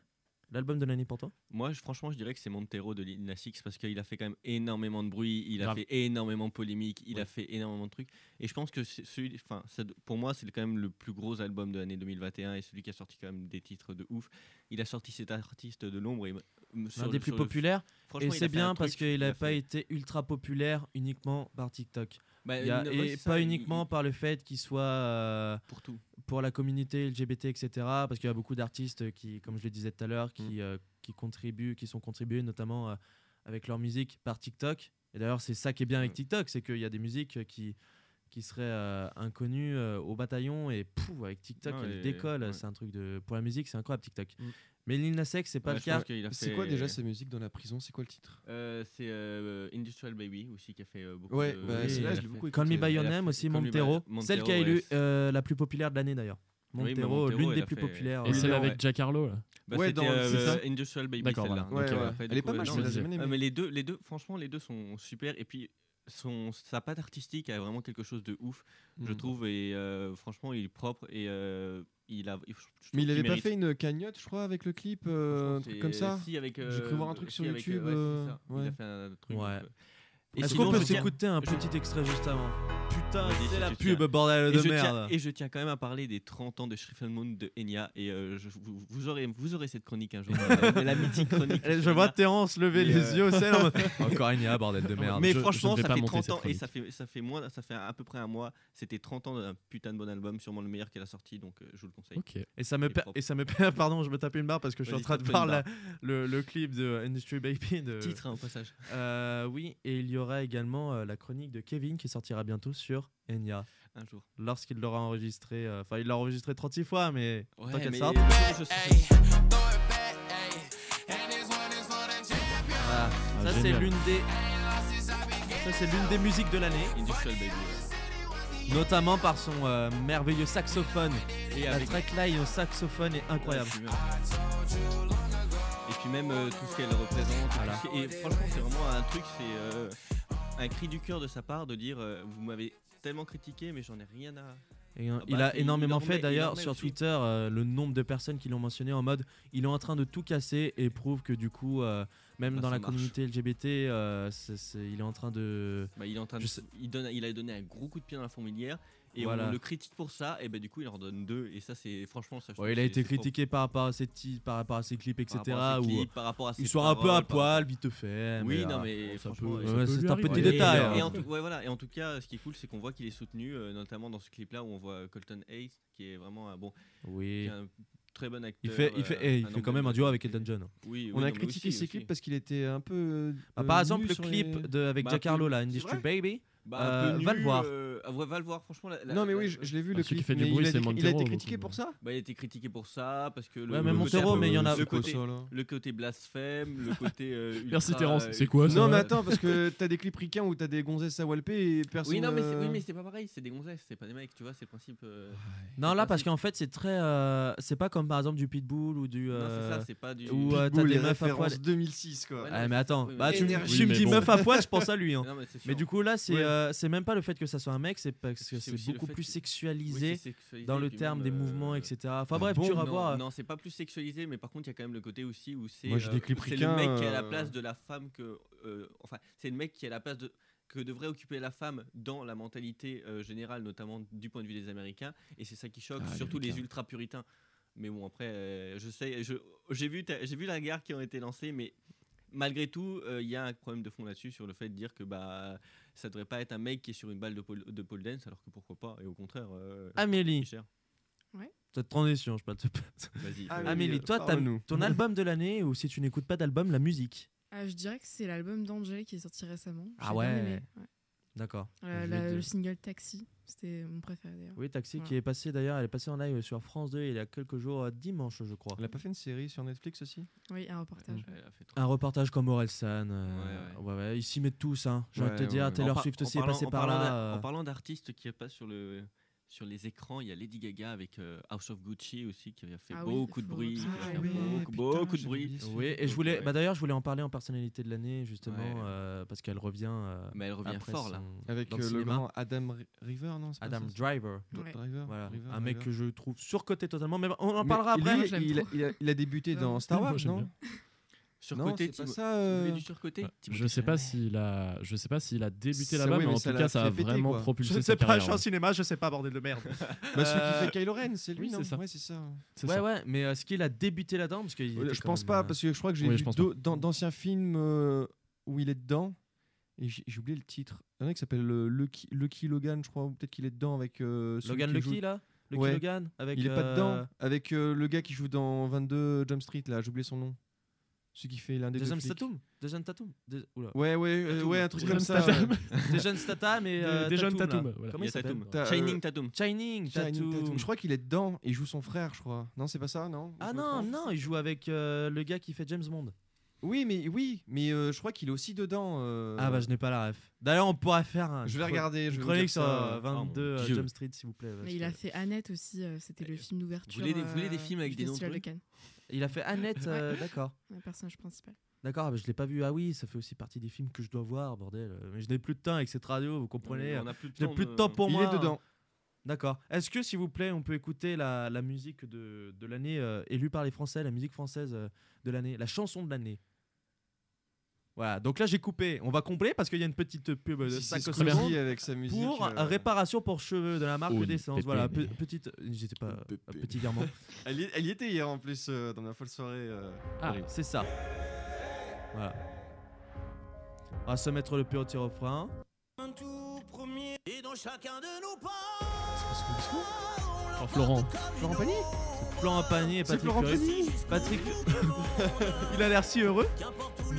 B: l'album de l'année pour toi
E: Moi, je- franchement, je dirais que c'est Montero de Lil Nas X parce qu'il a fait quand même énormément de bruit, il a
C: Grave.
E: fait énormément de polémique, il
C: Ouais.
E: a fait énormément de trucs. Et je pense que c'est celui, enfin, ça d- pour moi, c'est quand même le plus gros album de l'année 2021 et celui qui a sorti quand même des titres de ouf. Il a sorti cet artiste de l'ombre et m- m- sur
B: L'un
E: le-
B: des plus
E: sur le-
B: populaires. Et
E: franchement, il a
B: c'est
E: fait un
B: bien parce
E: truc,
B: qu'il
E: il a
B: n'a pas
E: fait-
B: été ultra populaire uniquement par TikTok.
E: Bah,
B: Il y a-
E: non, ouais,
B: et
E: c'est ça,
B: pas
E: il-
B: uniquement par le fait qu'il soit euh,
E: il- pour tout.
B: pour la communauté LGBT, etc. Parce qu'il y a beaucoup d'artistes qui, comme je le disais tout à l'heure,
E: Mm.
B: qui, euh, qui contribuent, qui sont contribués notamment euh, avec leur musique par TikTok. Et d'ailleurs, c'est ça qui est bien
E: Mm.
B: avec TikTok, c'est qu'il y a des musiques qui, qui seraient euh, inconnues euh, au bataillon et pouf, avec TikTok,
E: Ah,
B: elles
E: et-
B: décollent.
E: ouais.
B: C'est un truc de. Pour la musique, c'est incroyable TikTok.
G: Mm.
B: Mais Lil Nas X, c'est pas
E: Ouais,
B: le
E: je
B: cas.
E: pense qu'il a
G: C'est quoi
E: fait-
G: déjà ces musiques dans la prison C'est quoi le titre
E: Euh, C'est euh, Industrial Baby aussi qui a fait euh, beaucoup
G: Ouais,
E: de.
G: bah,
B: oui,
G: c'est là
B: elle
G: je
B: a
G: l'ai beaucoup
B: Call Me
G: écouté.
B: By Your
E: Elle a
B: Name
E: fait-
B: aussi,
E: Call Me By-
B: Montero. Celle
E: Montero,
B: qui a élu
E: ouais.
B: euh, la plus populaire de l'année d'ailleurs.
E: Oui, mais
B: Montero,
E: Montero,
B: l'une
E: elle
B: des
E: a
B: plus
E: fait-
B: populaires.
C: Et
B: euh,
C: celle
G: Ouais.
C: avec Jack Harlow. là.
E: Bah,
G: Ouais,
E: c'était,
G: dans-
E: euh,
G: c'est ça
E: Industrial Baby
C: D'accord,
E: celle-là.
C: voilà.
E: Donc,
G: Ouais,
E: euh,
G: ouais.
E: après, du
G: Elle est
E: coup,
G: pas
E: euh,
G: mal,
E: non,
G: celle-là,
E: mais-
G: j'ai bien aimé.
E: Ah, mais les deux, les deux, franchement, les deux sont super. Et puis, son, sa patte artistique a vraiment quelque chose de ouf, je
G: Mm.
E: trouve. Et euh, franchement, il est propre et euh, il a. je trouve
G: Mais il
E: qu'il
G: avait pas
E: mérite.
G: fait une cagnotte, je crois, avec le clip, euh, un truc
E: C'est-
G: comme ça
E: si, avec, euh,
G: J'ai cru voir un truc
E: si,
G: sur
E: avec,
G: YouTube,
E: ouais, c'est
G: euh,
E: ça.
G: ouais.
E: Il a fait un truc.
B: Ouais.
E: euh, et
B: Est-ce
E: sinon,
B: qu'on peut
E: je tiens-
B: s'écouter un
E: je-
B: petit extrait juste avant Putain,
E: Vas-y,
B: c'est
E: si
B: la
E: tu
B: pub,
E: tiens.
B: bordel
E: Et
B: de
E: je, tiens,
B: merde.
E: et je tiens quand même à parler des 30 ans de Shriffle Moon de Enya. Et euh, je- vous, vous aurez, vous aurez cette chronique un jour.
G: *laughs*
E: euh, mais la mythique chronique.
B: Et *laughs* Je
E: Enya.
B: vois Terence lever
E: Mais,
B: les
E: euh,
B: yeux au ciel en
E: *laughs*
B: mode Encore Enya, bordel de merde.
E: Mais
C: je- je
E: franchement,
C: ne vais
E: ça
C: pas
E: fait
C: monter
E: 30
C: cette
E: ans et
C: chronique.
E: ça fait, ça fait moins, ça fait à peu près un mois. C'était 30 ans d'un putain de bon album, sûement le meilleur qu'elle a sorti, donc euh, je vous le conseille.
C: Ok.
B: Et ça me,
E: Il est
B: per-
E: propre.
B: et ça me per- *laughs* pardon, je me tape une barre parce que je suis en
E: Vas-y,
B: train de
E: tape-toi
B: voir
E: une
B: la- le, le clip de Industry Baby. De...
E: Titre hein, au passage.
B: Euh, oui, et il y aura également euh, la chronique de Kevin qui sortira bientôt sur Enya.
E: Un jour.
B: Lorsqu'il l'aura enregistré, euh, enfin il l'a enregistré 36 fois, mais tant qu'elle sorte.
E: je- je- ah,
B: Voilà. ça c'est
C: génial.
B: l'une des, ça c'est l'une des musiques de l'année.
E: Industrial Baby. ouais.
B: notamment par son euh, merveilleux saxophone.
E: Et
B: La
E: avec Ah,
B: trackline au saxophone est incroyable.
E: Et puis même- Et puis même euh, tout ce qu'elle représente.
B: Voilà.
E: tout ce qui- Et franchement, c'est vraiment un truc, c'est euh, un cri du cœur de sa part de dire euh, Vous m'avez tellement critiqué, mais j'en ai rien à.
B: Et, euh,
E: Ah
B: il
E: bah,
B: a
E: c'est
B: énormément
E: énorme-
B: fait d'ailleurs
E: énorme
B: sur
E: aussi.
B: Twitter euh, le nombre de personnes qui l'ont mentionné en mode il est en train de tout casser et prouve que du coup euh, même
E: Bah,
B: dans
E: ça
B: la
E: marche.
B: communauté LGBT euh, c'est- c'est- il est en train de
E: Bah, il, est en train de-
B: Je sais-
E: il, donne, il a donné un gros coup de pied dans la fourmilière. Et
B: Voilà.
E: on le critique pour ça, et bah du coup il en donne deux, et ça c'est franchement ça. je
B: Ouais,
E: trouve
B: il a
E: c'est-
B: été
E: c'est fort.
B: critiqué par rapport à ses petits- par rapport à ses clips etc
E: Par rapport à ses
B: où
E: clips, par rapport à ses
B: euh, il sort un peu à
E: paroles, par-
B: poil vite fait
E: Oui,
B: euh,
E: non, mais
B: bon, ça
E: franchement,
B: peut-
E: ça
B: ouais,
C: peut
B: c'est
C: lui
B: un petit
C: arriver.
B: détail
E: Et,
B: hein.
E: et en tout, ouais, voilà. et en tout cas, ce qui est cool, c'est qu'on voit qu'il est soutenu, euh, notamment dans ce clip-là où on voit euh, Colton Hayes, qui est vraiment un bon, qui
B: oui
E: est un très bon acteur.
B: il fait il
E: euh,
B: fait eh, il
E: un
B: fait quand même un duo avec Elton John
E: Oui, oui,
F: On
E: non,
F: a
E: mais
F: critiqué
E: aussi,
F: ses
E: aussi.
F: clips parce qu'il était un peu. euh,
B: Ah, par
F: euh,
B: exemple
F: nu
B: le
F: sur
B: clip
F: les-
B: de avec
E: Bah,
B: Giancarlo
E: plus-
B: là
E: c'est
B: Industry
E: vrai
B: Baby
E: Bah, un peu
B: Euh,
E: nu,
B: va le voir.
E: euh, ah, ouais, va le voir, franchement. la- la-
F: Non, mais oui,
E: la-
F: je, je l'ai vu
C: Ah,
F: le
C: celui qui
F: clip.
C: fait du
F: mais
C: bruit,
F: il a été-
C: c'est
F: il a
C: Montero,
F: été
C: donc,
F: critiqué
C: euh,
F: pour ça
E: Bah, il a été critiqué pour ça, parce que le.
B: Ouais, mais
E: le
B: Montero,
E: côté-
B: mais il y en a-
E: Le
B: C'est
E: côté,
F: Non,
E: le côté blasphème, le
B: *laughs*
E: côté. euh, ultra,
C: Merci Terence,
E: euh,
C: c'est quoi ça
F: mais attends, parce que t'as des clips ricains où t'as des gonzesses à walper et personne.
E: Oui, non, mais c'est oui,
F: euh,
E: mais c'est pas pareil, c'est des gonzesses, c'est pas des mecs, tu vois, c'est le principe. euh,
B: non
E: le
B: là parce
E: principe.
B: qu'en fait c'est très euh, c'est pas comme par exemple du pitbull ou du
E: Non, c'est
B: euh,
E: ça, c'est pas du.
B: ou, euh, t'as
F: Pitbull,
B: des
F: les
B: meufs à poil
F: références 2006, quoi.
E: Ouais,
B: Ah, mais attends,
E: Oui,
B: bah,
E: mais-
B: tu, me-
F: Énergie.
B: tu me
C: Oui, mais
B: dis
C: bon.
B: meuf à poil, je pense à
E: *laughs*
B: lui. hein.
E: Non, mais c'est sûr.
B: Mais du coup, là, c'est
F: Ouais.
B: euh, c'est même pas le fait que ça soit un mec, c'est parce que
E: C'est
B: c'est
E: aussi le
B: beaucoup
E: fait
B: plus
E: que-
B: sexualisé
E: Oui, c'est sexualisé,
B: dans le
E: puis
B: terme
E: même,
B: des
E: euh,
B: mouvements, etc. Enfin
F: Ah
B: bref, tu
F: bon
B: vas
E: non,
B: voir.
E: Non, c'est pas plus sexualisé, mais par contre, il y a quand même le côté aussi où c'est.
F: Moi, j'ai
E: euh,
F: des clips
E: c'est le mec
F: ricains,
E: qui est à la
F: euh,
E: place de la femme que. euh, enfin, c'est le mec qui est à la place de que devrait occuper la femme dans la mentalité euh, générale, notamment du point de vue des Américains, et c'est ça qui choque,
C: Ah, les
E: surtout les
C: Américains.
E: ultra puritains. Mais bon, après, euh, je sais, je- j'ai vu, ta- j'ai vu la guerre qui ont été lancée, mais malgré tout, euh, il y a un problème de fond là-dessus sur le fait de dire que bah ça devrait pas être un mec qui est sur une balle de pole, de pole dance, alors que pourquoi pas, et au contraire. euh, c'est
B: Amélie,
E: cher.
B: cette transition, je peux te...
E: Vas-y.
F: Ah,
E: euh,
F: Amélie,
B: Amélie, toi, t'as
F: parle-nous.
E: *laughs*
B: ton album de l'année, ou si tu n'écoutes pas d'album, la musique.
D: Ah, je dirais que c'est l'album d'Angèle qui est sorti récemment. J'ai
B: Ah
D: bien
B: ouais.
D: aimé, ouais.
B: D'accord.
D: Euh,
B: Je
D: la-
B: vais te-
D: le single Taxi, c'était mon préféré d'ailleurs.
B: Oui, Taxi qui
D: Voilà.
B: est passé d'ailleurs, elle est passée en live sur France 2 il y a quelques jours, euh, dimanche, je crois.
F: On a pas fait une série sur Netflix aussi
D: Oui, un reportage.
E: elle a fait trop.
B: Un reportage comme Orelsan. euh,
E: Ouais,
B: ouais, ouais, ils s'y mettent tous, hein. J'ai
F: Ouais,
B: envie de te dire,
F: ouais.
E: En
B: Taylor
E: par-
B: Swift
E: en
B: aussi est
E: parlant-
B: passé
E: en
B: par
E: parlant
B: là.
E: d'a-
B: euh,
E: En parlant d'artistes qui passent sur, le, sur les écrans, il y a Lady Gaga avec euh, House of Gucci aussi qui a fait
D: Ah oui,
E: beaucoup de
D: faut
E: bruit.
D: absolument
E: qui a
D: Ah
E: fait
D: oui,
E: beaucoup, beaucoup de bruit.
B: Oui, et je voulais,
E: ouais.
B: bah d'ailleurs, je voulais en parler en personnalité de l'année, justement,
E: Ouais.
B: euh, parce qu'elle revient. euh,
E: Mais elle revient
B: après
E: fort
B: son-
E: là.
F: Avec
B: dans
F: euh, le
B: cinéma.
F: grand Adam Ri- River, non c'est pas
B: Adam
F: ça,
B: Driver.
F: c'est-
D: Ouais.
F: Driver,
B: Voilà,
F: River,
B: un mec
F: River.
B: que je trouve surcoté totalement, mais on en
F: Mais
B: parlera
F: lui,
B: après.
D: Moi, je l'aime
F: il, a-
D: trop.
F: il a- il a débuté dans Star
C: Oui, moi,
F: Wars,
C: j'aime
F: non Non,
E: Surcoté,
F: c'est
E: Tim-
F: pas ça.
E: Vous voulez
F: euh,
E: du surcoté
C: Ouais,
E: Timothée
C: Je sais pas
E: Chalamet.
C: s'il a, je sais pas s'il a débuté
F: Ça,
C: là-bas,
F: oui,
C: mais
F: mais
C: en
F: ça
C: tout
F: l'a
C: cas, ça a
F: fait péter,
C: vraiment
F: quoi.
C: propulsé sa carrière. ouais.
B: cinéma, je sais pas, bordel de merde.
F: Bah, celui
B: Euh,
F: qui fait Kylo Ren, c'est lui,
C: oui,
F: non
C: c'est ça.
F: Ouais, c'est ça.
C: C'est
B: ouais,
C: ça.
B: ouais, mais est-ce qu'il a débuté là-dedans parce qu'il
F: Euh,
B: était
F: Je
B: quand
F: pense
B: même,
F: pas,
B: euh,
F: parce que je crois que j'ai
C: Oui, je
F: vu
C: pense
F: d'au- d'an- d'anciens films euh, où il est dedans. Et j'ai j'ai oublié le titre. Il y en a qui s'appelle euh, Lucky, Lucky Logan, je crois, ou peut-être qu'il est dedans avec. euh, celui
B: Logan
F: qui joue-
B: Lucky là Lucky
F: Ouais.
B: Logan avec,
F: Il est pas
B: euh,
F: dedans. Avec euh, le gars qui joue dans 22 Jump Street, là, j'ai oublié son nom. Celui qui fait l'un des deux.
B: Jason
F: flics.
B: Statham Jason Statham Des- oula.
F: Ouais, ouais, euh, ouais, un truc
C: Jason
F: comme ça.
C: Statham.
F: ouais.
B: Jason Statham et.
C: Des-
B: euh,
C: des jeunes
B: Tatum, là.
C: Tatum, voilà.
B: Comment
E: Il
B: il
E: y a
B: s'appelle
E: Tatum.
F: T'as, euh,
E: Shining Tatum.
B: Shining
F: Channing Tatum.
B: *laughs* Tatum.
F: Je crois qu'il est dedans et il joue son frère, je crois. Non, c'est pas ça, non
B: Ah
F: Je me
B: non,
F: trompe
B: non, il joue avec euh, le gars qui fait James Bond.
F: Oui, mais oui, mais euh, je crois qu'il est aussi dedans. euh,
B: Ah bah je n'ai pas la ref. D'ailleurs on pourra faire un
F: je vais regarder. Je
B: une
F: vais vous dire
B: chronique sur
F: ça.
B: euh, 22
E: Oh mon
B: euh,
E: Dieu.
B: Jump Street s'il vous plaît. parce
D: Mais il a
B: que-
D: fait Annette aussi, euh, c'était le
E: Euh,
D: film d'ouverture.
E: voulez des- vous voulez des
D: euh,
E: films avec
D: du
E: des noms
D: Festival de
E: drôles
D: Cannes,
B: Il a fait Annette, euh, d'accord.
D: le personnage principal.
B: D'accord, ah bah, je l'ai pas vu. Ah oui, ça fait aussi partie des films que je dois voir, bordel. Euh, Mais je n'ai plus de temps avec cette radio, vous comprenez.
E: On a plus de
B: Je n'ai
E: temps,
B: plus de
E: mais-
B: temps pour
F: Il
B: moi.
F: est dedans.
B: D'accord. Est-ce que s'il vous plaît, on peut écouter la, la musique de, de l'année euh, élue par les Français, la musique française euh, de l'année, la chanson de l'année. Voilà. Donc là j'ai coupé. On va compléter parce qu'il y a une petite pub de
F: Si
B: 5
F: c'est ce
B: secondes.
F: qu'on dit avec sa musique.
B: pour
F: euh,
B: réparation pour cheveux de la marque
C: Oh,
B: d'essence.
C: pépé,
B: Voilà,
C: mais-
B: pe- petite. J'étais pas.
F: Pépé.
B: un petit virement.
F: Elle y, elle y était hier en plus euh, dans la folle soirée. euh.
C: Ah,
B: C'est ça. Voilà. On va se mettre le plus tir au frein.
C: oh, Florent.
F: Florent Pagny
B: Florent Pagny et
F: C'est
B: Patrick
F: Florent
B: Fury.
F: Pagny
B: Patrick. *laughs* Il a l'air si heureux.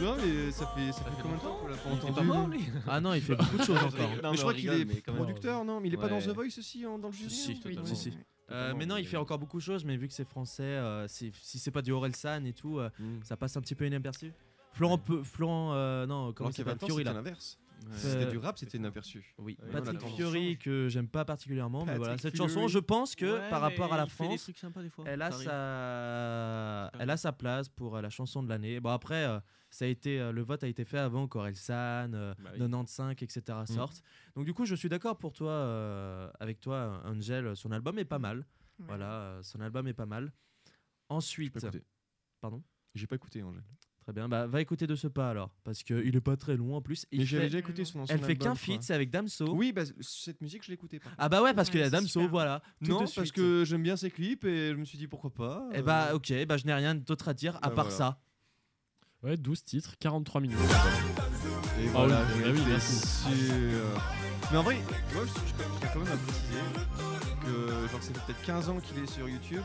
F: Non mais ça fait, ça fait combien de temps qu'on l'a pas entendu
E: lui
B: Ah non, il fait beaucoup de choses encore.
E: Non,
F: Mais je crois
E: on
F: qu'il
E: rigole, mais
F: est
E: quand même.
F: producteur, non Mais il est pas dans
E: Ouais.
F: The Voice aussi en- dans le jury
E: Si,
F: non
E: totalement.
B: si, si. Euh, mais non, il fait encore beaucoup de choses, mais vu que c'est français, euh, c'est- si c'est pas du Orelsan et
E: Mm.
B: tout, euh, ça passe un petit peu inaperçu. Florent, Pe- Florent euh, non, comment
F: Alors
B: il
F: qu'il y a
B: s'appelle
F: 20 ans,
B: Fiori là
F: c'était
B: Euh,
F: l'inverse. Si C'était du rap, c'était inaperçu.
B: Oui,
G: Ouais,
B: Patrick
F: voilà.
B: Fiori que j'aime pas particulièrement, mais
G: Patrick
B: voilà cette
G: Fiori.
B: chanson, je pense que par rapport à la
E: Il fait des
B: France,
E: trucs Ah sympas des fois.
B: elle a
E: ça arrive.
B: sa,
E: Ça
B: elle a sa place pour euh, la chanson de l'année. Bon après, euh, ça a été, euh, le vote a été fait avant qu'Orelsan, euh,
E: Bah oui. Mm.
B: 95, etc. sorte. Donc du coup, je suis d'accord pour toi, euh, avec toi, Angel, son album est
E: Mm.
B: pas mal.
D: Ouais.
B: Voilà, euh, son album est pas mal.
F: J'ai pas
B: Ensuite,
F: écouté.
B: Pardon
F: J'ai pas écouté, Angèle.
B: très bien, bah va écouter de ce pas alors, parce que il est pas très long en plus. Il
F: Mais j'avais
B: fait-
F: déjà écouté son ancien
B: elle fait
F: album,
B: qu'un
F: je crois.
B: feat, c'est avec Damso.
F: Oui, bah, cette musique, je l'écoutais pas.
B: Ah bah ouais, parce que
D: Ouais,
B: la
D: c'est
B: Damso,
D: super.
B: voilà. Ah, Tout
F: non,
B: de
F: parce
B: suite.
F: que j'aime bien ses clips et je me suis dit pourquoi pas.
B: Eh
F: euh,
B: bah ok, bah je n'ai rien d'autre à dire à
F: Bah
B: part
F: voilà.
B: ça.
C: Ouais, 12 titres, 43 minutes.
F: Et
C: Ah
F: voilà,
C: oui,
F: je
C: bah oui,
F: l'ai
C: merci.
F: sûr. Mais en vrai, moi je trouve qu'il y a quand même un peu d'idée que genre ça fait peut-être 15 ans qu'il est sur YouTube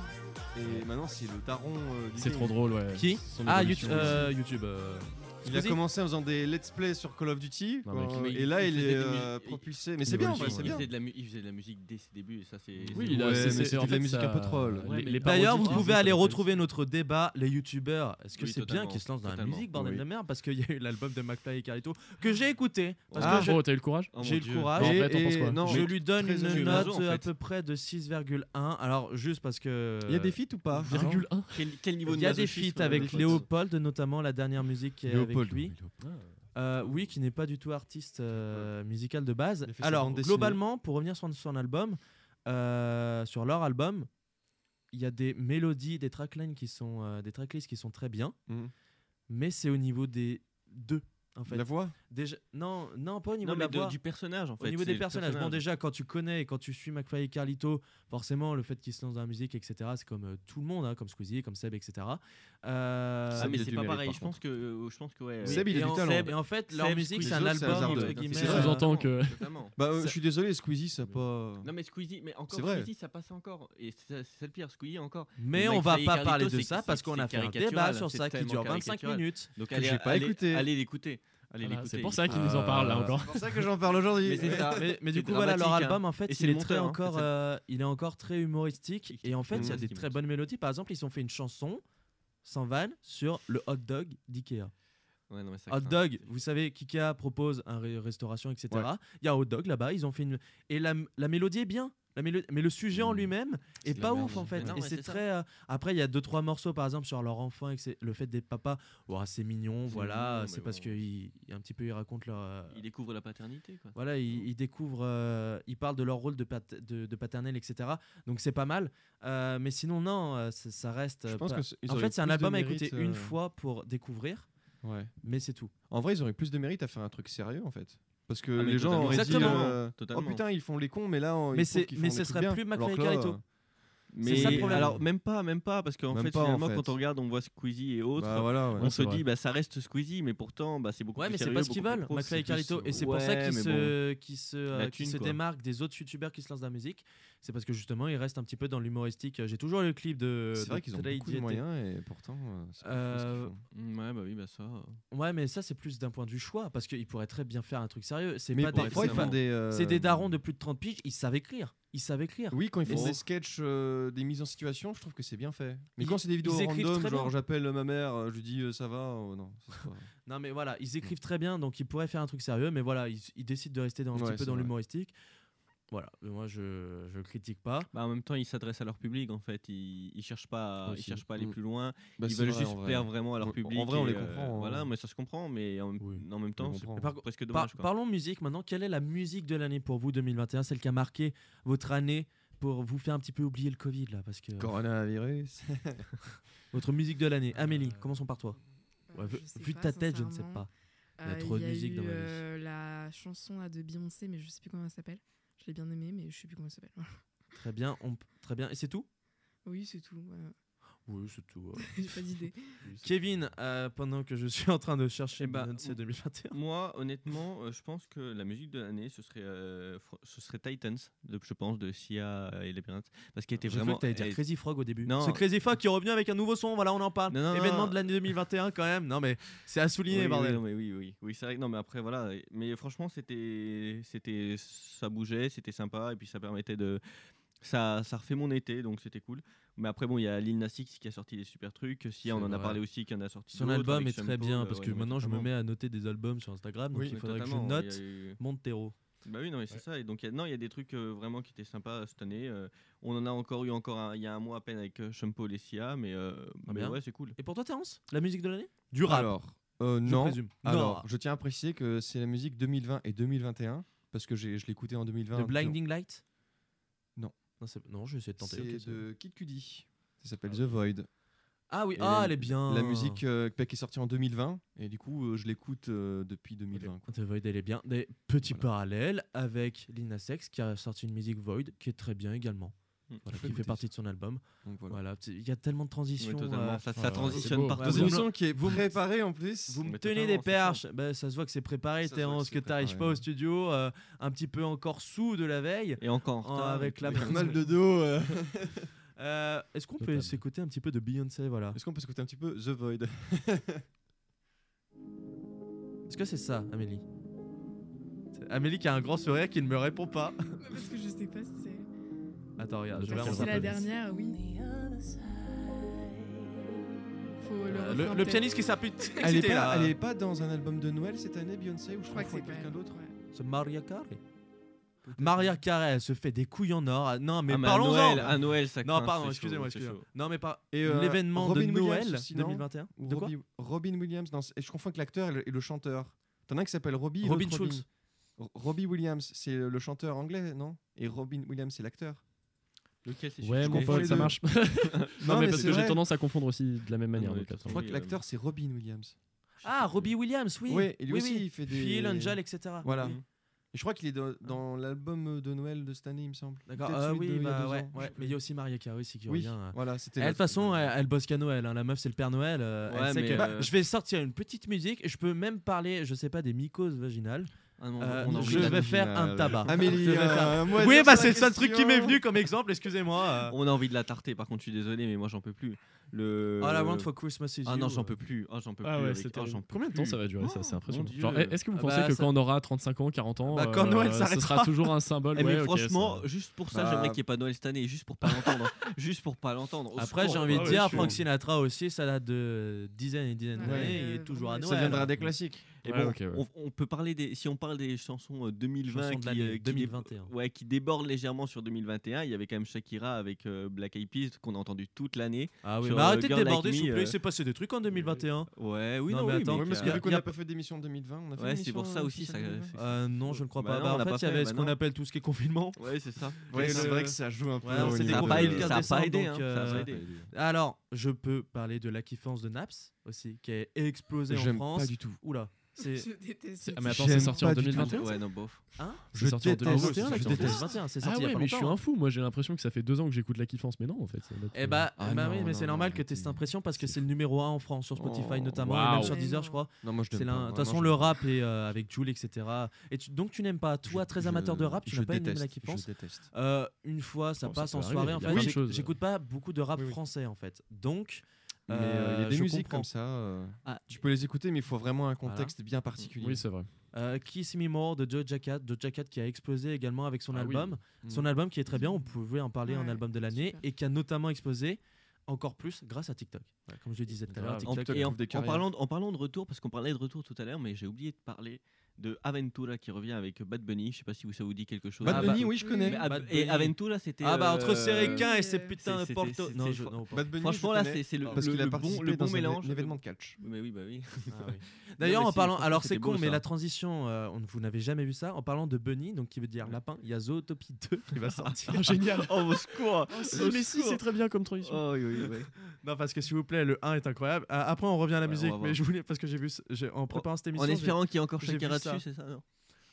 F: et maintenant c'est le daron euh, du
C: C'est
F: game.
C: trop drôle, ouais.
B: Qui
C: Son
B: Ah
C: évolution.
B: YouTube. euh, YouTube, euh,
F: Il a
B: Squeezie
F: commencé en faisant des let's play sur Call of Duty
C: Non, mais
F: quand-
E: qui-
F: et là il,
E: il
F: est
E: faisait des mus-
F: euh,
E: il-
F: propulsé. Mais c'est bien, en vrai,
C: évolution,
F: c'est
E: il
F: bien.
E: faisait de la mu- il faisait de la musique dès ses débuts et ça c'est.
C: Oui, il a
F: Ouais,
C: c'est-
F: mais
C: c'est-
F: c'était
C: en
F: de la
C: fait,
F: musique
C: ça-
F: un peu troll.
C: les-
E: Ouais, mais
C: les
B: D'ailleurs,
C: parodies
B: vous
C: qu'il
B: pouvez
C: faisait,
B: aller
C: ça fait-
B: retrouver notre débat, les youtubeurs. Est-ce que
E: Oui,
B: c'est bien
E: totalement,
B: qu'ils se lancent dans la
E: totalement.
B: musique, bordel
F: Oui.
B: de merde Parce qu'il y a eu l'album de McFly et Carlito que j'ai écouté. Parce
C: Ah,
B: que je-
C: oh, t'as eu le courage
E: Oh mon
B: j'ai eu le
E: Dieu.
B: courage.
C: en
F: Et-
C: fait, t'en penses
F: et-
C: quoi
F: non,
B: je lui donne
F: très
B: une
E: raison,
B: note
E: en fait.
B: à peu près de 6,1. Alors, juste parce que.
F: Il y a des feats ou pas
B: Hein
C: euh, Virgule 1
E: Quel, quel niveau
B: Il y a
E: de
B: des
E: masochisme,
B: feats
E: euh,
B: avec
F: Léopold.
B: Léopold, notamment la dernière musique qui est avec lui. Euh, oui, qui n'est pas du tout artiste euh, musical de base.
F: Il a fait sa
B: Alors,
F: bande dessinée.
B: globalement, pour revenir sur son album, euh, sur leur album, il y a des mélodies, des tracklines qui sont, euh, des tracklists qui sont très bien,
F: Mhm.
B: mais c'est au niveau des deux, en fait.
F: La voix
B: Déjà, non, non, pas au niveau
E: Non,
B: de
E: mais
B: la
E: de-
B: voix.
E: du personnage en
B: Au
E: fait.
B: niveau
E: c'est
B: des
E: le
B: personnages, bon
E: personnage.
B: déjà quand tu connais et quand tu suis McFly et Carlito, forcément le fait qu'ils se lancent dans la musique, etc. C'est comme euh, tout le monde, hein, comme Squeezie, comme Seb, etc. Euh,
E: Ah, mais
F: Seb, il a
E: c'est
F: du
E: pas
F: mérite,
E: pareil.
F: par
E: Je pense que euh, je pense que ouais.
F: Seb, il
B: et
F: a du
B: en-
F: talent.
B: Et en fait,
E: Seb,
B: leur musique,
E: Squeezie,
B: c'est un
F: autres, c'est
B: album
F: hasardeux.
B: hein, entre
F: C'est
B: guillemets.
F: sous-entendu.
B: euh,
C: sous-entend que.
E: Totalement.
F: Bah euh,
B: Ça-
F: je suis désolé, Squeezie ça a pas.
E: Non mais Squeezie, mais encore
F: C'est vrai.
E: Squeezie, ça passe encore. Et c'est c'est le pire, Squeezie encore.
B: euh, Mais
E: Et
B: on
E: Mike
B: va
E: Fay et
B: pas
E: Carlito,
B: parler de
E: c'est-
B: ça
E: c'est-
B: parce
E: c'est
B: qu'on a fait un
E: caricatural,
B: débat
E: c'est
B: sur ça qui
E: tellement
B: dure 25
E: caricatural.
B: minutes.
E: Donc
F: Que
E: allez,
F: j'ai pas
E: allez-
F: écouté.
E: Allez l'écouter. Allez
C: Voilà,
E: l'écouter.
C: Ah, C'est pour ça qu'il nous en parle là
B: Euh,
C: encore.
F: *laughs* C'est pour ça que j'en parle aujourd'hui.
E: Mais c'est ça.
B: Mais, mais
E: C'est
B: du coup, voilà, leur
E: dramatique, hein.
B: album, en fait,
E: Et c'est
B: il
E: le
B: est, très
E: monteur, hein,
B: encore,
E: c'est ça.
B: euh, il est encore très humoristique. Et en fait, il y a
E: Mmh.
B: des
E: Qui
B: très
E: monte.
B: bonnes mélodies. Par exemple, ils ont fait une chanson sans vanne sur le hot dog d'Ikea.
E: Ouais, non, mais ça
B: Hot
E: craint.
B: dog, vous savez, qu'Ikea propose un ré- restauration, etc. Il y a hot dog là-bas, ils ont fait une. Et la, la mélodie est bien. La mélo- Mais le sujet en
E: Mmh.
B: lui-même est
E: de
B: pas
E: la
B: ouf
E: merde.
B: en fait.
E: Mais non,
B: et
E: mais
B: c'est
E: c'est ça.
B: très. euh, Après, il y a deux trois morceaux par exemple sur leur enfant et que c'est- le fait des papas. Ouah, c'est mignon,
E: C'est
B: voilà.
E: mignon,
B: c'est
E: mais
B: parce
E: bon.
B: qu'ils un petit peu ils racontent leur. euh,
E: Il découvre la paternité quoi.
B: voilà, ils, ils découvrent, euh, ils parlent de leur rôle de, pat- de, de paternel, etc. Donc c'est pas mal. Euh, mais sinon, non, euh, ça, ça reste.
F: Je
B: euh,
F: pense
B: pas-
F: que c'est- ils
B: en
F: auraient
B: fait, c'est un
F: plus de
B: album à
F: mérite,
B: écouter
F: euh,
B: une fois pour découvrir,
F: Ouais.
B: mais c'est tout.
F: En vrai, ils auraient plus de mérite à faire un truc sérieux en fait. Parce que
E: Ah, mais
F: les gens
E: totalement.
F: auraient
B: Exactement.
F: dit euh,
E: Totalement.
F: Oh putain, ils font les cons, mais là, on,
B: Mais
F: ils
B: c'est-
F: prouvent qu'ils
B: mais
F: font
B: ce
F: des trucs
B: serait
F: bien.
B: plus
F: Alors
B: McFly
F: que là,
B: et Carlito.
F: euh,
E: Mais
B: ça le problème.
E: alors même pas, même pas parce qu'en
F: Même
E: fait
F: pas, en
E: finalement
F: fait.
E: quand on regarde, on voit Squeezie et autres,
F: Bah voilà, ouais.
E: on
C: Ouais,
E: se
C: c'est
E: dit
C: vrai.
E: bah ça reste Squeezie mais pourtant bah c'est beaucoup
B: Ouais,
E: plus
B: mais c'est
E: sérieux,
B: pas ce qu'ils
E: beaucoup plus
B: veulent,
E: pro,
B: McFly et
E: c'est plus,
B: Carlito.
E: euh,
B: Et c'est pour ça
E: ouais,
B: qu'ils
E: mais bon.
B: se, qu'ils se, euh,
E: La
B: qu'ils
E: thune,
B: se
E: quoi.
B: démarquent des autres youtubeurs qui se lancent dans la musique. C'est parce que justement, ils restent un petit peu dans l'humoristique. J'ai toujours le clip de.
F: C'est
B: de
F: vrai qu'ils ont
B: Trey
F: beaucoup de
B: Diété.
F: moyens et pourtant. euh, c'est pas fou ce qu'ils
B: Euh,
F: font.
E: Mm, Ouais, bah oui, bah ça. euh,
B: Ouais, mais ça, c'est plus d'un point de vue choix parce qu'ils pourraient très bien faire un truc sérieux. C'est
F: Mais
B: pas des.
F: parfois, ils font
B: c'est-
F: des. euh, Mm.
B: C'est des darons de plus de 30 piges, ils savent écrire. Ils savent écrire.
F: Oui, quand ils
B: Et
F: font
B: c'est-
F: des sketchs, euh, des mises en situation, je trouve que c'est bien fait. Mais
B: Ils-
F: quand c'est des vidéos
B: ils écrivent
F: random,
B: très bien.
F: genre j'appelle ma mère, euh, je lui dis euh, ça va, euh, non. ça, c'est pas-
B: Non mais voilà, ils écrivent très bien, donc ils pourraient faire un truc sérieux, mais voilà, ils, ils décident de rester dans un petit
F: Ouais,
B: peu
F: c'est
B: dans
F: vrai.
B: l'humoristique. Voilà, mais moi je je critique pas.
E: Bah en même temps, ils s'adressent à leur public en fait, ils, ils cherchent pas à- ils
F: Aussi.
E: cherchent pas à aller
F: Mm.
E: plus loin,
F: Bah,
E: ils
F: c'est
E: veulent
F: vrai,
E: juste
F: en vrai.
E: plaire vraiment à leur
F: En- en
E: public.
F: vrai, on
E: et,
F: les
E: euh,
F: comprend, hein.
E: Voilà, mais ça se comprend mais en,
F: Oui,
E: en même
F: Je
E: temps, c'est
F: comprends.
B: par-
E: presque
B: Par-
E: dommage quoi.
B: parlons musique maintenant, quelle est la musique de l'année pour vous 2021, celle qui a marqué votre année pour vous faire un petit peu oublier le Covid là parce que
F: Coronavirus.
B: votre musique de l'année. Amélie, commençons par toi.
D: Euh,
B: Ouais, vu
D: je sais
B: vu
D: pas,
B: ta tête, je ne sais
D: sincèrement.
B: pas. Il y a
D: Euh,
B: trop de musique
D: eu,
B: dans ma vie.
D: euh, la chanson là, de Beyoncé, mais je sais plus comment elle s'appelle. Je l'ai bien aimée, mais je sais plus comment elle s'appelle. *laughs*
B: Très bien, on très bien et c'est tout
D: oui, c'est tout. voilà. *laughs*
B: Oui, c'est tout.
D: J'ai pas d'idée.
B: *laughs* Kevin, euh, pendant que je suis en train de chercher
E: Eh bah,
B: Beyoncé 2021.
E: Moi, honnêtement, euh, je pense que la musique de l'année, ce serait, euh, fr- ce serait Titans, de, je pense, de Sia et Labyrinth, parce qu'elle était
B: J'ai cru
E: vraiment.
B: que t'allais dire
E: elle-
B: Crazy Frog au début.
E: Non.
B: C'est Crazy Frog qui est revenu avec un nouveau son, voilà, on en parle.
E: Non, non,
B: Événement
E: non.
B: de l'année 2021 quand même. Non mais c'est à
E: Oui,
B: souligner
E: oui,
B: bordel.
E: non, mais oui, oui, oui, c'est vrai. que- Non, mais après, voilà. Mais franchement, c'était, c'était, ça bougeait, c'était sympa, et puis ça permettait de ça, ça refait mon été, donc c'était cool. Mais après, bon, il y a Lil Nas X qui a sorti des super trucs. Si, on
B: C'est
E: en a
B: vrai.
E: parlé aussi, qui en a sorti.
B: Son
E: d'autres
B: album
E: avec
B: est
E: Sean
B: très
E: Paul,
B: bien
E: euh,
B: parce
E: ouais,
B: que
E: non, mais
B: maintenant je me
E: totalement.
B: mets à noter des albums sur Instagram, donc
E: Oui,
B: il
E: mais
B: faudrait que je
E: totalement, il y a
B: note
E: eu-
B: Montero.
E: Bah oui, non, mais c'est ça. Et donc, il y a- non, il y a des trucs euh, vraiment qui étaient sympas euh, cette année. Euh, on en a encore eu encore un- il y a un mois à peine avec euh, Sean Paul et Sia, mais, euh, mais
B: Ah, bien.
E: ouais, c'est cool.
B: Et pour toi, Terence, la musique de l'année Du rap,
F: Alors, euh,
B: je
F: non.
B: présume.
F: Alors, je tiens à préciser que c'est la musique 2020 et 2021 parce que j'ai- je l'écoutais en 2020.
B: non. de Blinding Light
F: Non.
B: Non, c'est- non, je vais essayer de tenter.
F: C'est
B: ok, c'est-
F: de Kid Cudi. Ça s'appelle The Void.
B: Ah oui,
F: Et
B: ah,
F: la-
B: elle est bien.
F: La musique euh, bah, qui est sortie en 2020 et du coup euh, je l'écoute euh, depuis 2020. quoi.
B: The Void, elle est bien. Des petits
F: Voilà.
B: parallèles avec Lina Sex qui a sorti une musique Void qui est très bien également.
E: Mm.
B: Voilà,
F: Je vais
B: qui fait
F: écouter
B: partie de son album.
F: Donc Hmm. voilà.
B: Voilà, c'est- il y a tellement de transitions.
E: Ouais, totalement.
B: euh,
E: ça, ça
C: voilà, c'est
E: transitionne
C: beau.
E: partout.
F: Dans
B: Vous
F: une
B: me-
F: émission qui est
B: vous me-
F: préparée en plus.
B: Vous me
E: Mais
B: tenez
E: totalement,
B: des
E: c'est ça.
B: perches. Bah, ça se voit que c'est préparé,
F: Ça se voit que
B: Terence,
F: c'est
B: que t'arrives
F: préparé,
B: pas au
F: ouais.
B: studio, euh, un petit peu encore sous de la veille.
E: Et encore en
B: en-
E: retard,
B: Oh, avec
E: et
B: la *laughs*
E: tout.
B: mal
F: de dos.
B: Euh, Est-ce qu'on peut
C: Notable.
B: s'écouter un petit peu de Beyoncé voilà
F: Est-ce qu'on peut s'écouter un petit peu The Void
B: Est-ce que c'est ça, Amélie C'est- Amélie qui a un grand sourire qui ne me répond pas. *laughs*
D: Parce que je sais pas si c'est.
B: Attends, regarde,
C: Bah,
B: je vais
C: Là,
D: Parce que
C: on
D: c'est la
C: rappelle.
D: dernière, oui. Faut le,
B: Euh,
D: refrain
B: le, le
D: peut-être.
B: pianiste qui *laughs* s'appuie
F: elle, est
B: excité
F: pas,
B: là.
F: elle est pas dans un album de Noël cette année, Beyoncé Ou je,
D: Je crois que c'est
F: confonds avec
D: pas
F: quelqu'un
D: elle.
F: d'autre
D: Ouais.
B: C'est Maria Carey. Maria Carey, elle se fait des couilles en or. Ah, Non, mais
E: Ah, mais à
B: parlons-en.
E: Noël, à Noël, ça
B: Non,
E: craint,
B: pardon,
E: c'est
B: excusez-moi,
E: chaud,
B: excusez-moi.
E: c'est chaud.
B: Non, mais pas
F: Et, euh,
B: l'événement de
F: Robin Williams
B: Noël
F: aussi, non
B: 2021.
F: Ou
B: De quoi
F: Robbie- Robin Williams. Non, c'est- je confonds avec l'acteur et, le- et le chanteur. T'en as un qui s'appelle Robbie. et
B: Robin
F: l'autre
B: Schulz.
F: Ro- Robbie Williams, c'est le chanteur anglais, non Et Robin Williams, c'est l'acteur.
E: Lequel, c'est chaud.
C: Ouais, mon
F: comprends les
C: pote, ça
F: deux.
C: marche. non,
F: Non,
C: mais
F: mais
C: parce
F: c'est
C: que j'ai
F: vrai.
C: tendance à confondre aussi de la même manière.
E: non,
C: donc,
E: mais
C: attends.
F: Je crois
E: Oui,
F: que
E: euh,
F: l'acteur, c'est Robin Williams.
B: Ah, Robbie Williams, oui.
F: Ouais, et lui
B: oui,
F: aussi,
B: oui.
F: il fait des-
B: Phil, Angel, etc.
F: Voilà.
E: Oui.
F: Et je crois qu'il est dans, dans l'album euh, de Noël de cette année, il me semble.
B: Ah. D'accord,
F: Peut-être
B: ah
F: celui d'il
B: oui,
F: y a
B: bah
F: deux
B: ouais.
F: ans, je
B: ouais.
F: sais
B: Mais
F: plus.
B: il y a aussi Maria Carey aussi qui
F: Oui,
B: revient. euh.
F: voilà, c'était.
B: Elle, de
F: la-
B: toute façon, elle, elle bosse qu'à Noël. hein. La meuf, c'est le Père Noël. euh, elle
E: Ouais,
B: sait
E: mais,
B: que
E: euh,
B: je vais sortir une petite musique. Je peux même parler, je sais pas, des mycoses vaginales.
E: Ah, non,
B: Euh,
E: on a
B: je
E: oublié
B: vais
E: d'aller-
B: faire un
G: vaginale.
B: tabac.
F: Amélie,
B: Je vais faire-
F: euh, moi,
B: Oui,
F: j'adore
B: bah
F: la
B: c'est le seul truc qui
F: question.
B: m'est venu comme exemple. Excusez-moi. euh.
E: Ah, On a envie de la tarter, par contre, je suis désolé, mais moi, j'en peux plus. Le...
B: All I want Oh, for Christmas is
E: Ah
B: you.
E: non, j'en peux plus. Ah, j'en peux
C: Ah
E: plus.
C: ouais,
E: avec-
C: c'est
E: ah,
C: terrible.
E: j'en peux
C: Combien de temps
E: plus.
C: ça va durer ça C'est impressionnant.
E: Dieu.
C: Genre, est- Est-ce que vous
B: Ah
C: pensez
B: bah,
C: que
B: ça-
C: quand on aura 35 ans, 40 ans,
B: Bah, quand
C: euh,
B: Noël
C: ça
B: s'arrêtera.
C: sera toujours un symbole
E: Eh, mais
C: ouais, ok,
E: franchement,
C: ça-
E: juste pour ça,
F: Bah-
E: j'aimerais qu'il n'y ait pas Noël cette année, juste pour *laughs* pas l'entendre. juste pour pas l'entendre. Au
B: Après,
E: secours.
B: j'ai envie
C: Ah
B: de
C: ouais,
B: dire,
C: sûr.
B: Frank Sinatra aussi, ça date de dizaines et dizaines
D: Ouais.
B: d'années. Il
D: Ouais.
B: est toujours à Noël. Mmh.
F: Ça deviendra des classiques.
E: Et
C: Ouais,
E: bon,
C: ok, ouais.
E: on, on peut parler des. Si on parle des chansons euh, 2020
B: Chanson de
E: qui,
B: l'année,
E: euh, qui dé-
B: 2021.
E: ouais, qui débordent légèrement sur 2021, il y avait quand même Shakira avec euh, Black Eyed Peas qu'on a entendu toute l'année.
B: Ah oui,
E: Sur,
B: mais
E: euh,
B: arrêtez de
E: Girl Like
B: déborder,
E: Me,
B: s'il vous plaît.
E: euh,
B: C'est passé des trucs en 2021.
E: Ouais, oui,
B: Non,
E: non,
B: mais
E: oui,
B: attends,
E: mais euh,
F: Ouais, parce
E: qui
F: que
E: a-
F: vu qu'on
B: y a-
F: n'a pas fait d'émission en 2020, on a fait
E: Ouais,
F: une
E: c'est pour
F: émission,
E: ça
F: euh,
E: aussi, ça-
F: spéciale
E: c'est-
F: 2020.
B: Euh, non, je ne crois
E: Bah
B: pas.
E: non,
B: Bah,
E: on
B: en
E: l'a pas
B: fait, il y
E: fait,
B: avait
E: bah
B: ce qu'on
E: non.
B: appelle tout ce qui est confinement.
E: Ouais, c'est ça.
F: Ouais,
B: Et
F: c'est
B: le-
F: vrai que ça joue un peu.
B: Ouais, on
F: au
B: s'est
E: ça
F: niveau
E: a
B: déconfiné
E: pas
F: de-
E: aidé, ça a
B: décembre,
E: pas aidé.
B: donc,
E: hein, ça a
B: euh,
E: pas aidé.
B: Alors, je peux parler de la kiffance de Naps aussi, qui a explosé en
F: J'aime
B: France.
F: pas du tout.
B: Oula, c'est.
D: *laughs* Je déteste.
C: C'est-
D: cette
C: Ah, mais attends,
F: J'aime
C: c'est sorti en
F: pas du tout.
C: 2021
E: Ouais, non, bof.
F: Je
C: C'est sorti en
F: déteste.
C: 2021,
F: Ah,
B: Je
C: c'est sorti en
B: déteste
C: France.
B: 21, c'est
C: Ah
B: sorti il y a
C: ouais,
B: pas
C: mais je suis
B: longtemps,
C: un fou. Moi, j'ai l'impression que ça fait deux ans que j'écoute la kiffance, mais non, en fait. ça date,
B: Eh
C: euh,
B: bah,
F: Ah
B: bah
F: non,
B: oui, mais
F: non,
B: c'est
F: non,
B: normal que
F: non,
B: tu aies cette
F: c'est
B: impression parce que
C: fou.
B: c'est le numéro 1 en France sur Spotify
F: Oh,
B: notamment et même
C: waouh.
B: sur Deezer,
D: Mais
B: je crois.
F: Non, moi je
B: C'est
F: l'aime pas,
B: l'un- De toute façon,
F: vraiment,
B: le
F: je-
B: rap et euh, avec Jules, etc. Et tu- donc tu n'aimes pas, toi,
F: je-
B: très
F: je-
B: amateur de rap, tu
F: je
B: n'as pas aimé
F: déteste,
B: la kiffance.
F: Je déteste.
B: Euh, une fois, ça
C: Bon, ça
B: passe
C: peut
B: en
C: arriver,
B: soirée.
C: il y
B: En
C: a
B: fait,
C: plein de
B: j'éc-
C: choses.
B: j'écoute pas beaucoup de rap
F: Oui, oui.
B: français en fait. Donc,
F: Mais euh, il y a
B: euh,
F: des
B: je
F: musiques
B: comprends.
F: comme ça. euh,
B: Ah,
F: Tu peux les écouter, mais il faut vraiment un
B: Voilà.
F: contexte bien particulier.
C: Oui, c'est vrai.
B: Euh, Kiss Me More de Joe Jackat, Joe Jackat qui a explosé également avec son
C: Ah oui.
B: album,
F: Mm.
B: son album qui est très bien, on pouvait en parler en
D: Ouais,
B: album de l'année
D: super.
B: et qui a notamment explosé encore plus grâce à TikTok. Ouais, comme je le disais tout à l'heure,
C: Grave.
E: En,
B: TikTok.
E: et en,
F: trouve des
E: en
F: carrières.
E: parlant, de- en parlant de retour, parce qu'on parlait de retour tout à l'heure, mais j'ai oublié de parler de Aventura qui revient avec Bad Bunny. Je sais pas si vous- ça vous dit quelque chose.
F: Bad
B: Ah, bah-
F: Bunny, oui, je connais.
E: Mais
B: Bad
E: Ab- Et
B: Bunny.
E: Aventura, c'était.
B: Ah bah
E: euh,
B: entre Serequin et ces
D: c'est-
B: putains de
E: c'était-
B: Porto.
E: c'est-
B: Non,
E: c'est
B: je,
E: fo-
B: non, pas-
F: Bad Bunny,
E: Franchement,
F: je
E: là,
F: connais,
E: c'est c'est le,
F: parce
E: le-
F: qu'il
E: le
F: a
E: bon,
F: participé
E: le
F: dans
E: bon
F: un é-
E: mélange.
F: événement de catch.
E: Mais oui, bah oui.
B: Ah oui. D'ailleurs,
E: mais
B: en
E: si,
B: parlant,
E: franchement,
B: alors c'est
E: c'était
B: con,
E: beau,
B: mais
E: ça.
B: la transition, euh, on, vous n'avez jamais vu ça. En parlant de Bunny, donc qui veut dire lapin, il y a Zootopie 2 qui
E: *laughs*
B: va sortir.
C: génial.
E: Oh, au secours
C: mais si, c'est très bien comme transition.
E: Oh, oui, oui, oui.
B: non, parce que s'il vous plaît, le 1 est incroyable. Ah, Après, on revient à la
E: Ouais, on
B: musique,
E: va voir. Oh,
B: mais je voulais parce que j'ai vu ce- j'ai- en préparant cette émission.
E: En
B: j'ai-
E: espérant qu'il y ait encore
B: j'ai vu
E: Shakira
B: ça.
E: dessus, c'est ça non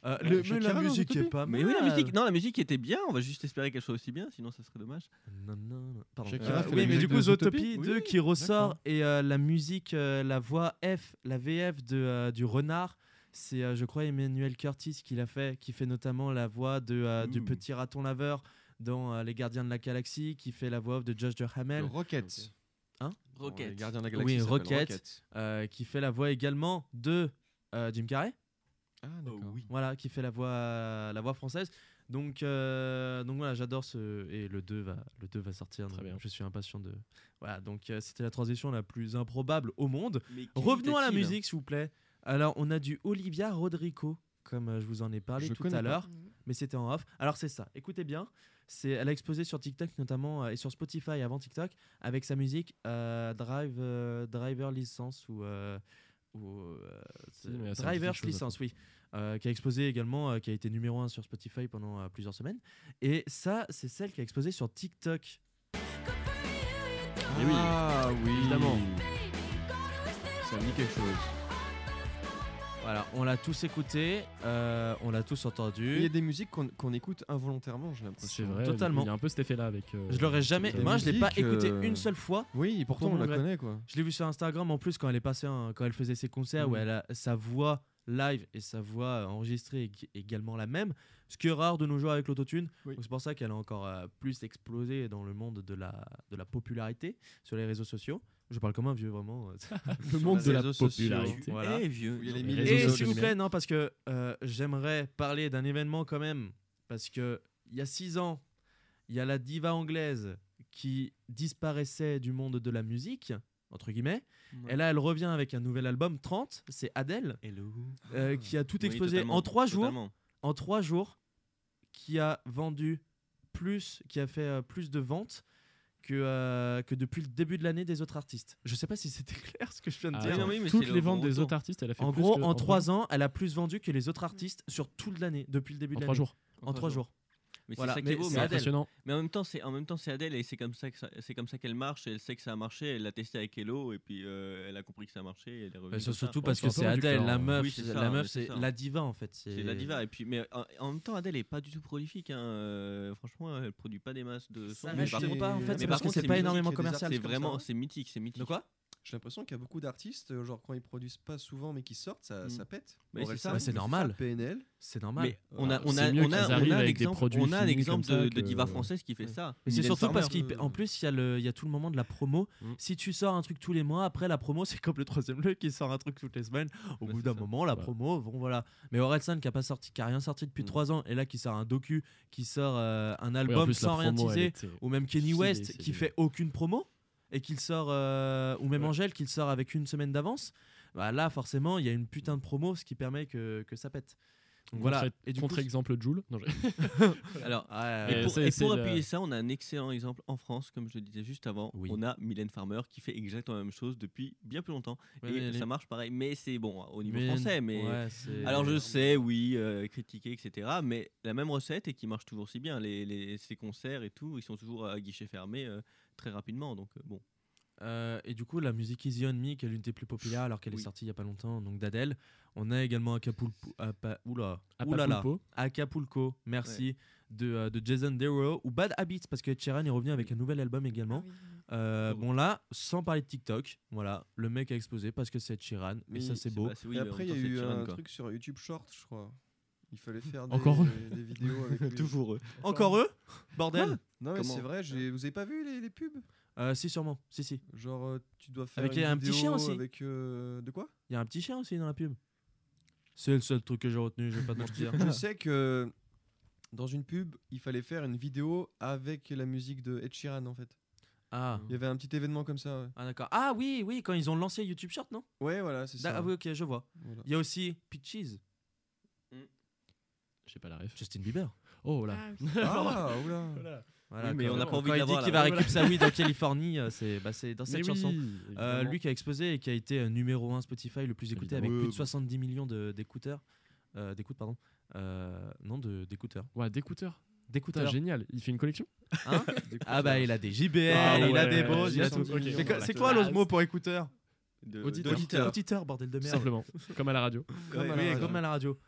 B: Euh, le- mais
F: Shakira
B: la
F: dans
B: musique est
F: Zootopie
B: pas
E: Mais
B: mal.
E: oui, la musique, non, la musique était bien, on va juste espérer qu'elle soit aussi bien, sinon ça serait dommage.
B: Non, non, non, pardon.
F: Shakira
B: Euh,
F: fait
B: oui,
F: la
B: mais
F: musique
B: du
F: de
B: coup, Zootopie
F: Zootopie
B: 2
F: Oui,
B: qui ressort
F: d'accord.
B: et euh, la musique, euh, la voix F, la VF de, euh, du renard, c'est, euh, je crois, Emmanuel Curtis qui l'a fait, qui fait notamment la voix de, euh, du
E: Ouh.
B: petit raton laveur dans euh, Les Gardiens de la Galaxie, qui fait la voix de Josh
F: Le
B: Duhamel,
F: Rocket. Les
E: Rocket.
F: Gardiens de la
B: Oui,
F: Galaxie. s'appelle
B: Rocket. euh, qui fait la voix également de euh, Jim Carrey.
F: Ah, d'accord.
B: Voilà, qui fait la voix, la voix française. Donc, euh, donc voilà, j'adore ce. Et le 2 va, le 2 va sortir.
C: Très
B: donc
C: bien.
B: Je suis impatient de. Voilà, donc euh, c'était la transition la plus improbable au monde.
E: Mais qui
B: Revenons à la
E: t'a-t-il
B: musique, s'il vous plaît. Alors, on a du Olivia Rodrigo, comme euh, je vous en ai parlé
G: Je
B: tout
G: connais
B: à
G: pas.
B: l'heure, mais c'était en off. Alors, c'est ça. Écoutez bien. C'est, elle a explosé sur TikTok notamment euh, et sur Spotify avant TikTok avec sa musique euh, Drive, euh, Driver License ou. euh, ou, euh,
C: Si, mais ça me dit
B: Driver
C: quelque chose,
B: License, oui. Euh, qui a explosé également, euh, qui a été numéro 1 sur Spotify pendant euh, plusieurs semaines. Et ça, c'est celle qui a explosé sur TikTok.
C: Eh oui.
G: Ah
E: *laughs*
G: oui.
C: Évidemment.
G: Ça me dit quelque chose.
B: Voilà, on l'a tous écouté, euh, on l'a tous
F: Il y a
B: entendu.
F: des musiques qu'on qu'on écoute involontairement, j'ai l'impression.
C: C'est vrai.
B: Totalement.
C: Il y a un peu cet effet-là avec. euh,
B: Je l'aurais jamais.
F: des
B: Moi, je l'ai pas
F: musiques,
B: écouté
F: euh,
B: une seule fois.
F: Oui, et pourtant on la
B: Pourtant,
F: connaît quoi.
B: Je l'ai vu sur Instagram en plus quand elle est passée, en- quand elle faisait ses concerts où
F: Mhm.
B: elle a sa voix live et sa voix enregistrée est ég- également la même, ce qui est rare de nos jours avec l'autotune.
F: Oui.
B: Donc c'est pour ça qu'elle a encore euh, plus explosé dans le monde de la, de la popularité sur les réseaux sociaux. Je parle comme un vieux vraiment.
C: Le monde de la
G: réseaux sociaux.
C: popularité.
B: Voilà.
E: Eh, vieux.
F: Il y a
E: Non,
F: les
B: *laughs*
E: mais-
F: mille
C: réseaux
B: Et
C: sociaux,
B: s'il vous
C: mais-
B: plaît, non, parce que euh, j'aimerais parler d'un événement quand même. Parce que il y a six ans, il y a la diva anglaise qui disparaissait du monde de la musique, entre guillemets.
G: Ouais.
B: Et là, elle revient avec un nouvel album, 30, c'est Adele,
E: Hello.
B: euh, qui a tout
E: Ah. Oui,
B: explosé en
E: totalement,
B: trois jours.
E: totalement.
B: En trois jours, qui a vendu plus, qui a fait euh, plus de ventes que, euh, que depuis le début de l'année des autres artistes. Je sais pas si c'était *laughs* clair ce que je viens de
C: Ah,
B: dire.
C: attends,
E: non, oui, mais
C: Toutes
E: c'est le
C: les ventes
E: bon
C: des
E: retour.
C: autres artistes, elle a fait
B: En
C: plus
B: gros,
C: que-
B: en 3 ans, elle a plus vendu que les autres artistes sur toute l'année, depuis le début
C: En
B: de
C: 3
B: l'année.
C: jours.
B: En trois jours.
E: Mais
B: Voilà,
E: c'est ça qui
B: mais
E: est beau,
B: c'est
E: mais
C: C'est
B: Adèle.
E: Adèle.
C: impressionnant.
E: Mais en même temps, c'est en même temps c'est Adèle et c'est comme ça que ça- c'est comme ça qu'elle marche. Elle sait que ça a marché. Elle l'a testé avec Hello et puis euh, elle a compris que ça a marché. Et elle est revenue
B: Mais
E: comme
B: c'est
E: ça.
B: Bah, surtout
C: pense
B: parce
C: que
B: que
C: c'est
B: c'est
C: producteur,
B: Adèle, la
C: hein.
B: meuf,
E: Oui, c'est ça,
B: la
E: mais
B: meuf,
E: c'est
B: c'est
E: ça.
B: la diva en fait.
E: C'est la diva et puis mais en, en même temps Adèle est pas du tout prolifique. hein, euh, Franchement, elle produit pas des masses de sons.
B: Ça
E: Ah, mais
B: reste
E: par contre,
B: pas en fait, c'est
E: mais par
B: parce que
E: contre,
B: c'est
E: c'est
B: pas
E: musique
B: énormément
F: et des artistes
B: commercial.
E: c'est
F: comme ça,
E: vraiment
F: hein.
E: c'est mythique, c'est mythique.
B: De quoi
F: J'ai l'impression qu'il y a beaucoup d'artistes, euh, genre quand ils produisent pas souvent mais qui sortent, ça,
E: Mm.
F: ça pète.
E: Mais
F: Aurel
E: c'est ça.
F: San,
B: Ouais, c'est
F: il fait
B: normal.
F: PNL.
B: C'est normal.
E: Mais on a on
C: c'est
E: a
C: mieux
E: on a
C: qu'ils
E: on
C: arrivent
E: a un
C: avec des
E: exemple
C: produits
E: on a un
C: finis comme
E: exemple
C: ça
E: de,
C: que-
E: de diva française qui fait
F: Ouais.
E: ça.
B: Mais c'est
F: Mylène
B: surtout
F: Farmer,
B: parce qu'en
F: euh,
B: plus, il y, a le- il y a tout le moment de la promo.
E: Mm.
B: Si tu sors un truc tous les mois, après la promo, *laughs* c'est comme le troisième lieu qui sort un truc toutes les semaines. Au
E: Ouais,
B: bout
E: c'est
B: d'un
E: ça.
B: moment, la
C: Ouais.
B: promo, bon voilà. Mais Orelsan qui a, pas sorti, qui a rien sorti depuis
E: Mm.
B: trois ans, et là qui sort un docu, qui sort euh, un
C: Oui, en
B: album
C: plus, la
B: sans rien
C: promo, elle
B: teaser,
C: était-
B: ou même Kenny
C: C'est-
B: West
C: c'est-
B: qui fait aucune promo et qu'il sort euh, ou même
C: Ouais.
B: Angèle qu'il sort avec une semaine d'avance bah là forcément il y a une putain de promo ce qui permet que, que ça pète donc voilà
C: Contre-
B: et du coup,
C: Contre-exemple Joule. Non, je-
E: Alors
B: ouais,
E: Et
C: Euh,
E: pour,
C: c'est-
E: et
C: c'est
E: pour
C: le-
E: appuyer ça, on a un excellent exemple en France, comme je le disais juste avant.
B: Oui.
E: On a Mylène Farmer qui fait exactement la même chose depuis bien plus longtemps.
B: ouais,
E: et
B: mais
E: ça
B: les-
E: marche pareil. Mais c'est bon au niveau
B: mais-
E: français. Mais
B: ouais, c'est-
E: Alors je sais, oui, euh, critiquer, etc. Mais la même recette et qui marche toujours si bien. Les, les- ces concerts et tout, ils sont toujours à guichet fermé euh, très rapidement. Donc euh, bon.
B: Euh, et du coup la musique Easy on Me qui est l'une des plus populaires alors qu'elle est
E: Oui.
B: sortie il y a pas longtemps donc d'Adèle on a également Acapulco Apa- oula, oulala.
C: Acapulco.
B: Acapulco merci de, euh, de Jason Derulo ou Bad Habits parce que Ed Sheeran il revient avec un nouvel album
D: Ah
B: également
D: oui.
B: Euh,
E: Heureux.
B: bon là, sans parler de TikTok, voilà, le mec a explosé parce que c'est Ed Sheeran et
F: Mais
B: ça c'est beau.
E: pas- oui, mais
F: et
E: en
F: après, il y
E: même
F: a
E: temps, c'est
F: eu
E: Sheeran,
F: un
E: quoi.
F: truc sur YouTube Short, je crois. Il fallait faire des,
C: Encore
F: des vidéos *laughs* avec lui.
E: *laughs* Toujours eux.
B: Encore eux Bordel
F: Non, mais
E: Comment
F: c'est vrai, j'ai- vous avez pas vu les, les pubs
B: Euh, Si sûrement, si si.
F: Genre, euh, tu dois faire
B: Avec
F: une
B: un petit
F: vidéo
B: chien aussi.
F: Avec, euh, de quoi
E: *laughs*
B: Il y a un petit chien aussi dans la pub. C'est le seul truc que j'ai retenu, je vais pas te mentir.
F: Je sais que euh, dans une pub, il fallait faire une vidéo avec la musique de Ed Sheeran en fait.
B: Ah,
F: Il y avait un petit événement comme ça. Ouais,
B: ah d'accord. Ah oui, oui, quand ils ont lancé YouTube Short, non
F: Ouais, voilà, c'est ça.
B: Ah oui, ok, je vois.
F: Voilà.
B: Il y a aussi Peaches,
C: J'ai pas la ref.
B: Justin Bieber.
C: Oh là.
D: Ah oui.
B: *laughs*
F: Ah, oula.
B: Voilà,
E: Oui, mais
B: quand-
E: on n'a pas envie
B: quand
E: de
B: il
E: l'avoir,
B: dit
E: là.
B: qu'il va récupérer sa
E: *laughs*
B: weed en Californie, euh, c'est bah, c'est dans
C: Mais
B: cette
C: oui,
B: chanson. Euh,
C: évidemment.
B: lui qui a explosé et qui a été euh, numéro 1 Spotify le plus écouté
C: Évidemment.
B: avec
G: Ouais,
B: plus de
G: bah.
B: 70 millions de- d'écouteurs. Euh, d'écoutes, pardon. Euh, non, de- d'écouteurs.
C: Ouais, d'écouteurs. Putain,
B: D'écouteurs.
C: génial. Il fait une collection *laughs*
B: Hein ah bah il a des JBL,
C: Ah
B: il a
C: ouais,
B: des Bose, il a tout.
F: 70 millions
B: Mais
F: dans
B: que-
F: la
B: C'est quoi l'autre
C: classe.
B: mot pour écouteur
E: De-
C: Auditeur.
E: d'auditeurs.
B: Auditeur, bordel de
C: Tout
B: merde.
C: simplement. Comme à la radio.
B: Comme,
F: Ouais,
B: à la
F: ouais,
B: radio.
F: ouais.
B: comme à la radio.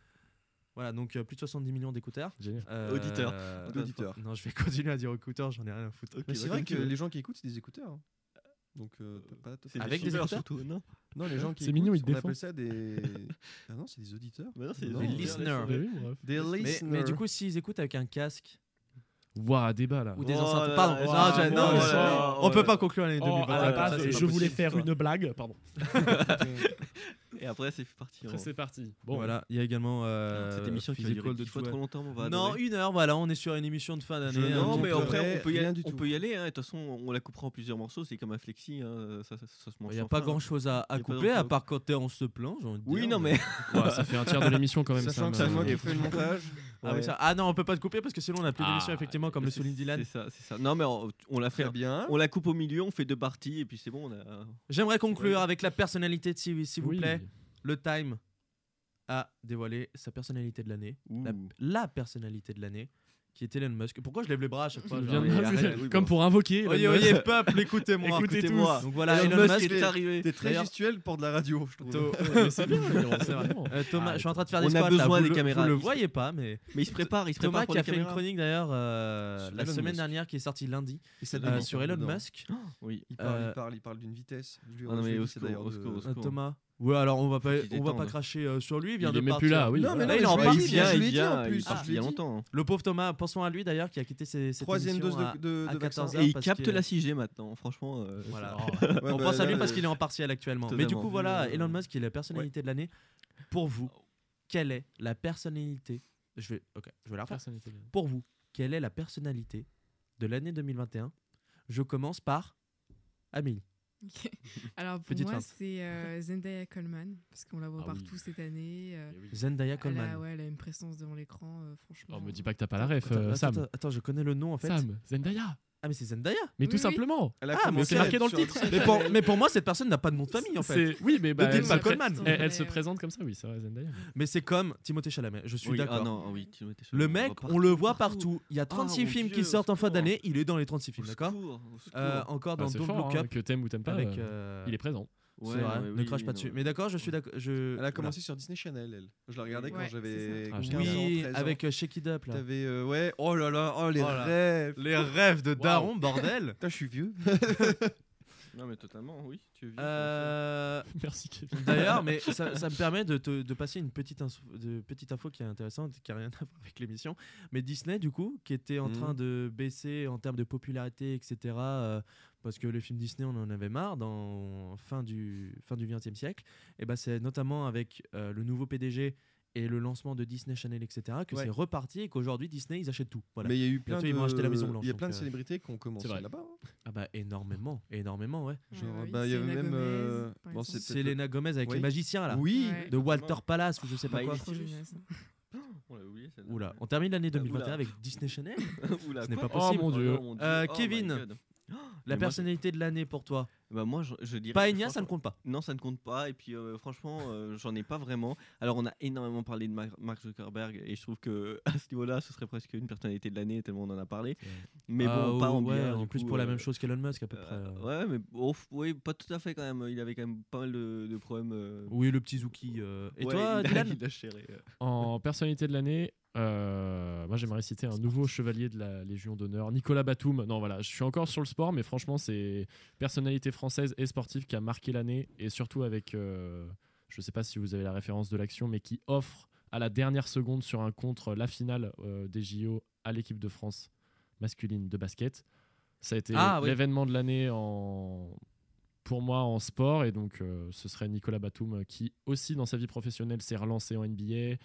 B: Voilà, donc euh, plus de 70 millions d'écouteurs.
C: Génial.
B: Euh,
E: Auditeur.
F: D'auditeur.
B: Non, je vais *laughs* continuer à dire écouteurs, j'en ai rien à foutre.
F: Mais c'est vrai que les gens qui écoutent, c'est des écouteurs. hein. Donc, euh, t'as pas
E: C'est
F: totalement-
B: Avec des
E: chanteurs
B: écouteurs
E: surtout, non
F: Non, les gens qui
C: C'est
F: écoutent,
C: mignon, il
F: on
C: défend.
F: appelle ça des.
B: *laughs*
F: ah non, c'est des auditeurs.
E: Bah non, c'est
F: Des
E: auditeurs.
B: listeners.
C: Ouais, oui, bref.
F: Des
B: mais,
F: listeners.
B: mais du coup, s'ils écoutent avec un casque
C: Ouah, débat là.
B: ou des
E: Oh
B: enceintes.
E: là
B: Pardon,
E: là,
B: non,
E: là
B: j'ai-
E: là
B: non,
E: là
B: c'est-
E: là oh là
B: on peut
E: là.
B: pas conclure l'année
C: Oh,
B: 2020.
C: à la
E: Ah,
C: base,
E: ça, c'est pas
C: je
B: *laughs*
C: voulais
E: possible,
C: faire
E: toi.
C: une blague, pardon.
F: Euh,
E: Et après, c'est parti.
C: Après,
E: en-
C: c'est parti. Bon,
B: Bon, voilà, il y a également. euh,
E: Cette émission qui va durer
B: Physical de
E: dix fois
B: Two
E: trop longtemps, mais on va
B: Non,
E: adorer.
B: une heure, voilà, on est sur une émission de fin d'année. hein, euh,
G: Je-
B: un
E: non,
B: petit
E: mais
B: peu.
E: après,
F: pleurait,
E: on peut y
F: rien
E: aller.
F: du
E: On
F: tout.
E: peut y aller. hein. De toute façon, on la coupera en plusieurs morceaux. C'est comme un flexi. hein, Ça, ça- ça se mange
B: Il n'y a
E: sans
B: pas
E: fin, hein.
B: grand chose à, à
E: Y a pas
B: couper,
E: grand-
B: à part quand t'es on se plaint. j'ai envie de
E: Oui,
B: dire,
E: non, mais
C: Ouais, ça fait un tiers de l'émission quand même.
F: Sachant
C: me-
F: que c'est moi qui fais le montage.
B: Ah, oui, ça- ah non, on peut pas te couper parce que sinon on a plus d'émission,
C: Ah,
B: effectivement, comme
E: *laughs*
B: le
E: C'est-
B: souligne Dylan.
E: C'est ça, c'est ça. Non, mais on, on la fait.
F: Très bien.
E: On la coupe au milieu, on fait deux parties et puis c'est bon. On a...
B: J'aimerais conclure avec la personnalité de Sylvie, s'il vous
C: Oui.
B: plaît. Le Time a dévoilé sa personnalité de l'année. La, la personnalité de l'année, qui est Elon Musk. Pourquoi je lève les bras à chaque fois
C: Il
B: genre,
C: vient de-
B: mais arrête.
E: oui,
C: Comme
E: bon.
C: pour invoquer. Elon
B: Oyez,
C: Musk.
B: oyez, peuple, écoutez-moi.
C: Écoutez tous.
B: Donc voilà, Elon,
E: Elon
B: Musk.
E: Musk est arrivé.
B: T'es
F: Très gestuel pour de la radio, je trouve.
C: *laughs* Mais c'est bien,
B: C'est vrai. Euh, Thomas, je suis en train de faire des
E: On a
B: squats,
E: besoin
B: là, vous
E: des
B: le-
E: caméras.
B: Vous le voyez pas, mais
E: Mais il se prépare, il se
B: Thomas
E: prépare pour
B: qui a
E: les
B: fait une
E: caméras.
B: chronique d'ailleurs euh,
F: Sur
B: la
F: Elon
B: semaine
F: Musk.
B: dernière qui est sortie lundi
F: Et ça
B: euh,
F: dément,
B: sur
F: ça
B: Elon
F: dément.
B: Musk.
E: Oh, Oui.
F: Il parle,
B: euh,
F: il parle, il parle d'une vitesse. Je lui-
E: Ah non,
F: je
E: mais
F: lui
E: au
F: dis, c'est
E: secours,
F: d'ailleurs
E: au
F: de-
E: secours, au
B: Euh,
E: secours.
B: Thomas. Ouais, alors on va pas,
E: Faut qu'il
B: on va pas
E: détende.
B: cracher euh, sur lui. Il vient
C: Il
B: de
C: est même
B: partir.
C: plus là, oui.
F: Non,
B: Là,
F: mais non,
B: il
F: mais
B: est en
F: je
B: partie,
F: l'ai dit,
B: hein,
F: je
E: Ah, il
F: l'ai dit en
E: vient, il
F: plus.
E: part
F: je
E: il y
F: l'ai
E: a
F: dit.
E: longtemps. hein.
B: Le pauvre Thomas, pensons à lui d'ailleurs qui a quitté ses, cette
F: Troisième
B: émission
F: dose de-
B: à-
F: de-
B: à
F: de vaccin.
B: 14 heures
E: Et il
B: parce
E: capte
B: que-
E: la 6G maintenant, franchement. euh,
B: Voilà.
F: Ouais,
B: on
F: bah,
B: pense à
F: là,
B: lui
F: le-
B: parce qu'il est en partiel actuellement. Mais du
E: Totalement.
B: coup, voilà,
F: Euh,
B: Elon Musk est la personnalité de l'année. Pour vous, quelle est la personnalité Je vais, ok, je vais la refaire.
C: Personnalité de l'année.
B: Pour vous, quelle est la personnalité de l'année 2021 Je commence par Amélie.
D: Ok. Alors pour
B: Petite
D: moi,
B: feinte.
D: c'est euh, Zendaya Coleman, parce qu'on la voit
C: Ah oui.
D: partout cette année.
C: Eh
D: euh,
B: Zendaya
D: elle, a,
B: Coleman.
D: ouais, elle a une présence devant l'écran, euh, franchement.
C: Oh, me dis pas que t'as pas la ref,
B: Attends,
C: euh,
B: attends,
C: Sam.
B: attends, attends, je connais le nom en fait.
C: Sam, Zendaya.
B: Ah mais c'est Zendaya.
C: Mais
D: Oui,
C: tout
D: oui.
C: simplement.
F: Elle a
B: Ah, mais
F: commencé
B: c'est
F: à
B: marqué
F: être
B: dans le
F: sur-
B: titre. mais, pour, mais pour moi, cette personne n'a pas de nom de famille en fait.
C: C'est- Oui, mais bah,
B: Dites
C: elle
B: pas
C: se-
B: Coleman.
C: elle- Elle
B: euh,
C: se présente comme ça, oui, c'est vrai, Zendaya.
B: Mais c'est comme Timothée Chalamet. Je suis
E: oui,
B: d'accord.
E: Ah non, ah oui, Timothée Chalamet,
B: Le
E: on
B: mec,
E: va
B: on le voit
E: partout.
B: partout. Il y
F: Ah,
B: a 36
E: mon
B: films
E: Dieu,
B: qui
E: au
B: sortent en fin
F: hein.
E: secours.
B: d'année. Il est dans les 36
E: Au
B: films, d'accord
E: secours, au secours.
B: Euh, Encore
F: Ah,
C: Bah,
B: dans
C: c'est
B: Don't
C: fort,
B: Look
C: hein,
B: Up.
C: que t'aimes ou t'aimes pas.
B: Avec,
C: euh,
B: euh,
C: Il est présent.
B: c'est
E: Ouais,
B: vrai,
E: ouais,
B: ne
E: oui,
B: crache
E: oui,
B: pas
E: non,
B: dessus.
E: ouais.
B: Mais d'accord, je suis d'accord. Je...
F: Elle a commencé sur Disney Channel, elle. Je la regardais
D: Ouais,
F: quand
D: c'est
F: j'avais
C: ça. Ah,
F: 15
C: sur
B: Voilà. Oui,
F: 13 ans.
B: avec euh, Shake It Up là.
F: T'avais. euh, ouais, oh là là, oh les
B: Oh là.
F: rêves.
B: Les rêves de
C: Daron,
B: bordel.
F: Putain, je suis vieux.
E: Non, mais totalement, oui. Tu es vieux,
B: Euh,
C: *laughs* Merci, Kevin.
F: *laughs*
B: D'ailleurs, mais ça, ça me permet de, te- de passer une petite, inso- de, petite info qui est intéressante, qui n'a rien *laughs* à voir avec l'émission. Mais Disney, du coup, qui était en
F: Mhm.
B: train de baisser en termes de popularité, etc., euh, parce que les films Disney, on en avait marre dans fin du, fin du 20e siècle. Et ben c'est notamment avec euh, le nouveau PDG et le lancement de Disney Channel, etc., que
F: Ouais.
B: c'est reparti et qu'aujourd'hui, Disney, ils achètent tout. Voilà.
F: Mais il y a eu plein
B: Bientôt,
F: de.
B: ils vont acheter la Maison
F: Il y a
B: Blanche,
F: plein de
B: donc, euh,
F: célébrités qui ont commencé
C: vrai.
F: là-bas. hein.
B: Ah bah énormément, énormément, ouais.
D: Ouais,
F: Genre,
D: bah oui,
F: bah, il y avait
D: Selena
F: même.
D: Gomez, par
F: euh, bon,
D: exemple.
F: c'est peut-être-
B: Selena Gomez avec
F: Oui.
B: les magiciens, là.
F: Oui.
D: Ouais.
B: De Walter Palace ou je sais pas
E: Miley
B: quoi.
E: Cyrus.
D: Trop génial, ça.
E: hein. On l'a oublié, celle-là.
B: Oula, on termine l'année
E: Oula.
B: 2021 avec Disney Channel.
E: *laughs*
B: *laughs*
E: Oula,
B: Ce n'est
E: quoi
B: pas
E: *laughs*
B: possible.
C: mon Dieu.
E: non, mon Dieu. Oh
B: Euh,
E: my
B: Kevin.
E: God.
B: *gasps* La
E: Mais moi,
B: personnalité de l'année pour toi.
E: Bah moi, je, je dirais.
B: Pas Enya,
E: franchement-
B: ça ne compte pas.
E: Non, ça ne compte pas. Et puis, euh, franchement, euh, j'en ai pas vraiment. Alors, on a énormément parlé de Mar- Mark Zuckerberg. Et je trouve que *laughs* à ce niveau-là, ce serait presque une personnalité de l'année, tellement on en a parlé. Mais
B: Ah,
E: bon, pas en
B: ouais,
E: bien,
B: En
E: du
B: plus,
E: coup,
B: pour la
E: euh,
B: même chose qu'Elon Musk, à peu près.
E: euh,
B: euh.
E: ouais, mais oh, f- oui, pas tout à fait quand même. Il avait quand même pas mal de, de problèmes. euh,
B: Oui, le petit Zouki. euh. Et
E: ouais,
B: toi,
E: il a-
B: Dylan
E: il a chéré, euh.
C: En personnalité de l'année, euh, moi j'aimerais citer un nouveau chevalier de la Légion d'honneur, Nicolas Batum. Non, voilà, je suis encore sur le sport, mais franchement, c'est personnalité française et sportive qui a marqué l'année, et surtout avec, euh, je sais pas si vous avez la référence de l'action, mais qui offre à la dernière seconde sur un contre la finale euh, des JO à l'équipe de France masculine de basket. Ça a été
B: Ah, oui.
C: l'événement de l'année en pour moi en sport et donc euh, ce serait Nicolas Batum euh, qui aussi dans sa vie professionnelle s'est relancé en NBA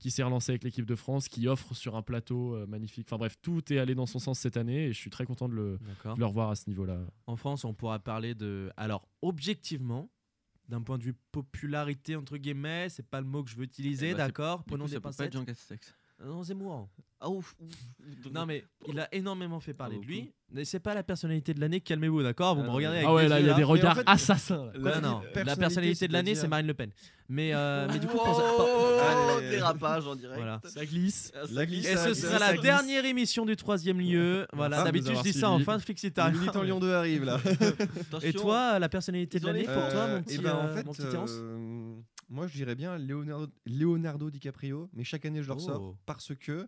C: qui s'est relancé avec l'équipe de France qui offre sur un plateau euh, magnifique enfin bref tout est allé dans son sens cette année et je suis très content de le,
B: D'accord.
C: de le revoir à ce niveau là
B: En France, on pourra parler de. Alors, objectivement, d'un point de vue popularité, entre guillemets, c'est pas le mot que je veux utiliser,
E: Eh bah, c'est-
B: d'accord
E: Du coup,
B: Prenons
E: ça
B: des
E: peut pas être
B: pincettes.
E: Jean Castex.
B: Ah Non, c'est mourant.
E: Ah, ouf, ouf.
B: Non, mais il a énormément fait parler
E: Ah,
B: de lui. Mais c'est pas la personnalité de l'année, calmez-vous, d'accord Vous me
E: Ah,
B: regardez avec
C: ah ouais
B: des
C: là
B: yeux, hein.
C: il y a
B: là.
C: des
F: en
C: regards
F: fait-
C: assassins là.
F: Quand
B: Ouais,
F: il dit
B: non. La
F: personnalité,
B: personnalité de l'année, c'est
F: c'est-à-dire-
B: Marine Le Pen. Mais, euh, mais du coup,
E: Oh,
B: pour ça-
E: oh,
F: Allez.
E: dérapage en *laughs* direct.
B: Voilà.
C: ça glisse
E: Ah, ça
F: La
E: glisse,
F: glisse,
B: Et
E: ça
B: ce
F: glisse,
B: sera
F: ça
B: la
F: glisse.
B: dernière émission du troisième lieu. Voilà,
C: Ah,
B: d'habitude
C: nous
B: je
C: avoir
B: dis ça en
C: suivis.
B: fin de Flixita.
F: Une minute en Lyon 2 arrive là.
B: Euh, Et toi, la personnalité de
E: Ils ont
B: l'année
E: les-
B: pour toi,
F: Euh,
B: mon
F: eh
B: petit,
F: ben,
B: euh, mon petit Terence
F: euh, Moi, je dirais bien Leonardo, Leonardo DiCaprio, mais chaque année, je le ressors
B: Oh.
F: parce que,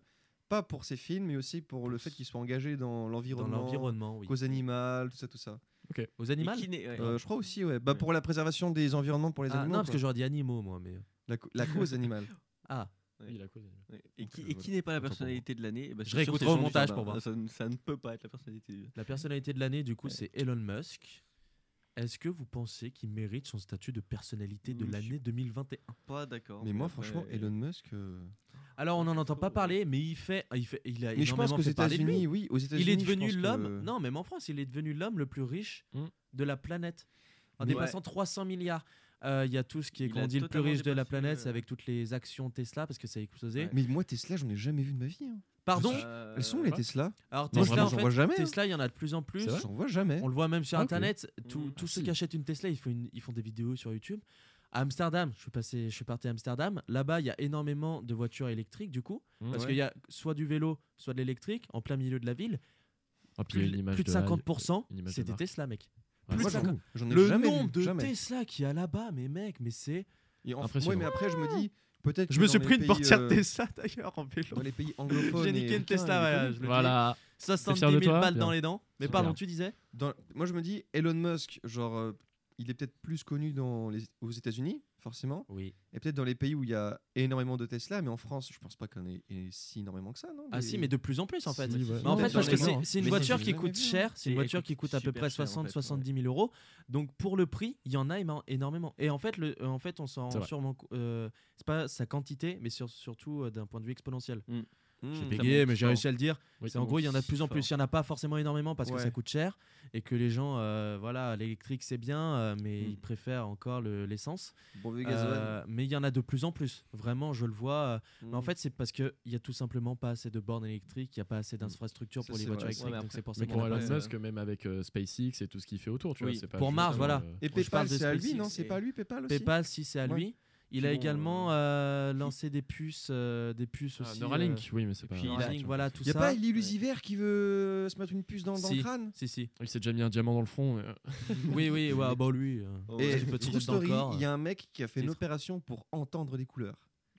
F: pas pour ses films, mais aussi pour le fait qu'il soit engagé dans
B: Dans
F: l'environnement,
B: l'environnement, oui.
F: cause animale, tout ça, tout ça.
B: Aux animaux
F: Euh, je crois aussi, ouais. Bah,
E: Ouais.
F: Pour la préservation des environnements pour les
B: Ah,
F: animaux.
B: Non, parce
F: quoi.
B: que j'aurais dit animaux, moi. mais euh,
F: la, co- la cause
B: *laughs*
F: animale.
B: Ah,
C: Il a causé.
E: Et qui, et qui n'est pas la personnalité de l'année Eh
B: Je
E: ben, c'est sûr,
B: réécouterai
E: c'est
B: au
E: Jean
B: montage
E: Dujardin.
B: pour voir.
E: Ça, ne- ça ne peut pas être la personnalité.
B: la personnalité de l'année, du coup, c'est Elon Musk. est-ce que vous pensez qu'il mérite son statut de personnalité de
E: Monsieur.
B: l'année 2021
E: Pas d'accord.
F: Mais moi, franchement,
E: après-
F: Elon Musk. euh,
B: Alors, on n'en entend pas
E: Oh.
B: parler, mais il fait. Il, fait, il a
F: Mais je pense
B: Bah, énormément
F: qu'aux
B: fait parler de lui.
F: États-Unis, oui, aux États-Unis.
B: Il est
F: je
B: devenu
F: pense que-
B: l'homme, non, même en France, il est devenu l'homme le plus riche
E: Mm.
C: Hmm.
B: de la planète, en
F: Mais-
B: dépassant 300 milliards. Euh, Il y a tout ce qui est,
E: Il
B: qu'on
E: a
B: dit, le plus
E: totalement
B: riche de la
E: dépassé,
B: planète, c'est
E: euh,
B: avec toutes les actions Tesla, parce que ça a explosé.
E: Ouais.
F: Mais moi, Tesla, j'en ai jamais vu de ma vie. hein.
B: Pardon
E: Euh,
F: Elles sont les
C: quoi
F: Tesla
B: Alors,
C: Non,
B: Tesla,
C: vraiment,
B: en
F: j'en
B: fait,
F: vois jamais, hein.
B: Tesla, il y en a de plus en plus.
C: C'est vrai
F: J'en vois jamais.
B: On le voit même sur
C: Ah, ok.
B: Internet. Tout-
E: Mm.
B: Tous ceux
F: si.
B: qui achètent une Tesla, ils font, une- ils font des vidéos sur YouTube. À Amsterdam, je suis, passé, je suis parti à Amsterdam. Là-bas, il y a énormément de voitures électriques, du coup,
C: Mm,
B: parce
C: ouais.
B: qu'il y a soit du vélo, soit de l'électrique, en plein milieu de la ville.
C: Ah, puis il y a
B: Plus,
C: une image
B: plus de
C: Hyde.
B: 50%,
C: une image de
B: c'est des
C: marque.
B: Tesla, mec.
C: Ouais,
B: plus
F: Moi,
B: de
F: j'en
B: 50.
F: j'en ai
B: Le
F: jamais
B: nombre
F: vu,
B: de
F: jamais.
B: Tesla qu'il y a là-bas, mais mec, mais c'est.
F: Et en- ouais,
C: Impressionnant.
F: mais après, je me dis, peut-être.
B: Je
F: que
B: me
F: dans
B: suis
F: les
B: pris une
F: pays,
B: portière
F: euh,
B: Tesla d'ailleurs en vélo. *laughs*
F: Dans les pays anglophones.
B: J'ai niqué
F: et-
B: une
F: Putain,
B: Tesla,
F: il est
B: voilà,
F: connu.
B: je le
C: Voilà.
B: 70
C: fier de
B: 000
C: toi
B: balles
C: Bien.
B: dans les dents. Mais
C: Super.
B: pardon, tu disais
F: Dans- Moi, je me dis, Elon Musk, genre, euh, il est peut-être plus connu dans les... aux États-Unis, forcément.
B: Oui.
F: Et peut-être dans les pays où il y a énormément de Tesla, mais en France, je pense pas qu'on ait, ait si énormément que ça, non
B: Ah
F: des-
B: si, mais de plus en plus en fait.
F: Si, ouais.
B: Mais en
F: Non,
B: fait,
F: mais
B: parce
F: j'en
B: que
F: ai
B: c'est
F: marre.
B: c'est une
F: Mais
B: voiture
F: j'ai
B: qui
F: jamais
B: coûte
F: vu,
B: cher, c'est une
E: Et
B: voiture
E: elle
B: qui
E: coûte
B: coûte à peu
E: super
B: près
E: cher, en fait,
B: 60-70 000 euros. Donc pour le prix, il y en a éma- énormément. Et en fait, le, euh, en fait on s'en
C: C'est
B: rend
C: vrai.
B: sûrement. co- euh, c'est pas sa quantité, mais sur- surtout euh, d'un point de vue exponentiel.
F: Mmh.
B: J'ai
E: hmm, ça
B: bégayé,
E: monte
B: mais j'ai
E: fort.
B: réussi à le dire.
C: Oui,
B: C'est en gros, il y en a de plus en
E: fort.
B: plus. Il n'y en a pas forcément énormément parce que
F: Ouais.
B: ça coûte cher et que les gens, euh, voilà, l'électrique c'est bien, euh, mais
C: Mmh.
F: Mm.
B: ils préfèrent encore le- l'essence.
F: Bon, vieux
B: Euh, mais il y en a de plus en plus. Vraiment, je le vois. euh,
E: Hmm.
B: Mais
C: Mmh.
B: en fait, c'est parce qu'il n'y a tout simplement pas assez de bornes électriques, il n'y a pas assez d'infrastructures
F: Ça,
B: pour les
F: c'est
B: voitures
F: vrai, ça.
B: électriques.
E: Ouais, mais
B: donc c'est pour ça
C: Mais
B: qu'il y en
C: pour
B: a pas.
C: Elon
F: pas-
C: Musk, même avec euh, SpaceX et tout ce qu'il fait autour, tu
E: Oui.
C: vois, c'est pas
B: Pour
C: juste,
B: Mars,
C: euh,
B: voilà.
F: Et
B: Moi, je parle
F: PayPal,
B: de
F: c'est à lui,
B: SpaceX,
F: non C'est
B: et-
F: pas lui, PayPal aussi
B: PayPal, si c'est à
F: Ouais.
B: lui. Il a
E: Qui vont,
B: également euh, lancé des puces, euh, des puces
C: Ah,
B: aussi.
C: Neuralink,
B: euh,
C: oui, mais c'est
E: et
C: pas.
E: puis
B: Neuralink,
E: Neuralink,
B: voilà, tout
F: Y a
B: ça.
F: pas l'illusivaire qui veut euh, se mettre une puce dans, dans
B: Si.
F: le crâne
B: Si, si.
C: Il s'est déjà mis un diamant dans le front. mais, euh,
B: Oui, oui, ouais, bah lui. euh,
F: Et
B: petit petit
F: Oh, true
B: geste dans le
F: story,
B: corps,
F: il y a un mec qui a fait une
B: titre.
F: opération pour entendre les couleurs.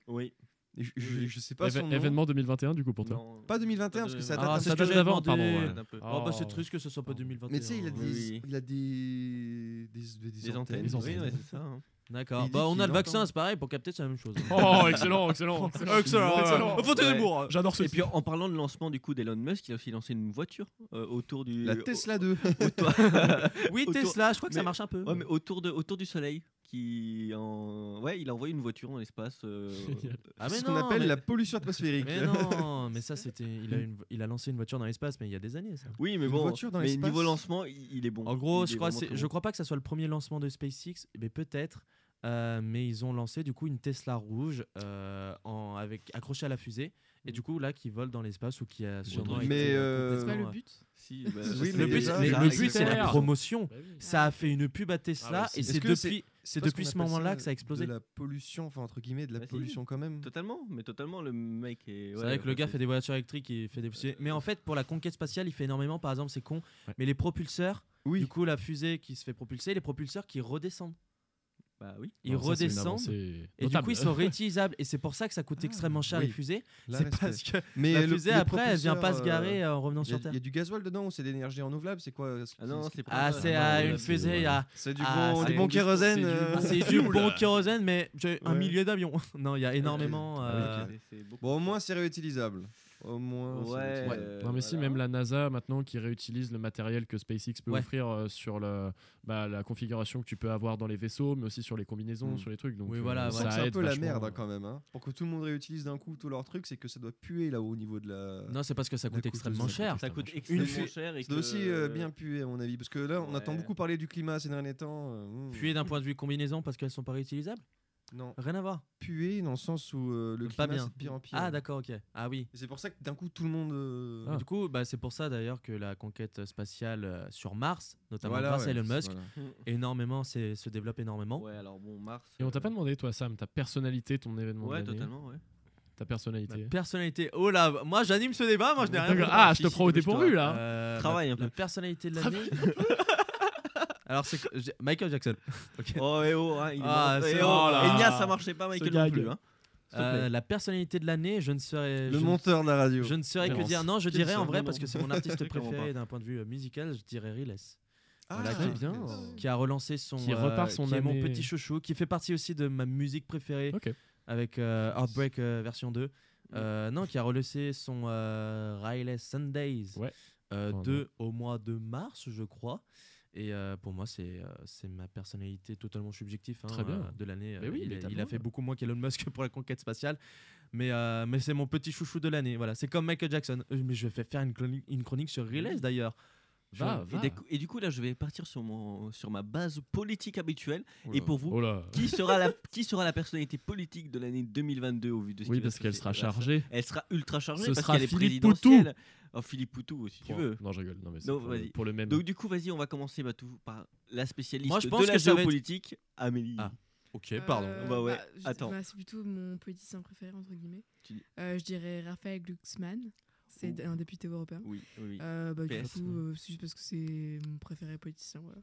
E: Oui.
F: Et je, je-
E: Oui.
F: je sais pas
C: éve-
F: son nom.
C: événement 2021, du coup, pour toi.
E: Non,
F: Pas 2021, parce que ça date
B: Ah,
F: un
B: ça
F: petit
C: date
B: déjà
C: d'avant,
B: demandé.
C: pardon,
E: peu.
C: ouais.
E: Ça date un peu.
B: Oh, bah c'est
C: Oh.
B: triste que ce soit pas
C: Pardon.
B: 2021.
F: Ah. Mais tu sais, il a
B: hein.
F: des,
E: Oui, oui.
F: il a des, des, des,
E: Des
F: antennes.
E: antennes.
C: Des
E: Oui,
C: antennes.
E: ouais, c'est ça. hein.
B: D'accord.
F: Il dit
B: Bah, on
F: qu'il
B: a le vaccin,
F: entend.
B: c'est pareil, pour capter, c'est la même chose.
C: *laughs* Oh, excellent, excellent.
B: *laughs*
C: excellent. excellent.
B: Fontainebleau.
C: J'adore ce
E: Et puis en parlant de lancement du coup d'Elon Musk, il a aussi lancé une voiture euh, autour du
F: La
E: au-
F: Tesla 2. *laughs*
E: autour-
B: Oui,
E: Autour-
B: Tesla, je crois que ça
E: mais-
B: marche un peu. *laughs*
E: *laughs* ouais, mais autour de autour du soleil qui en ouais, il a envoyé une voiture dans l'espace euh,
C: Génial.
B: Ah, mais
F: c'est ce qu'on
B: non,
F: appelle
B: mais-
F: la pollution atmosphérique.
B: Mais
F: *laughs*
B: non, mais ça c'était. Il, a une- il a lancé une voiture dans l'espace, mais il y a des années ça.
E: Oui, mais
F: Une
E: bon,
F: voiture dans
E: mais
F: l'espace
E: niveau lancement, il, il est bon.
B: En gros,
E: Il
B: je
E: est
B: crois,
E: vraiment
B: c'est-
E: très
B: je
E: bon.
B: crois pas que ça soit le premier lancement de SpaceX, mais peut-être. Euh, mais ils ont lancé du coup une Tesla rouge euh, en, avec accrochée à la fusée et
F: Mmh.
B: du coup là qui vole dans l'espace ou qui a sûrement
F: Mais,
B: été,
F: euh,
D: C'est pas
B: complètement,
D: le
B: euh,
D: but
E: Si, bah,
F: Oui,
E: c'est-
B: le
F: mais
B: but,
F: déjà,
B: mais
F: ça
B: le
F: reste
B: but, c'est la
C: clair.
B: promotion. Ça
D: Ah
B: a fait une pub à Tesla
C: Ah oui,
B: et
C: c'est-
B: c'est
F: Est-ce que
B: depuis, c'est
F: pas ce
B: depuis
F: qu'on
B: ce
F: appelle ça,
B: moment-là que ça a
F: De
B: explosé.
F: la pollution, enfin entre guillemets, de la
E: Bah si.
F: pollution quand même.
E: Totalement, mais totalement le mec est
B: c'est vrai que le gars fait des voitures électriques, il fait des. Mais en fait, pour la conquête spatiale, il fait énormément. Par exemple, c'est con,
C: Ouais.
B: mais les propulseurs,
F: Oui.
B: du coup, la fusée qui se fait propulser, les propulseurs qui redescendent.
E: Bah oui.
B: Ils redescendent. et du coup, ils sont réutilisables. Et c'est pour ça que ça coûte
F: Ah,
B: extrêmement cher
F: oui.
B: les fusées.
F: Là,
B: C'est
F: respect.
B: parce que
F: Mais
B: la
F: le-
B: fusée,
F: le
B: après, elle vient pas se
F: propulseur,
B: garer
F: euh,
B: en revenant
F: Il y a-
B: sur
F: il
B: Terre.
F: y, a du gasoil dedans ou c'est de l'énergie renouvelable C'est quoi ce-
E: Ah non,
F: ce-
E: c'est pas
B: Ah,
E: ça.
B: c'est
E: Non,
B: ah,
E: non,
B: une
E: là,
B: fusée. ah,
F: *laughs* c'est du
B: Ah,
F: bon,
B: c'est
F: du bon
B: du-
F: kérosène.
C: c'est du-
F: euh.
B: ah, c'est du bon kérosène, mais j'ai un
F: Ouais.
B: millier d'avions. *laughs* non, il y a énormément.
F: Ah
E: Ah oui,
B: euh,
E: c'est- c'est beaucoup
F: *laughs* Bon, au
E: plus-
F: moins c'est réutilisable. Au moins. c'est
E: Ouais.
F: réutilisable.
E: euh,
C: Non mais si
E: voilà.
C: même la NASA maintenant qui réutilise le matériel que SpaceX peut
B: Ouais.
C: offrir euh, sur le, bah, la configuration que tu peux avoir dans les vaisseaux mais aussi sur les combinaisons
F: Mm.
C: sur les trucs donc
B: Hmm. Oui,
C: euh,
B: voilà,
F: On sent
B: voilà.
F: que
C: ça
F: c'est un
C: aide
F: peu la
C: vachement,
F: merde hein,
C: euh,
F: quand même. hein. Pour que tout le monde réutilise d'un coup tout leur truc, c'est que ça doit puer là-haut au niveau de la.
B: Non, c'est parce que ça
F: Le
B: coûte
F: coût de-
B: extrêmement
C: ça coûte
B: cher.
E: ça coûte
C: Une
E: extrêmement
F: fusée-
E: cher et
F: Ça doit aussi
E: que-
F: euh, bien puer à mon avis. Parce que là, on entend
E: Ouais.
F: beaucoup parler du climat ces derniers temps. euh, hmm.
B: Puis d'un point de vue combinaison parce qu'elles sont pas réutilisables
F: Non,
B: Rien à voir.
F: puer dans le sens où euh, le
B: Pas
F: climat
B: bien.
F: c'est de pire en pire.
B: Ah d'accord, ok. Ah oui.
F: Et c'est pour ça que d'un coup tout le monde. euh,
B: Mais Du coup, bah, c'est pour ça d'ailleurs que la conquête spatiale euh, sur Mars, notamment
F: voilà,
B: grâce
F: ouais,
B: à Elon
F: c'est-
B: Musk,
F: voilà.
B: énormément c'est- se développe énormément.
E: Ouais, alors bon, Mars.
C: Et on t'a
E: euh,
C: pas demandé toi Sam ta personnalité ton événement de
E: Ouais,
C: l'année,
E: totalement, ouais.
C: ta
B: Ma
C: personnalité
B: personnalité. Oh là, moi j'anime ce débat, moi je n'ai rien.
C: D'accord.
B: compris.
C: ah je
E: Si,
C: te
E: si,
C: prends au
E: mais je te-
C: dépourvu là
B: Euh, ma-
E: Travaille un
B: La
E: peu.
B: personnalité de l'année. *laughs* Alors c'est que- j'ai- Michael Jackson. Ok.
E: Oh, et oh, hein, il
B: Ah,
E: est mort.
B: c'est-
E: Eh
C: oh là
E: Et Nia,
C: là.
E: ça marchait pas, Michael non
C: gag.
E: plus. Hein.
B: Euh, la personnalité de l'année, je ne serais.
F: Le
B: je ne-
F: monteur de la radio.
B: Je ne saurais que
C: Référence.
B: dire non, je
F: Quel
B: dirais en
F: seul
B: vrai
F: moment.
B: parce que c'est mon artiste
E: Clairement
B: préféré
E: pas.
B: d'un point de vue euh, musical, je dirais Riles.
F: Ah,
B: Voilà,
F: très
B: qui-
C: bien.
B: qui a relancé son euh,
C: Qui repart son
B: qui est mon
C: année.
B: petit chouchou qui fait partie aussi de ma musique préférée
C: Ok.
B: avec euh, Heartbreak euh, version 2
C: Mm.
B: Euh, non qui a relancé son euh, Riley Sundays
C: Ouais.
B: euh,
C: Pardon.
B: 2 au mois de mars je crois Et euh, pour moi, c'est euh, c'est ma personnalité totalement subjective hein,
C: Très bien.
B: euh, de l'année.
C: Mais
B: Euh,
C: oui,
B: il,
C: il
B: a-
C: est à
B: il
C: moi.
B: a fait beaucoup moins qu'Elon Musk *laughs* pour la conquête spatiale. Mais, euh, mais c'est mon petit chouchou de l'année. Voilà, c'est comme Michael Jackson. Euh, Mais je vais faire une chronique, une chronique sur Relais d'ailleurs.
C: Va,
E: Et,
C: va.
E: des- et du coup, là, je vais partir sur, mon, sur ma base politique habituelle. Et
G: Oula.
E: pour vous,
C: Oh là.
E: qui, sera la, qui sera la personnalité politique de l'année 2022 au vu de ce
C: Oui,
E: qui va
C: parce
E: se
C: qu'elle
E: passer
B: Bah,
C: sera
E: Voilà, ça-
C: chargée.
E: Elle sera ultra chargée
C: Ce
E: parce
C: sera
E: qu'elle est
C: Philippe
E: présidentielle. Oh, Philippe Poutou, si tu
C: Point.
E: veux.
C: Non, je rigole. Non, mais c'est
E: Non,
C: pour,
E: vas-y.
C: pour le même.
E: Donc du coup, vas-y, on va commencer bah, tout par la spécialiste
B: Moi, je pense
E: de la
B: que ça va être-
E: géopolitique, Amélie.
B: Ah. Ok,
C: Eh,
B: pardon.
D: Euh,
E: Bah ouais,
D: je-
E: attends.
D: bah, c'est plutôt mon politicien préféré, entre guillemets.
E: Tu dis-
D: Euh, je dirais Raphaël Glucksmann. C'est
E: Ouh.
D: un député européen.
E: Oui, oui.
B: Ah.
E: oui.
D: Euh, bah, du
E: PS,
D: coup, euh, c'est juste parce que c'est mon préféré politicien, voilà.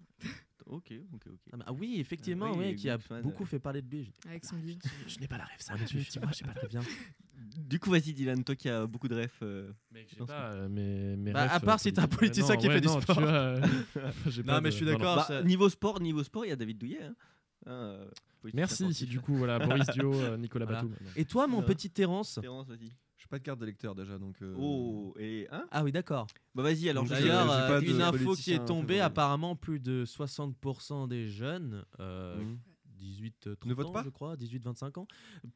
E: Ok, ok, ok.
B: Ah bah- ah oui, effectivement,
E: oui,
B: ouais, qui a
E: Glucksmann,
B: beaucoup
E: euh.
B: fait parler de lui.
D: Avec son livre.
C: je n'ai pas la rêve, ça.
B: Dis-moi, j'ai pas très bien.
E: Du coup, vas-y, Dylan, toi qui as beaucoup de refs. euh,
C: Mec, j'ai
E: dans ce-
C: pas euh, mes, mes
B: Bah, à
C: refs,
B: part
C: euh,
B: si t'as un
C: politiques.
B: politicien
C: Non,
B: qui
C: ouais,
B: fait du
C: non, tu
B: sport.
C: vois, euh, *laughs* j'ai
B: Non,
C: pas
B: mais
C: de-
B: je suis
C: non, non.
B: d'accord.
E: Bah,
B: ça-
E: niveau sport, niveau sport, il y a David Douillet. hein. Hein, euh, politicien
C: Merci,
E: sportif.
C: du coup, voilà, Boris Dio, euh, Nicolas
B: Voilà.
C: Batum. Non.
B: Et toi, mon
E: Non.
B: petit Terence
E: Terence, vas-y.
F: Je suis pas de carte d'électeur déjà, donc. euh,
E: Oh, et hein
B: Ah oui, d'accord.
E: Bah vas-y, alors.
F: Donc,
E: je-
B: D'ailleurs,
F: j'ai
B: euh,
F: pas de
B: une info qui
F: politicien
B: est tombée,
F: favori.
B: apparemment plus de 60% des jeunes, euh,
F: Mhm.
B: 18 euh,
F: Ne
B: 30
F: votent
B: ans,
F: pas
B: je crois, 18-25 ans,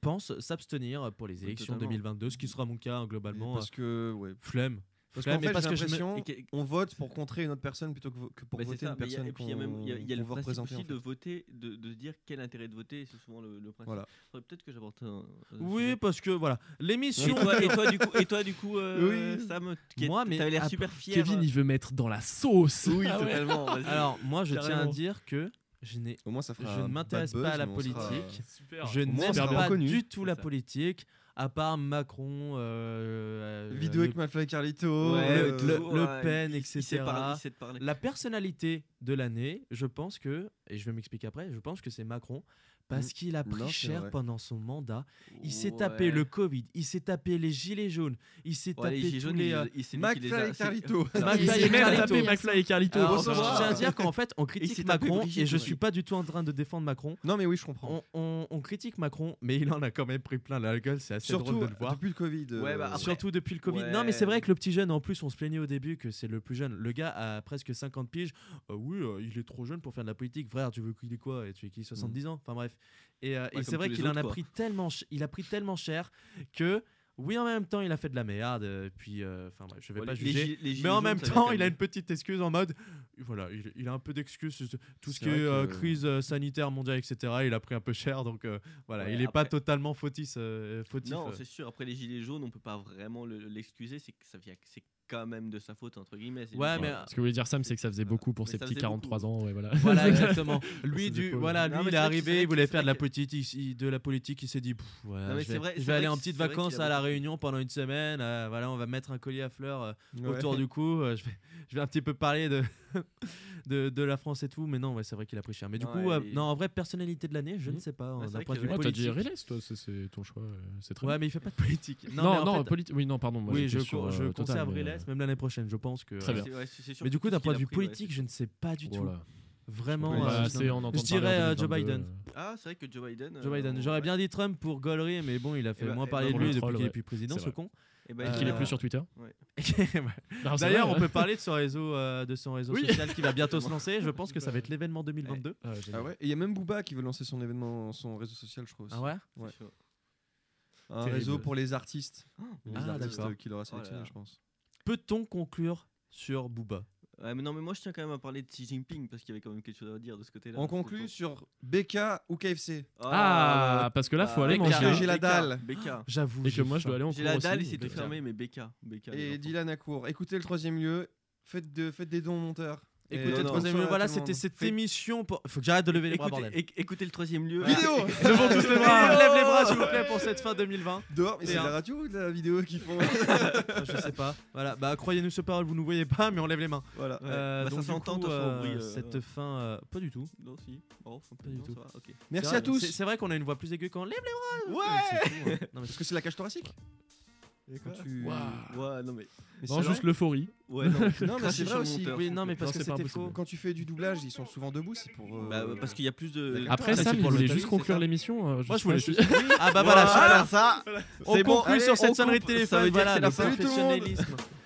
B: pensent s'abstenir pour les
F: Oui,
B: élections
F: totalement.
B: 2022, ce qui sera mon cas hein, globalement.
F: Parce que, ouais.
B: euh, Flemme.
F: Parce
B: Flemme,
F: qu'en
B: mais
F: fait,
B: parce
F: j'ai
B: que je me-
F: l'impression
E: et que-
F: on vote pour contrer une autre personne plutôt que, vo- que pour
E: Bah, c'est
F: voter
E: ça,
F: une
E: mais il y a-
F: personne
E: et puis il y a même il y a, il y a
F: qu'on
E: le
F: veut
E: principe
F: représenter.
E: aussi
F: en
E: de
F: fait.
E: voter, de, de se dire quel intérêt de voter, c'est souvent le, le principe.
F: Voilà.
E: Faudrait peut-être que j'apporte un. un
B: Oui,
E: sujet.
B: parce que voilà,
E: Et
B: l'émission.
F: *laughs*
E: toi, et toi, du coup, et toi, du coup euh, Sam, qui est-
B: Moi, mais
E: t'avais l'air
B: à-
E: super fier.
C: Kevin, il veut mettre dans la sauce.
E: Oui, totalement. vas-y.
B: Alors, moi, je tiens à
C: Carrément.
B: dire que je n'ai
F: Au moins, ça fera
B: Je
F: un
B: ne
F: bad
B: m'intéresse
F: buzz,
B: pas à la
F: mais on sera-
B: politique.
C: Super.
B: Je
F: moins,
B: n'aime
F: on sera
B: pas
F: reconnu.
B: du tout
E: C'est
B: la
E: ça.
B: politique, à part Macron, euh, euh,
F: Vidéo
B: Le,
F: avec Malfoy Carlito.
E: Ouais,
F: euh,
B: le-
E: tout.
B: Le-
E: toujours,
B: Le
E: ouais,
B: Pen,
E: il sait
B: etc.
E: parler, il sait te parler.
B: La personnalité de l'année, je pense que, et je vais m'expliquer après, je pense que c'est Macron, parce qu'il a pris
F: non, c'est
B: cher
F: vrai.
B: pendant son mandat. Il s'est tapé
E: Ouais.
B: le Covid, il s'est tapé les gilets jaunes, il s'est
E: Ouais,
B: tapé
E: les gilets
B: tous
E: jaunes,
B: les...
E: ils-
B: euh,
E: ils- c'est lui qui les a-
F: McFly et
E: c'est-
F: Carlito.
B: McFly
C: Il
B: et
C: s'est même
B: Carlito.
C: tapé McFly et Carlito.
B: Alors,
C: Bonsoir.
B: je tiens à dire qu'en fait, on critique
E: s'est tapé
B: Macron,
E: Brigitte Oh.
B: et je
E: Macron.
B: suis pas du tout en train de défendre Macron.
F: Non, mais oui, je comprends.
B: On, on- on critique Macron, mais il en a quand même pris plein la gueule, c'est assez
F: Surtout
B: drôle de le voir.
F: depuis le Covid. euh,
E: Ouais, bah, après-
B: Surtout depuis le Covid. Non, mais
E: Ouais.
B: c'est vrai que le petit jeune, en plus, on se plaignait au début que c'est le plus jeune. Le gars a presque 50 piges. Euh, oui, euh, il est trop jeune pour faire de la politique. Frère, tu veux qu'il est quoi Et Tu es qui 70 ans Enfin bref. Et, euh, et
E: Mm. comme
B: c'est vrai
E: tous les
B: qu'il en
E: autres,
B: a
E: quoi.
B: pris tellement, ch- il a pris tellement cher que, oui, en même temps, il a fait de la merde. euh, Et puis, euh, enfin bref, je vais
E: Ouais,
B: pas
E: les
B: juger.
E: gilets- les gilets
B: mais en
E: jaunes,
B: même
E: ça va
B: temps,
E: être
B: il a
E: calme.
B: une petite excuse en mode, voilà, il, il a un peu d'excuses. Tout ce
F: C'est
B: qui est
F: vrai
B: euh,
F: que-
B: crise euh, sanitaire mondiale, etc., il a pris un peu cher. Donc euh, voilà,
E: Ouais,
B: il n'est pas
E: après-
B: totalement fautif. euh, fautif
E: Non,
B: euh.
E: c'est sûr. Après les gilets jaunes, on peut pas vraiment le- l'excuser. C'est que ça vient, c'est quand même de sa faute entre guillemets. c'est
B: Ouais,
E: lui qui-
B: mais-
C: Ce que voulait dire Sam, c'est que ça faisait beaucoup pour
E: Mais
C: ces
E: ça
C: petits
E: faisait
C: 43 ans. Ouais, voilà.
E: *laughs*
B: Voilà, exactement. Lui,
C: c'est
B: du,
C: pas-
B: voilà,
E: Non,
B: lui il est
E: mais c'est vrai que c'est
B: arrivé,
E: vrai
B: il voulait
E: que-
B: faire de
E: c'est
B: la
E: vrai que-
B: politique, il- de la politique, il s'est dit, Pff, voilà,
E: Non, mais
B: je
E: c'est
B: vais,
E: vrai-
B: je
E: c'est
B: vais
E: vrai
B: aller en
E: que-
B: petite
E: c'est vrai qu'il a
B: vacances à la
E: beaucoup-
B: Réunion pendant une semaine, euh, voilà, on va mettre un collier à fleurs euh,
F: ouais.
B: autour du cou, euh, je, vais, je vais un petit peu parler de, *laughs* de, de la France et tout, mais non, ouais, c'est vrai qu'il a pris cher. Mais du
E: Non,
B: coup,
E: ouais,
B: euh,
E: il-
B: non, en vrai, personnalité de l'année, je
C: Mhm.
B: ne sais pas,
E: Ouais,
B: euh,
E: c'est
B: d'un
E: vrai
B: point de
E: que-
B: vue
E: Ouais,
C: Ouais, t'as dit
B: politique.
C: Relais, toi, ça, c'est ton choix. euh, C'est
E: hein.
C: très
B: Ouais,
C: bien.
B: mais il fait pas de politique. Non, mais
C: Non,
B: en
C: non,
B: fait,
C: politi- oui, non, pardon. moi,
B: oui,
C: j'étais
B: je,
C: sur,
B: co-
C: euh,
B: je
C: Total,
B: conserve
C: mais, euh,
B: Relais, même l'année prochaine, je pense que.
C: Très
B: euh,
C: bien.
E: C'est- ouais, c'est- c'est sûr
B: Mais du
E: que
B: coup,
E: tout
B: d'un
E: ce qu'il
B: point
E: a
B: de vue
E: pris, ouais,
B: politique, je ne sais pas du tout.
C: Voilà.
B: Vraiment.
F: Ouais,
B: euh,
C: Bah,
B: non,
C: c'est- on entend
B: je
C: parler en
B: dirais euh, Joe
C: 2022,
B: Biden.
C: euh,
E: c'est- Ah, c'est vrai que Joe Biden. euh,
B: Joe Biden.
E: on-
B: J'aurais
E: ouais.
B: bien dit Trump pour Gollery, mais bon, il a fait
E: Eh ben-
B: moins
E: eh ben,
B: parler de
C: pour
B: lui
C: le
B: depuis
C: troll,
B: qu'il est
C: ouais.
B: plus président,
C: C'est
B: ce
C: vrai.
B: con. *laughs*
E: Eh ben,
B: Euh,
C: Et qu'il est plus sur Twitter. Non, c'est
B: D'ailleurs,
C: vrai,
B: on peut parler de son réseau, euh, de son réseau
C: Oui.
B: social qui va bientôt se lancer. Je pense que ça va être l'événement 2022.
C: hein. Ah, génial.
F: Ah ouais, et il y a même Booba qui veut lancer son événement, son réseau social, je crois aussi.
B: Ah ouais
E: c'est
F: Ouais.
E: chaud.
F: Un
B: Terrible.
F: réseau pour les artistes. Les
B: Ah,
F: artistes
B: d'accord.
F: euh, qu'il aura
E: là
F: sélectionnés,
E: là.
F: je pense.
B: Peut-on conclure sur Booba
E: Ouais, mais non, mais moi je tiens quand même à parler de Xi Jinping parce qu'il y avait quand même quelque chose à dire de ce côté-là.
F: On conclut sur BK ou KFC.
C: Ah, parce que là, faut aller
E: Becca,
F: Parce que
C: manger.
F: j'ai la
E: Becca,
F: dalle.
E: Becca.
B: J'avoue.
C: Et que moi, je dois aller en cours.
E: J'ai la dalle et
C: aussi,
E: c'est tout
C: donc, euh,
E: fermé, mais Becca. Becca, les
F: Et
E: enfants.
F: Dylan à court. Écoutez le troisième lieu. Faites, de, faites des dons aux monteurs. Et
B: Écoutez,
F: bonne
B: troisième
F: soirée
B: lieu,
F: à
B: voilà,
F: Eh, tout le
B: c'était
F: monde.
B: cette
F: hein. Faites-
B: émission. pour- Faut que j'arrête de lever les bras,
E: Écoutez,
B: bordel.
E: éc- écoutez le troisième lieu.
B: *laughs*
F: Vidéo
B: Levons tous les bras. Lève les bras, s'il vous plaît, pour cette fin 2020.
F: Dehors, mais c'est de
B: Bien.
F: la radio ou de la vidéo qu'ils font
B: Ah, Je sais pas. Voilà, bah croyez-nous ce parole, vous nous voyez pas, mais on lève les mains.
F: Voilà.
E: Ouais.
B: Euh,
E: Bah,
B: donc,
E: ça
B: du
E: s'entend,
B: coup,
E: de toute façon, au bruit,
B: euh,
E: euh,
B: cette
E: ouais.
B: fin, euh, pas du tout.
E: *laughs* Non, si. Oh, un peu,
B: Pas du
E: non,
B: tout.
E: ça va, ok.
F: *laughs* Merci
B: C'est vrai-
F: à
B: c'est-
F: tous.
B: C'est vrai qu'on a une voix plus aiguë quand on lève les bras.
F: Ouais.
B: C'est- c'est fou, hein. Non, mais
F: Parce que c'est la cage thoracique. Et quand tu...
C: Waouh.
E: Ouais, non, mais.
F: Mais c'est
C: Non, juste
F: vrai.
C: l'euphorie.
E: Ouais, non, mais-
F: Non, mais c'est
E: Cracher
F: vrai
E: sur le
F: aussi.
E: monteur.
B: Oui, non, mais parce que
C: Non, c'est pas
B: c'était
C: impossible.
B: faux.
F: Quand tu fais du doublage, ils sont souvent debout, c'est pour. euh,
E: Bah, ouais, parce qu'il y a plus de.
F: D'accord.
C: Après,
F: Ça,
C: Sam,
F: c'est
C: il
F: pour
C: voulait
F: l'Italie,
C: juste conclure l'émission. euh, je
B: Moi, je
C: sais pas,
B: voulais juste. Ah bah *laughs*
E: Voilà,
B: voilà,
E: ça.
B: on
E: C'est bon,
B: conclut
E: allez,
B: sur
E: on
B: cette
E: coupe.
B: sonnerie de
E: Ça
B: téléphone.
E: veut dire que
B: Voilà,
E: c'est
B: le
E: la fin.
B: professionnalisme.